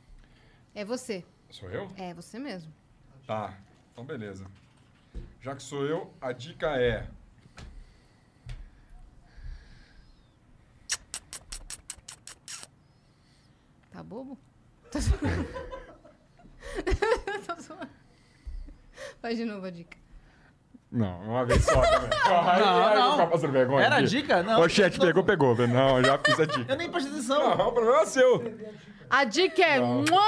É você. Sou eu? É você mesmo. Tá. Então, beleza. Já que sou eu, a dica é... Tá bobo? Tô zoando. Tô zoando. Faz de novo a dica. Não, uma vez só também. Aí, Não, aí eu vou não. ficar passando vergonha Era a aqui. dica? Não. O chat Não. pegou, pegou. velho. Não, eu já fiz a dica. Eu nem prestei atenção. Não, o problema é seu. A dica é. Não. Mua,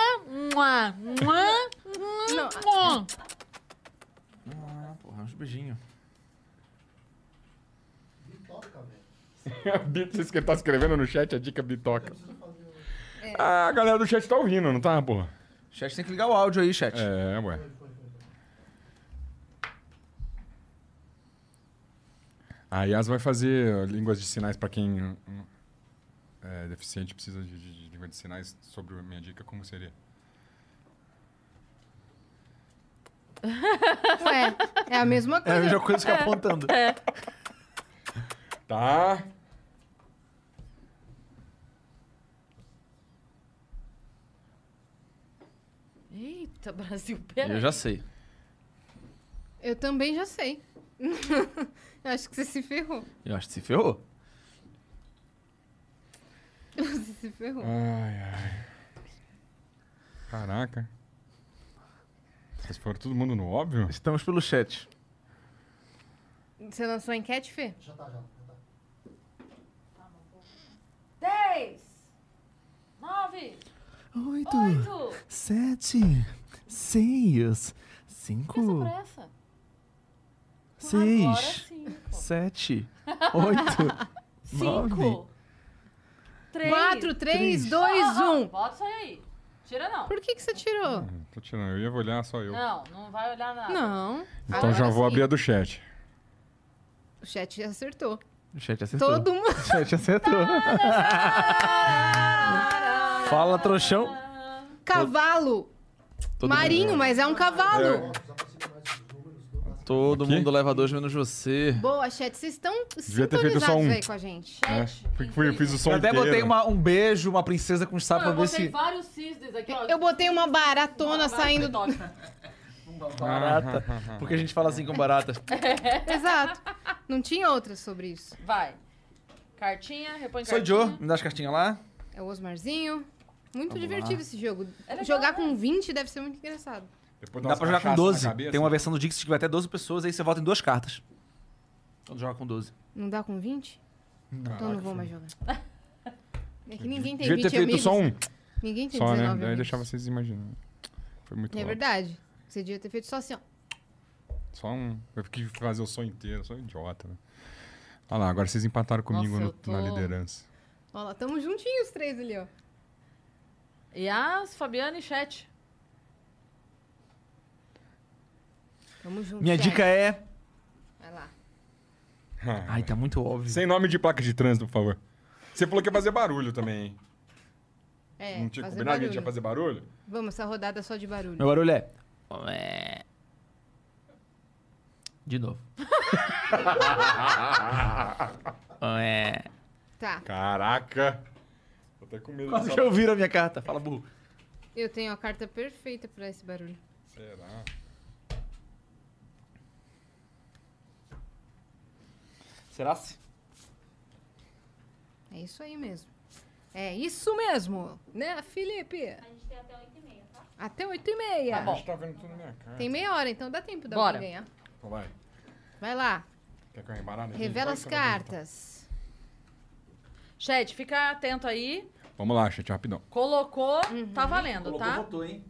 mua, mua, mua, mua. Ah, porra, uns beijinhos. A Bito, isso que ele tá escrevendo no chat, a dica bitoca. É. Ah, a galera do chat tá ouvindo, não tá, pô? O chat tem que ligar o áudio aí, chat. É, ué. A Yas vai fazer línguas de sinais pra quem hum, é deficiente precisa de, de, de língua de sinais sobre a minha dica, como seria? Ué, é a mesma É a coisa. mesma coisa que apontando. Tá. Eita, Brasil, pera. Eu já sei. Eu também já sei. Eu acho que você se ferrou. Eu acho que se ferrou. Você se ferrou. Ai, ai. Caraca. Vocês foram todo mundo no óbvio? Estamos pelo chat. Você lançou a enquete, Fê? Dez. Nove. Oito, Oito. sete, seis, Essa cinco, pressa. Agora seis, Cinco. sete, oito, Cinco. Três. Ah, 4, 3, Três. 2, 1. Bota isso aí. Tira não. Por que, que você tirou? Tô tirando, eu ia olhar só eu. Não, não vai olhar nada. Não. Então já vou sim. abrir a do chat. O chat acertou. O chat acertou. Todo mundo. O chat acertou. Fala, trouxão. Cavalo. Todo Marinho, mas é um cavalo. Mundo, todo Aqui? mundo leva dois menos você. Boa, chat. Vocês estão Devia ter feito sintonizados só um. aí com a gente. É, fui- fui- fiz o som Eu até inteiro. botei uma- um beijo, uma princesa com Não, sapo pra eu ver botei se. vários cisnes aqui, ó. Eu botei uma baratona saindo do. Ah, Barata. Porque a gente fala assim com barata. Exato. Não tinha outra sobre isso. Vai. Cartinha, repõe Sou cartinha. Joe, me dá as cartinhas lá. É o Osmarzinho. Muito Vamos divertido lá. esse jogo. legal, Jogar com 20 deve ser muito engraçado. ah. Depois Dá pra jogar com 12. Tem uma versão do Dixit que vai até 12 pessoas, aí você volta em duas cartas. Então joga com 12. Não dá com 20? Então eu não vou mais jogar. É que ninguém tem Devia 20 ter feito amigos. só um. Ninguém tem Só, 19 né? amigos. Daí deixar vocês imaginando. Foi muito É louco. verdade. Você devia ter feito só assim, ó. Só um. Eu fiquei fazer o som inteiro, sou um idiota, né? Olha lá, agora vocês empataram comigo Nossa, no- eu tô- na liderança. Ó lá, tamo juntinhos os três ali, ó. Yas, Fabiana e Chat. Tamo junto. Minha Jack. dica é. Vai lá. Ai, tá muito óbvio. Sem nome de placa de trânsito, por favor. Você falou que ia fazer barulho também, hein? É, Não tinha fazer combinado que a barulho. gente ia fazer barulho? Vamos, essa rodada é só de barulho. Meu barulho é. Ué. De novo. Ué. Tá. Caraca! Tô até com medo Quase dessa- que eu viro a minha carta. Fala, burro. Eu tenho a carta perfeita pra esse barulho. Será? Será se? É isso aí mesmo. É isso mesmo, né, Felipe? A gente tem até oito e meia, tá? Até 8 e meia. Tá bom. A gente tá vendo tudo na minha cara. Tem meia hora, então dá tempo da Bora. alguém ganhar. Vai. Vai lá. Quer que eu embaralhe? aqui? Revela as Pode, só pra cartas. Chat, fica atento aí. apresentar. Vamos lá, chat, rapidão. Colocou, Uhum. tá valendo, Colocou, tá? votou, hein?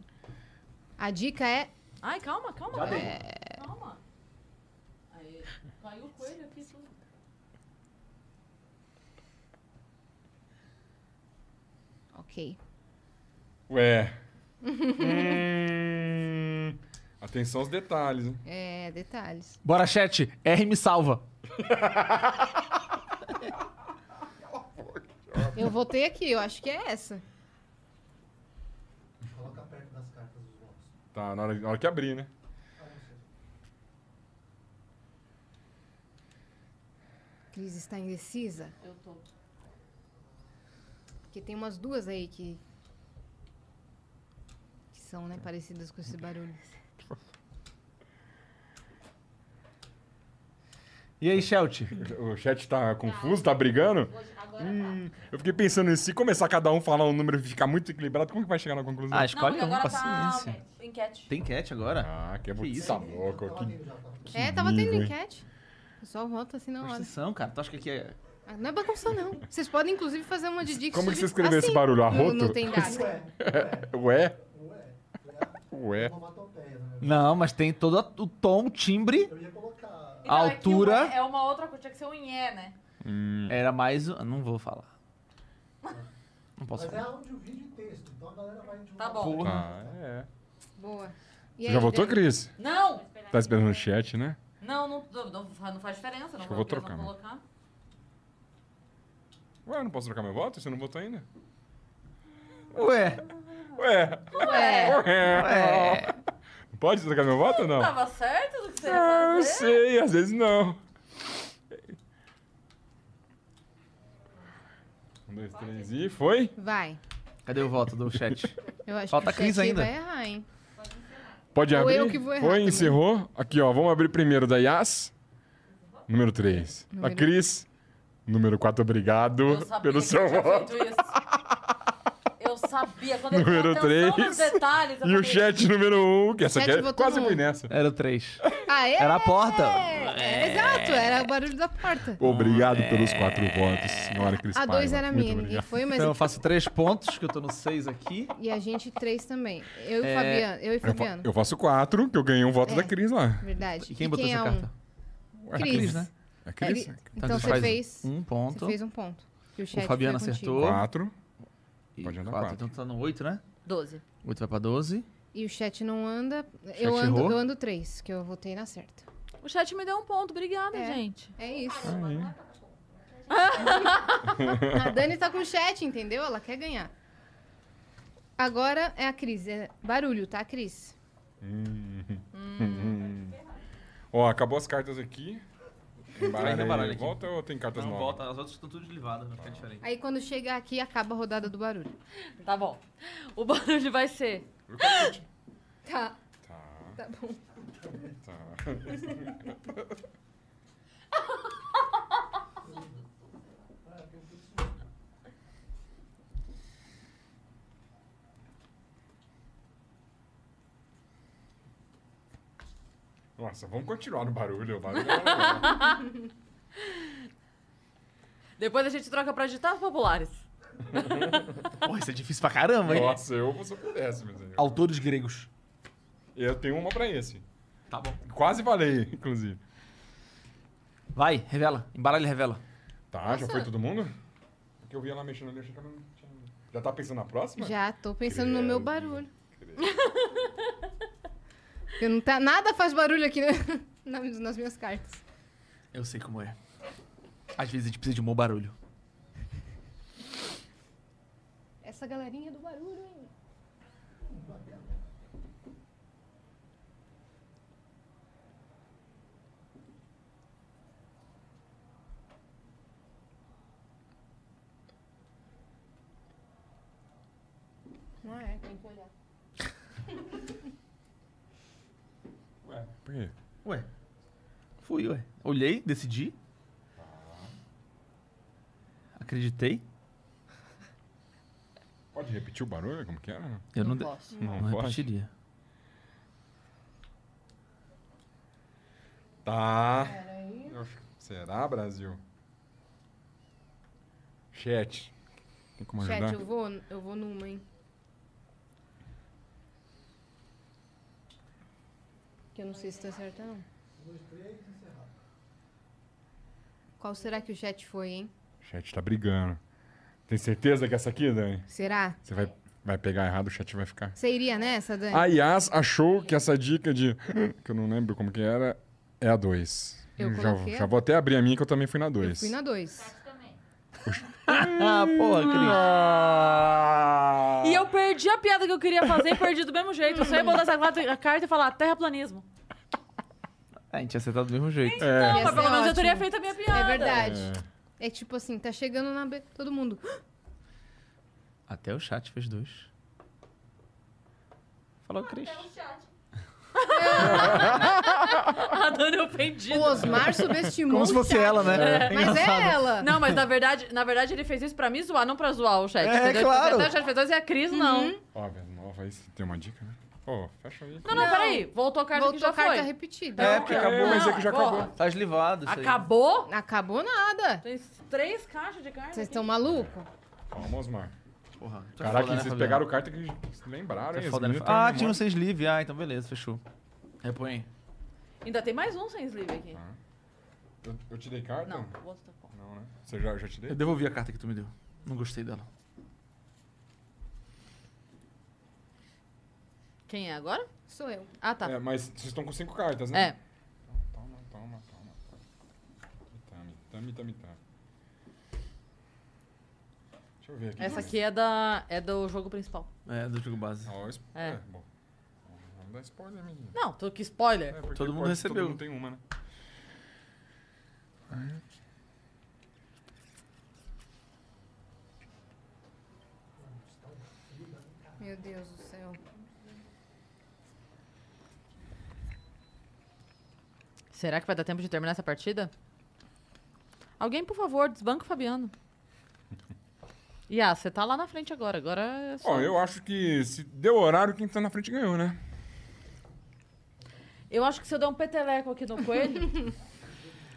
A dica é. Ai, calma, calma, Já calma. dei. Calma. Aí, caiu o coelho aqui tudo. Ok. Ué. Hum, Atenção aos detalhes, hein? É, detalhes. Bora, chat. R me salva. Eu votei aqui, eu acho que é essa. Coloca perto das cartas dos blocos. Tá, na hora, na hora que abrir, né? Cris está indecisa. Eu tô. Porque tem umas duas aí que. que são, né, parecidas com esse barulho. E aí, Chat? O chat tá confuso, tá brigando? Hoje, agora Hum, eu fiquei pensando, se começar cada um falar um número e ficar muito equilibrado, como que vai chegar na conclusão? Ah, Não, escolhe porque um, agora paciência. tá enquete. Tem cat agora? Ah, que, é Que isso? Tá louco. Que, é, tava tendo nível, hein? enquete. O pessoal vota assim na Presta hora. atenção, cara. Tu acha que aqui é... Ah, Não é bagunça, não. Vocês podem, inclusive, fazer uma de dicas. Como que você escreveu esse barulho? Arroto? Não, tem data. Ué? Ué? Não, mas tem todo a- o tom, o timbre. Então, é que Altura. uma- É uma outra coisa, tinha que ser um nhé, né? Era mais... o- Não vou falar. Não posso É falar. Então um Ah. Tá bom. Tá, é. Boa. E Você aí, já votou, Dani? Cris? Não! Tá esperando o chat, né? Não, não, não, não faz diferença. Não Acho que eu vou porque trocar, Não mano. colocar. Ué, eu não posso trocar meu voto? Você não votou ainda? Ué, é. Ué? Ué, Ué? Não Pode trocar meu voto ou não? tava certo do que você ia Ah, eu fazer? sei, às vezes não. Um, dois, três e foi? Vai. cadê o voto do chat? Eu acho Falta que o Cris Chat ainda. vai errar, hein? Pode Ou abrir? eu que vou errar foi, também. encerrou. Aqui, ó, vamos abrir primeiro da Yas. Número 3. A Número- Cris. Número 4, obrigado Eu sabia Uhum. pelo que seu ele tinha voto. feito isso. Eu sabia. Quando Número ele prestou atenção nos três. detalhes, eu E o falei, chat número 1, um, que essa Chat aqui é... votou quase no fui um. nessa. Era o 3. Aê! Era a porta. Ah, É, Exato, era o barulho da porta. Obrigado pelos quatro votos, senhora Cris A dois Paiva. era Muito minha, ninguém obrigado. foi, mas. Então eu faço 3 pontos, que eu tô no 6 aqui. E a gente três também. Eu e É, o Fabiano. Eu e o Eu, fa- Fabiano. eu faço quatro, que eu ganhei um voto É. da Cris lá. Verdade. E quem botou é essa um? carta? Ué, Cris. Cris, né? É É, Cris? ele- é Cris. Então a gente você faz fez. Um Você ponto. fez um ponto. E o, chat Fabiano foi contigo. acertou. Quatro. E Pode andar quatro, quatro. Então tá no 8, né? 12. 8 vai pra 12. E o chat não anda. eu, ando, errou? eu ando três, que eu votei na certa. O chat me deu um ponto. Obrigada, É. gente. É isso. Ah, a é. Dani tá com o chat, entendeu? Ela quer ganhar. Agora é a Cris. É barulho, tá, Cris? Ó, acabou as cartas aqui. Embaralha, reembaralha aí. aqui. Volta ou tem cartas novas? as outras estão tudo deslivadas, não fica diferente. Aí quando chegar aqui, acaba a rodada do barulho. Tá bom. O barulho vai ser. Tá, Tá, tá bom. tá. Nossa, vamos continuar no barulho. O barulho é legal. Depois a gente troca pra ditados populares. Pô, isso é difícil pra caramba, hein? Nossa, um eu se eu pudesse, meu Deus. Autores gregos. é. Eu tenho uma pra esse. Tá bom. Quase valei, inclusive. Vai, revela. Embaralha e revela. Tá, já foi todo mundo? Porque eu vi ela mexendo ali, achei que ela não tinha. Já tá pensando na próxima? Já tô pensando no Credo. meu barulho. Credo. Eu não tá, nada faz barulho aqui né? Na- nas minhas cartas. Eu sei como é. Às vezes a gente precisa de um bom barulho. Essa galerinha do barulho, hein? Não é, tem que olhar. É. Por quê? Ué. Fui, ué. Olhei, decidi. Acreditei. Pode repetir o barulho? Como que era? Eu não, de- posso. não Não pode? repetiria. Tá. Eu acho que Será, Brasil? Chat. Tem como ajudar? Chat, eu vou, eu vou numa, hein? Que eu não sei se tá certa, não. Qual será que o chat foi, hein? O chat tá brigando. Tem certeza que é essa aqui, Dani? Será? Você vai, vai pegar errado, o chat vai ficar. Você iria nessa, Dani? Ah, A Yas achou que essa dica de. que eu não lembro como que era, é a 2. Eu Já, coloquei já a- vou até abrir a minha que eu também fui na eu 2. fui na 2. Chat também. Ah, porra, Cris. E eu perdi a piada que eu queria fazer e perdi do mesmo jeito. Eu só ia botar essa carta- a carta e falar terraplanismo. A gente ia acertar do mesmo jeito. Não, É. Ia mas pelo ser menos eu teria ótimo. feito a minha piada. É verdade. É tipo assim, tá chegando na... be- Todo mundo... Até o chat fez dois. Falou, Cris. Até o chat. A Dani é ofendida. O Osmar subestimou Como se o fosse chat. ela, né? Mas é ela. Não, mas na verdade, na verdade ele fez isso pra me zoar, não pra zoar o chat. É, entendeu? Tipo, claro. Até o chat fez dois e a Cris não. Uhum. Ó, velho, nova aí, você tem uma dica, né? Pô, fecha aí. Não, não, Não. peraí. Voltou a carta que Voltou já carta foi. repetida. É, porque acabou, mas é que já porra. acabou. Tá eslivado isso aí. Acabou? Acabou nada. Tem três caixas de carta. Vocês aqui. estão malucos? Calma, Osmar. Porra, tu é Caraca, foda, né, vocês Fabiano? pegaram carta que lembraram, Tu é hein? foda, né? Ah, tinha um sem sleeve. Ah, então beleza, fechou. Repõe. Ainda tem mais um sem sleeve aqui. eu, eu te dei carta? Não, o outro tá bom. Não, né? Você já, já te Eu dei? devolvi a carta que tu me deu. Não gostei dela. Quem é agora? Sou eu. Ah, tá. É, mas vocês estão com cinco cartas, né? É. Toma, toma, toma. Tami, tami, tami, tami. Deixa eu ver aqui. Essa aqui é, da, é do jogo principal. É, do jogo base. Ó, spo- É. é. bom. Não dá spoiler, menino. Não, tô que spoiler. É, porque Todo mundo quase recebeu. Todo mundo tem uma, né? Meu Deus do céu. Será que vai dar tempo de terminar essa partida? Alguém, por favor, desbanca o Fabiano. Iá, você tá lá na frente agora. Agora é só. Ó, eu acho que se deu horário, quem tá na frente ganhou, né? Eu acho que se eu der um peteleco aqui no coelho.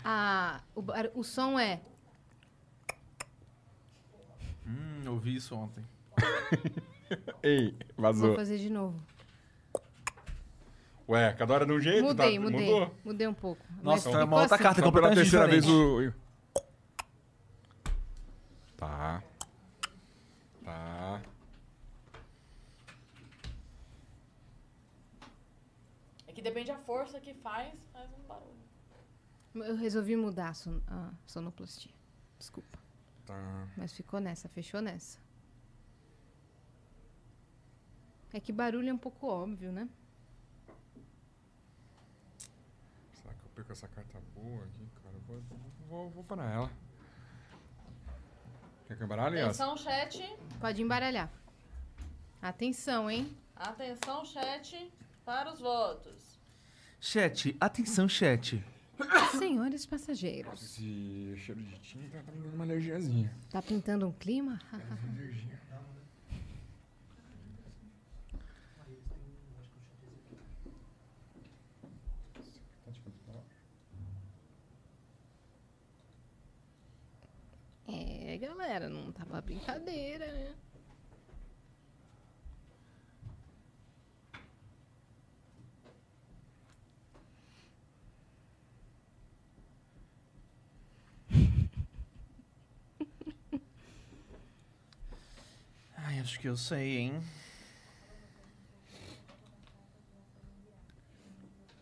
Ah, o, bar- o som é. Hum, eu vi isso ontem. Ei, Vou vazou. fazer de novo. Ué, cada hora de um jeito, Mudei, tá? mudei. Mudou? Mudei um pouco. Nossa, Mas então é uma ficou outra assim. carta Então, pela completamente terceira diferente. vez o. Tá. Tá. é que depende da força que faz, faz um barulho. Eu resolvi mudar a, son a sonoplastia. Desculpa. Tá. Mas ficou nessa, fechou nessa. É que barulho é um pouco óbvio, né? Será que eu perco essa carta boa aqui, cara? Eu vou, vou, vou parar ela. Quer que eu embaralhe essa? Atenção, chat. Pode embaralhar. Atenção, hein? Atenção, chat. Para os votos. Chat, atenção, chat. Senhores passageiros, Esse cheiro de tinta tá me dando uma alergiazinha. tá pintando um clima? Alergia. É, galera, não tá pra brincadeira, né? Ai, acho que eu sei, hein?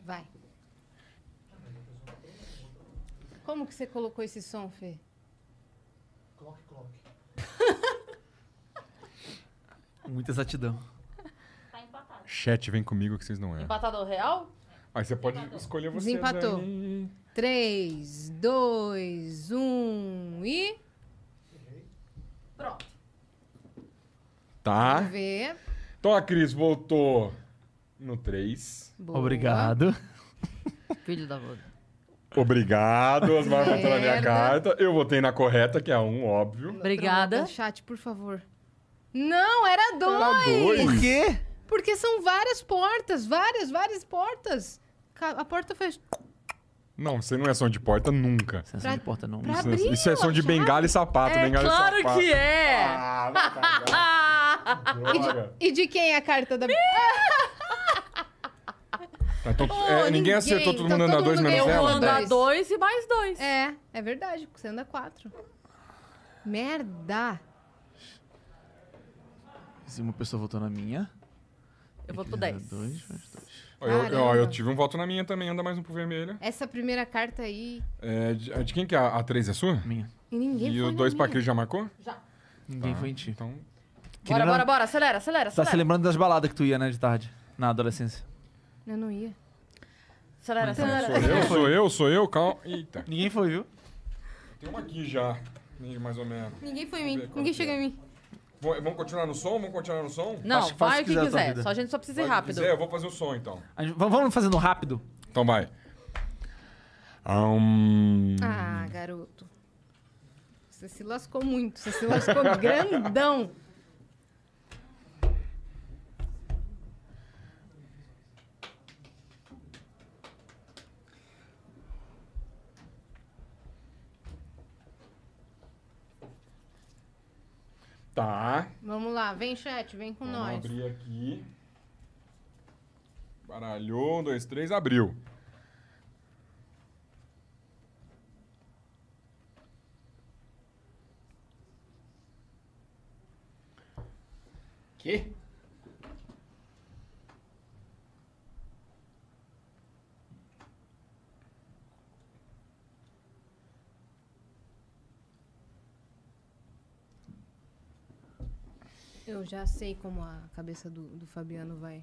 Vai. Como que você colocou esse som, Fê? Clock, clock. Muita exatidão. Tá empatado. Chat, vem comigo que vocês não erram. Empatado real? Aí você pode escolher você. Desempatou. Dani. 3, 2, 1 e. Pronto. Tá. Vamos ver. Então a Cris voltou no 3. Boa. Filho da voz. Obrigado, Osmar, por a minha Merda. carta. Eu votei na correta, que é a 1, óbvio. Obrigada. Droga, Chat, por favor. Não, era Era dois. dois. Por quê? Porque são várias portas várias, várias portas. Ca- A porta fez. Não, você não é som de porta nunca. Sensação Pra- de porta não. pra- Isso, Abriu isso é som de a bengala e sapato. É bengala e claro sapato. que é! Ah, vai cagar, droga. E de quem é a carta da. Tá, então, Oh, é, ninguém, ninguém, acertou, todo então mundo anda todo dois mundo menos Eu ganhou vou um. ela. andar Dois. dois e mais dois. É, é verdade, porque você anda quatro. Merda! Se uma pessoa votou na minha. Eu vou pro Ele era 10. Dois, mais dois. Ó, Eu, ó, Caramba. eu tive um voto na minha também, anda mais um pro vermelho. Essa primeira carta aí. É, de, de quem que é? A 3 é sua? Minha. E ninguém E foi os na dois pra minha. Cris já marcou? Ninguém Tá, foi em ti. Então, Bora, nem na- bora, bora. Acelera, acelera, Tá se acelera. lembrando das baladas que tu ia, né, de tarde? Na adolescência. Eu não ia. Acelera, Tá. sou acelera. eu, sou eu, sou eu, calma. Eita, Ninguém foi, viu? tem uma aqui já, mais ou menos. Ninguém foi em mim, mim. ver qual ninguém Ninguém que chegou chegou é. em mim. Vou- Vamos continuar no som? Vamos continuar no som? Não, Faz- faz vai o o que que quiser da tua quiser. vida. Só a gente só precisa ir Faz o que rápido. quiser, eu vou fazer o som então. A gente- vamos- Vamos fazendo rápido. Então vai. Ahn. Ah, garoto. Você se lascou muito. Você se lascou grandão. Tá. Então, Vamos lá, vem chat, vem com Vamos nós. abrir aqui. Baralhou, um, dois, três, abriu. Que? Eu já sei como a cabeça do, do Fabiano vai.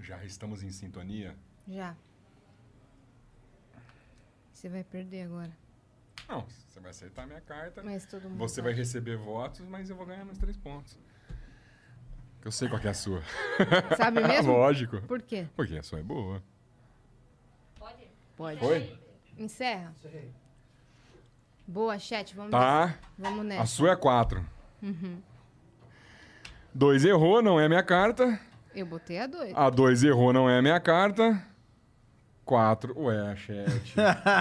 Já estamos em sintonia? Já. Você vai perder agora. Não, você vai acertar minha carta. Mas todo mundo. tá Você vai receber votos, mas eu vou ganhar meus três pontos. Eu sei qual que é a sua. Sabe É mesmo? Lógico. Por quê? Porque a sua é boa. Pode? Pode. Oi? Encerra. Encerrei. Boa, chat. Vamos, Tá. nessa. vamos A nessa. Uhum. sua é quatro. Dois errou, não é minha carta. Eu botei a dois. A dois errou, não é minha carta. Quatro. Ué, chat.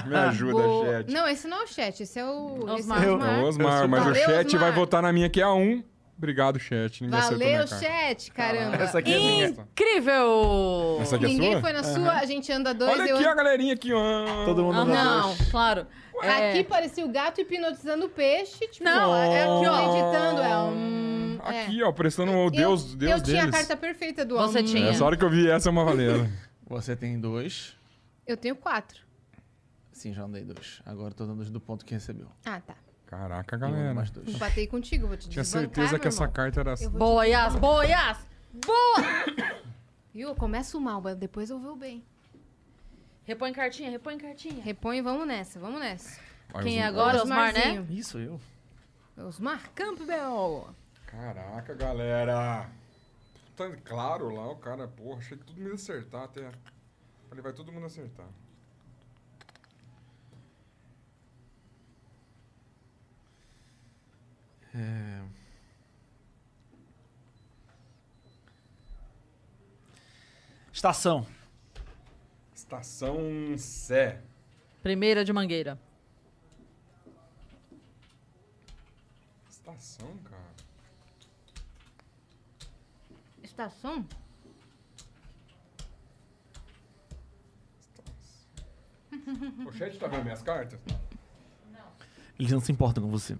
Me ajuda, Boa. chat. Não, esse não é o chat, esse é o. Osmar. Esse é o Eu- Osmar. É o Osmar, Eu sou- mas o Valeu, chat Osmar. vai votar na minha que é a um. Obrigado, chat. Ninguém acertou minha Valeu, carta. chat, caramba. Essa aqui é minha. Incrível! Essa aqui é Ninguém sua? foi na sua, a gente anda dois. Olha eu... aqui a galerinha aqui, ó. Todo mundo Ah, andou não, dois. claro. É. Aqui parecia o gato hipnotizando o peixe. Tipo, Não, é aqui, ó. ó. Meditando, é um. é. Aqui, ó, prestando o Deus, eu, Deus Eu tinha a deles. carta perfeita do Você hum. tinha. Essa hora que eu vi essa é uma valendo. Você tem dois. Eu tenho quatro. Sim, já andei dois. Agora tô dando os do ponto que recebeu. Ah, tá. Caraca, Eu ando galera. mais dois. Empatei contigo, vou te Tinha desbancar, certeza meu que essa irmão. carta era Eu vou Boa, Yas, boa, Yas! Viu? Eu começo mal, mas depois eu vou bem. Repõe cartinha, repõe cartinha. Repõe, vamos nessa, vamos nessa. Aí Quem os- é agora? Osmar, né? Osmarzinho. Isso, eu. Osmar Campbell. Caraca, galera. Tá claro lá, o cara, porra, achei que todo mundo ia acertar até. Falei, vai todo mundo acertar. É. Estação. Estação Sé. Primeira de Mangueira. Estação, cara. Estação? O chat tá vendo minhas cartas? Eles não se importam com você.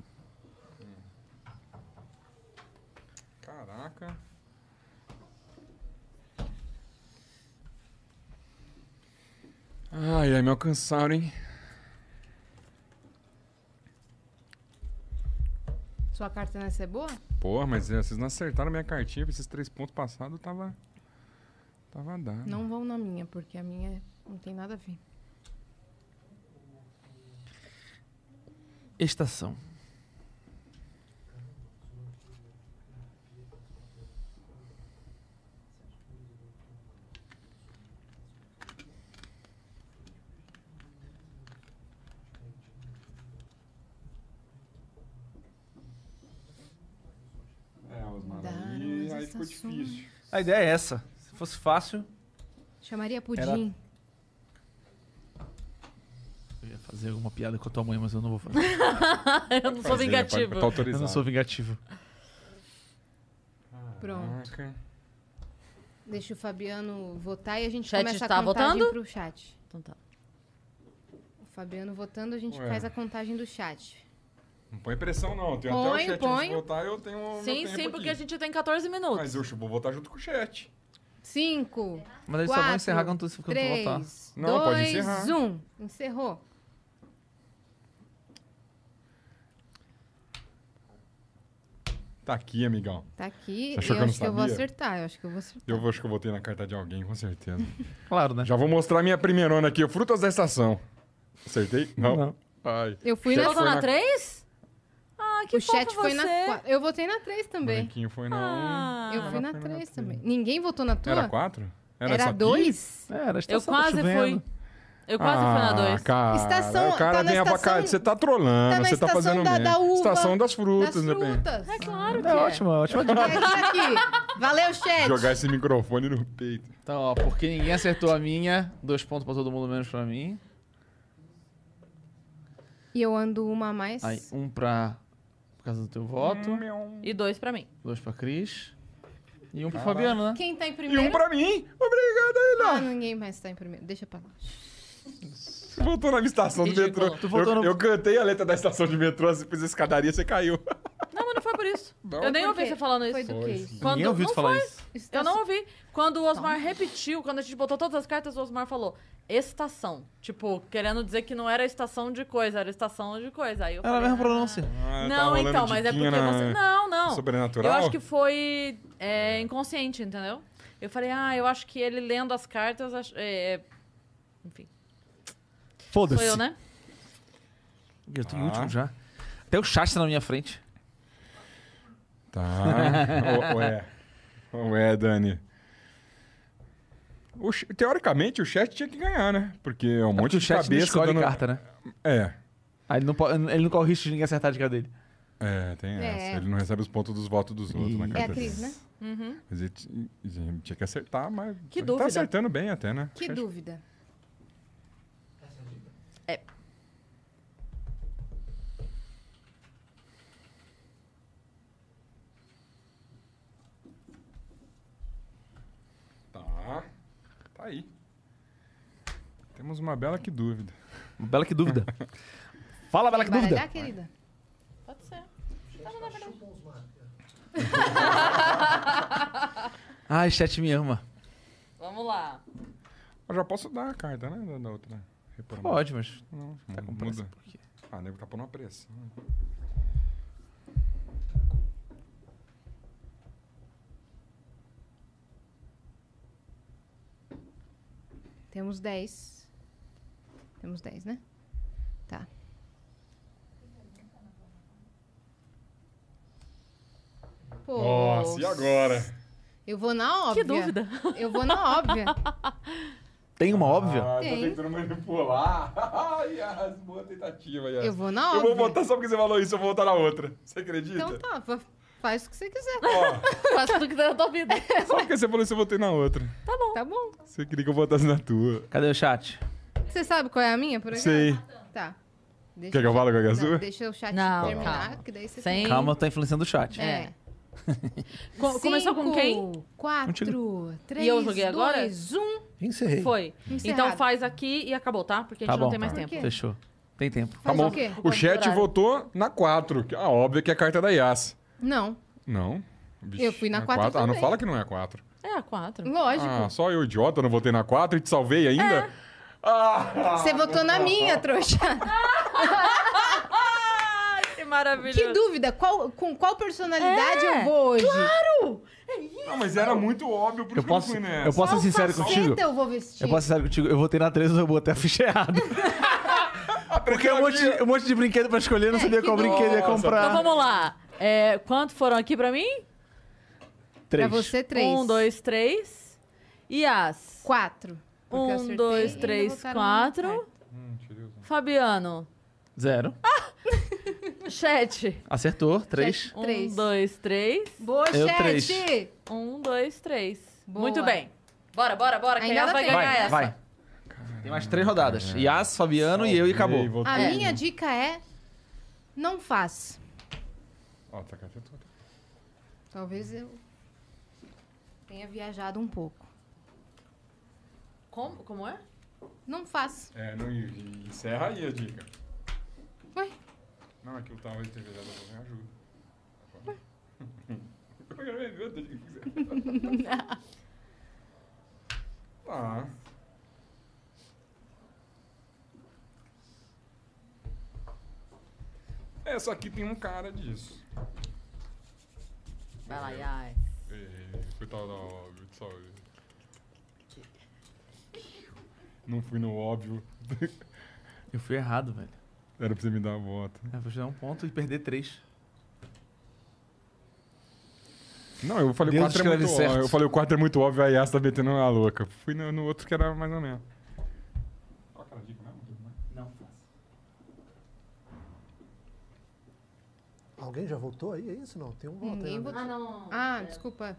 Caraca. Ai, ai, me alcançaram, hein? Sua carta nessa é boa? Porra, mas é, vocês não acertaram minha cartinha, pra esses três pontos passados tava. Tava dado. Não vão na minha, porque a minha não tem nada a ver. Estação. É, Osmar, Daram aí, as aí ficou estações. difícil. A ideia é essa. Se fosse fácil. Chamaria Pudim. fazer alguma piada com a tua mãe, mas eu não vou fazer. Eu não sou Fazer, né? Pra- vingativo. pra autorizar. eu não sou vingativo. Pronto. Deixa o Fabiano votar e a gente Chat começa a está contagem votando? pro chat. Então tá. O Fabiano votando, a gente Ué. faz a contagem do chat. Não põe pressão, não. Tem até Põe, o chat põe. antes de votar, eu tenho o meu Sim, tempo sim, porque aqui. a gente tem 14 minutos. Mas eu vou votar junto com o chat. Cinco, Mas eles só vão Quatro, encerrar quando tu quando tu voltar. três, Não, pode encerrar. dois, um. Encerrou. Tá aqui, amigão. Tá aqui. Você eu achou que eu não acho que eu vou sabia? acertar. Eu acho que eu vou acertar. Eu vou- acho que eu votei na carta de alguém, com certeza. Claro, né? Já vou mostrar minha primeirona aqui, frutas da estação. Acertei? Não. Não. Ai. Eu fui Chat na... Voltou foi tá na na- 3? Ah, que o chat fofo foi você. na quatro. Eu votei na três também. Bonequinho foi na Ah, eu fui ela na foi na três três. também. Ninguém votou na 1. tua? Era 4? Era dois? É, era a eu estação, tá quase chovendo. fui. Eu quase fui na 2. Ah, Cara, Estação- o cara tá na vem estação- abacate. Você tá trolando, tá na você tá estação fazendo da- merda. da uva, Estação das Das frutas, né, bem? frutas. É Claro que É ótimo, é ótimo. dica. aqui. Valeu, chat. Jogar esse microfone no peito. Então, ó, porque ninguém acertou a minha, dois pontos pra todo mundo, menos pra mim. E eu ando uma a mais. Aí, um pra... Por causa do teu voto, é um E dois pra mim. dois pra Cris. E um pro Fabiano, né? Quem tá em E primeiro? um pra mim. Obrigado, Aila. Ah, ninguém mais tá em primeiro. Deixa pra lá. Ah. Você voltou na minha estação do Ridículo. metrô. Tu voltou eu, no- eu cantei a letra da estação de metrô, você fez a escadaria, você caiu. Ah, Não, mas não foi por isso. Não, eu nem por ouvi quê? você falando isso. Foi do que isso? Quando- Ninguém ouviu não tu falar foi. isso. Eu Estação- não ouvi. Quando o Osmar repetiu, quando a gente botou todas as cartas, o Osmar falou estação. Tipo, querendo dizer que não era estação de coisa, era estação de coisa. Aí eu Era a falei, mesma pronúncia. tá Ah, tava Não, rolando então, mas é porque diquinha na- você. Não, não. Sobrenatural? Eu acho que foi é, inconsciente, entendeu? Eu falei, ah, eu acho que ele lendo as cartas. ach- é, é, Enfim, sou Foda-se. eu, né? Eu tô em Ah. último já. Até o chat tá na minha frente. Tá. Ué. Ué, é, Dani. O ch- teoricamente, o chat tinha que ganhar, né? Porque é um É porque monte o de chat não cabeça escolhe dando... carta, né? É. Aí ele não, pode, ele não corre o risco de ninguém acertar a dica dele. É, tem É. essa. Ele não recebe os pontos dos votos dos outros na É carta. É a Cris, né? Uhum. Mas ele t- ele tinha que acertar, mas Que ele dúvida. tá acertando bem até, né? Que Acho- dúvida. Tá. Tá aí. Temos uma bela que dúvida. Bela que dúvida. Fala, Bela que dúvida. Embaralhar, querida? Pode ser. Chupa os marcos. Ai, chat me ama. Vamos lá. Eu já posso dar a carta, né? Da, da outra. Reforma. Pode, mas Não, tá com muda. pressa. Por quê? Ah, nego tá pondo uma pressa. Temos 10. Temos 10, né? Tá. Pô, Nossa, e agora? Eu vou na Que óbvia. dúvida. Eu vou na óbvia. Tem uma óbvia? Ah, tô Tem. tentando manipular. Ai, Yas, boa tentativa, Yas. Eu vou na Eu óbvia. vou votar só porque você falou isso, eu vou votar na outra. Você acredita? Então tá, fa- faz o que você quiser. Ó, Faço tudo que eu tô ouvindo. só porque você falou isso, eu votei na outra. Tá bom. Você queria que eu votasse na tua. Cadê o chat? Você sabe qual é a minha, por acaso? Sei. Tá. Deixa Quer que eu fale com a Não, sua? Deixa o chat Não, terminar, calma. que daí você Sem- tem- Calma, tá influenciando o chat. É. Co- começou com Cinco, quem? Quatro, três, E eu joguei agora? dois, um. Encerrei. Foi. Encerrado. Então faz aqui e acabou, tá? Porque a gente Tá não bom. tem mais tá. tempo. quê? Fechou. Tem tempo. Faz Tá bom. o quê? O chat Horário. votou na 4, que ah, óbvio que é a carta da Yas. um. Não, Não. Vixe, Eu fui na é quatro quatro. Ah, não também. fala que não é a 4. É a quatro. lógico. É. Ah, só eu, idiota, não votei na 4 e te salvei ainda? Ah! Você votou na minha, trouxa. Ai, que maravilhoso. Que dúvida, qual, com qual personalidade É, eu vou hoje? Não, mas era muito óbvio pro Eu posso, Franklin, né? eu posso ser é sincero contigo? Faceta eu vou vestir. Eu posso ser sincero contigo. Eu votei na 3 e eu botei a ficha errada. Porque é um monte, um monte de brinquedo pra escolher, eu não sabia que qual brinquedo ia Nossa, comprar. Então vamos lá. É, quanto foram aqui pra mim? Pra Três. É você, três. Um, dois, três. E as? Quatro. Porque eu Um, acertei dois, e ainda três, votaram na minha quatro. carta. Hum, tirei os- Fabiano. Zero. Chat. Acertou. Três. Um, Três. dois, três. Boa, Eu, chat! três. Um, dois, três. Boa. Muito bem. Bora, bora, bora, que Ainda ela dá vai tempo. ganhar Vai, essa. vai. Tem mais três rodadas. Yas, Fabiano e eu e Ei, acabou. voltou. A minha dica é não faz. Ó, tá café todo. Talvez eu tenha viajado um pouco. Como, como é? Não faz. É, não e- e encerra aí a dica. Ué? Não, aquilo tava entrevistado, eu me ajuda. Tá Eu quero ver outra dica que você- Ah, Essa aqui tem um cara disso. Vai lá, Yas. Ei, Coitado, óbvio, de saúde. Não fui no óbvio. Eu fui errado, velho. Era pra você me dar a volta. Eu vou tirar um ponto e perder três. Não, eu falei 4 Deus é escreve muito óbvio. certo. Eu falei o 4 é muito óbvio, a Yas tá metendo a louca. Fui no, no outro que era mais ou menos. Qual aquela dica né? mesmo? Não faço. Alguém já votou aí? É isso? Não, tem um voto Ninguém ainda. votou. Ah, não. Ah, É. desculpa.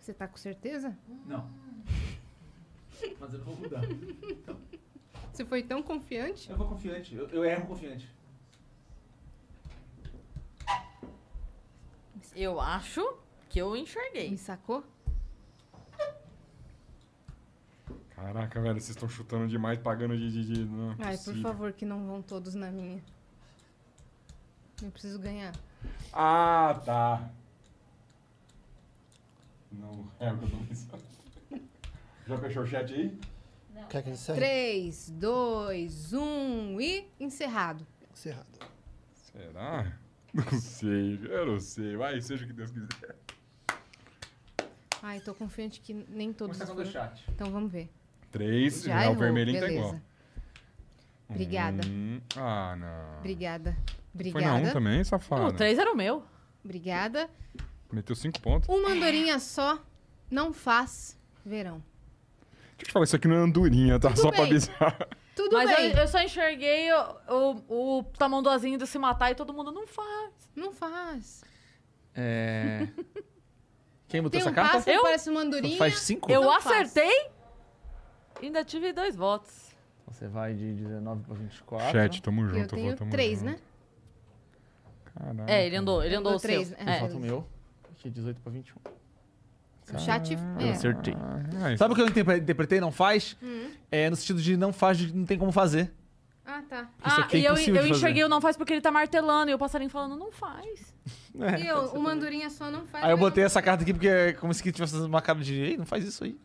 Você tá com certeza? Não. Mas eu não vou mudar. Você foi tão confiante? Eu vou confiante. Eu, eu erro confiante. Eu acho que eu enxerguei. Me sacou? Caraca, velho, vocês estão chutando demais, pagando de. de, de- não é Ai, por possível. favor, que não vão todos na minha. Eu preciso ganhar. Ah, tá. Não é o que eu tô pensando. Já fechou o chat aí? Quer que encerre? Três, dois, um e encerrado. Encerrado. Será? Não sei, eu não sei. Vai, seja o que Deus quiser. Ai, tô confiante que nem todos Começar com o foram. chat. Então vamos ver. 3, Já já o errou, vermelhinho tá beleza. igual. Obrigada. Hum, ah, não. Obrigada. Foi na 1 Obrigada. também, O né? safado. 3 era o meu. Obrigada. Meteu 5 pontos. Uma andorinha só não faz verão. Deixa eu te falar, isso aqui não é andorinha, tá? Tudo Só pra bem. avisar. Tudo Mas bem. eu, eu só enxerguei o, o, o tamanduazinho do se matar e todo mundo não faz. Não faz. É. Quem botou Tem essa um carta? pássaro, Eu? parece uma andorinha. Faz cinco? eu não acertei e ainda tive dois votos. Você vai de 19 pra 24. Chat, tamo E eu junto, tenho vou, tamo três, junto. né? Ah, Caraca. É, ele andou, ele Andou andou o três, seu. né? É. Falta o meu. Que é 18 pra 21. O chat. Eu É. acertei. Ah, é. Sabe o que eu interpre- interpretei não faz? É no sentido de não faz, de não tem como fazer. Ah, tá. Isso Ah, aqui é e eu, impossível eu de fazer. enxerguei o não faz porque ele tá martelando e o passarinho falando, não faz. É. E eu, uma andorinha só não faz Aí eu verão. botei essa carta aqui porque é como se que tivesse fazendo uma cara de. Ei, não faz isso aí.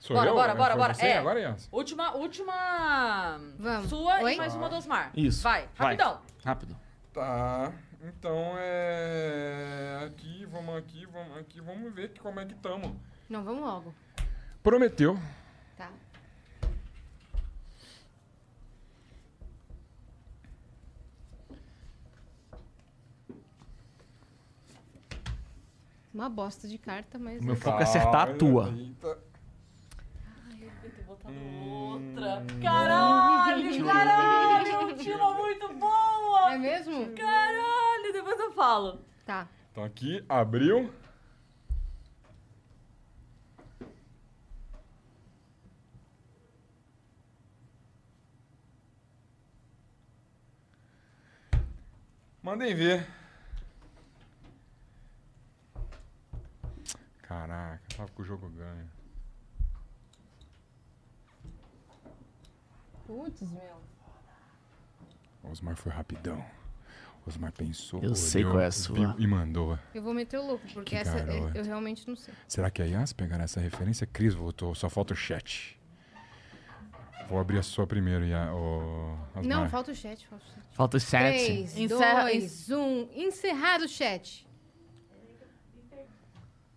Sou Bora, eu? né? bora, bora, Foi bora. Você? É. Agora é essa. Última, última Vamos. sua Oi? e mais uma do Osmar. Isso. Vai, Vai. rapidão. Rápido. Tá, então é. Aqui, vamos aqui, vamos aqui, vamos ver que- como é que tamo. Não, vamos logo. Prometeu. Tá. Uma bosta de carta, mas. Meu foco é acertar a tua. Eita. Tentei botar Hum. outra. Caralho, caralho, tinha uma muito boa. É mesmo? Caralho, depois eu falo. Tá. Então aqui, abriu. Mandem ver. Caraca, tava que o jogo ganha. Putz, meu. Osmar foi rapidão. Osmar pensou. Eu sei qual é a sua. viu E mandou. Eu vou meter o louco, porque Que essa é- garoto. eu realmente não sei. Será que a Yas pegará essa referência? Cris voltou, só falta o chat. Vou abrir a sua primeiro, Yas. Não, falta o chat, falta o chat. Falta os sete. 3, Encerra- 2, 1. Encerrado o chat.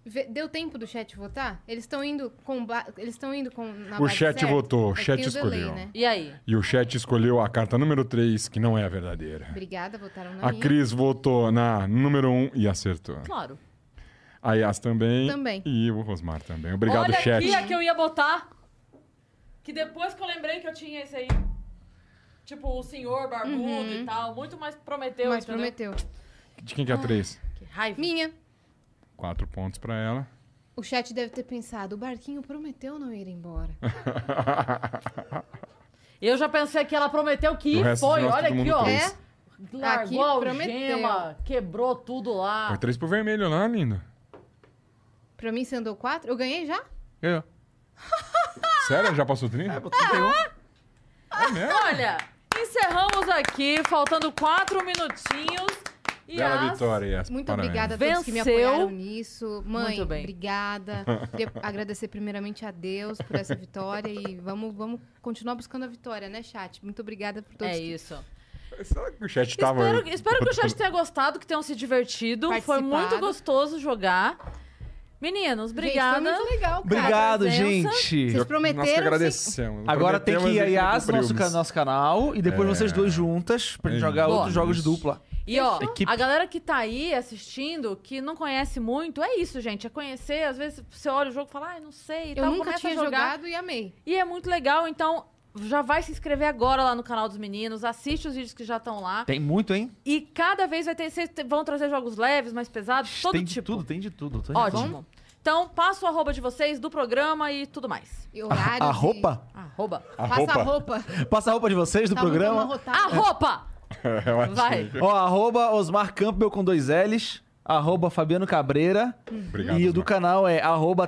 Vê- Deu tempo do chat votar? Eles estão indo com. ba- Eles estão indo com. na O base chat certa? votou, o É que chat tem delay, escolheu. né? E aí? E o chat escolheu a carta número 3, que não é a verdadeira. Obrigada, votaram na A minha. Cris votou na número 1 e acertou. Claro. A Yas também. Também. E o Rosmar também. Obrigado, Olha chat. aqui a que eu ia botar. Que depois que eu lembrei que eu tinha esse aí. Tipo, o senhor barbudo Uhum. e tal. Muito mais prometeu, Mas entendeu? prometeu. De quem que é a três? Que raiva. Minha. Quatro pontos pra ela. O chat deve ter pensado, o barquinho prometeu não ir embora. Eu já pensei que ela prometeu que O resto foi. de nós, Olha todo aqui, mundo ó. três. É? Aqui Largou a prometeu. algema, quebrou tudo lá. Foi três pro vermelho lá, lindo. Pra mim, você andou quatro? Eu ganhei já? Eu. Sério? Já passou 30? Tá É, botou 31. É mesmo? Olha, encerramos aqui, faltando quatro minutinhos. E Bela as... vitória, Yas. Muito Parabéns. obrigada a todos que me Venceu. apoiaram nisso. Mãe, Muito bem. obrigada. Queria agradecer primeiramente a Deus por essa vitória e vamos, vamos continuar buscando a vitória, né, chat? Muito obrigada por todos É que isso. Será que o chat tava... Espero, espero que o chat tenha gostado, que tenham se divertido. Foi Participado. muito gostoso jogar. Meninos, obrigada. Gente, foi muito legal, cara. Obrigado, presença. gente. Vocês Nós prometeram, que sim. agradecemos. Agora tem que Prometemos ir a e Yas, cumprimos. nosso, ca- nosso canal, e depois É. vocês duas juntas pra gente É jogar isso. outros jogos de dupla. E ó, Equipe. a galera que tá aí assistindo, que não conhece muito, é isso, gente. É conhecer, às vezes você olha o jogo e fala, ai, não sei, e Eu tal, nunca Tá, começa tinha a jogar. jogado e amei. E é muito legal, então já vai se inscrever agora lá no canal dos meninos, assiste os vídeos que já estão lá. Tem muito, hein? E cada vez vai ter, vocês te- vão trazer jogos leves, mais pesados, todo tem de tipo. tudo, né? tem de tudo. Tô reclamando. Ótimo. Então, passa o arroba de vocês, do programa e tudo mais. E A, horários. a e- roupa? Arroba. A Passa roupa. a roupa. Passa a roupa de vocês do Tá muito programa. amarrotado. Arroba! Eu acho Vai. que- Ó, arroba Osmar Campbell com dois L's. Arroba Fabiano Cabreira. Obrigado. e o do Osmar. canal é arroba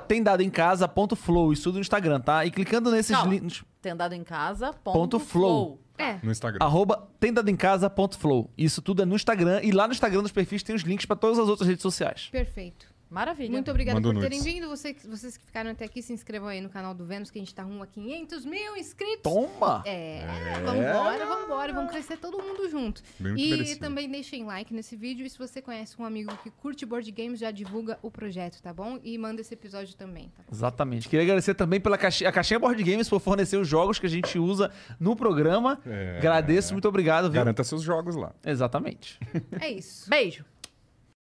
temdadoemcasa.flow. Isso tudo no Instagram, tá? E clicando nesses Calma. links. Tendado em casa. Ponto, Ponto flow. É. No Instagram. Arroba temdadoemcasa.flow. Isso tudo é no Instagram. E lá no Instagram dos perfis tem os links pra todas as outras redes sociais. Perfeito. Maravilha. Muito obrigada Mandou por terem nudes. vindo. Você- vocês que ficaram até aqui, se inscrevam aí no canal do Vênus, que a gente tá rumo a 500 mil inscritos. Toma! É, vambora, vambora, vamos crescer todo mundo junto. Bem muito e merecido. também deixem like nesse vídeo e se você conhece um amigo que curte board games, já divulga o projeto, tá bom? E manda esse episódio também, tá? Exatamente. Queria agradecer também pela caixinha, a caixinha Board Games por fornecer os jogos que a gente usa no programa. É. Agradeço, muito obrigado, viu? Garanta seus jogos lá. Exatamente. É isso. Beijo.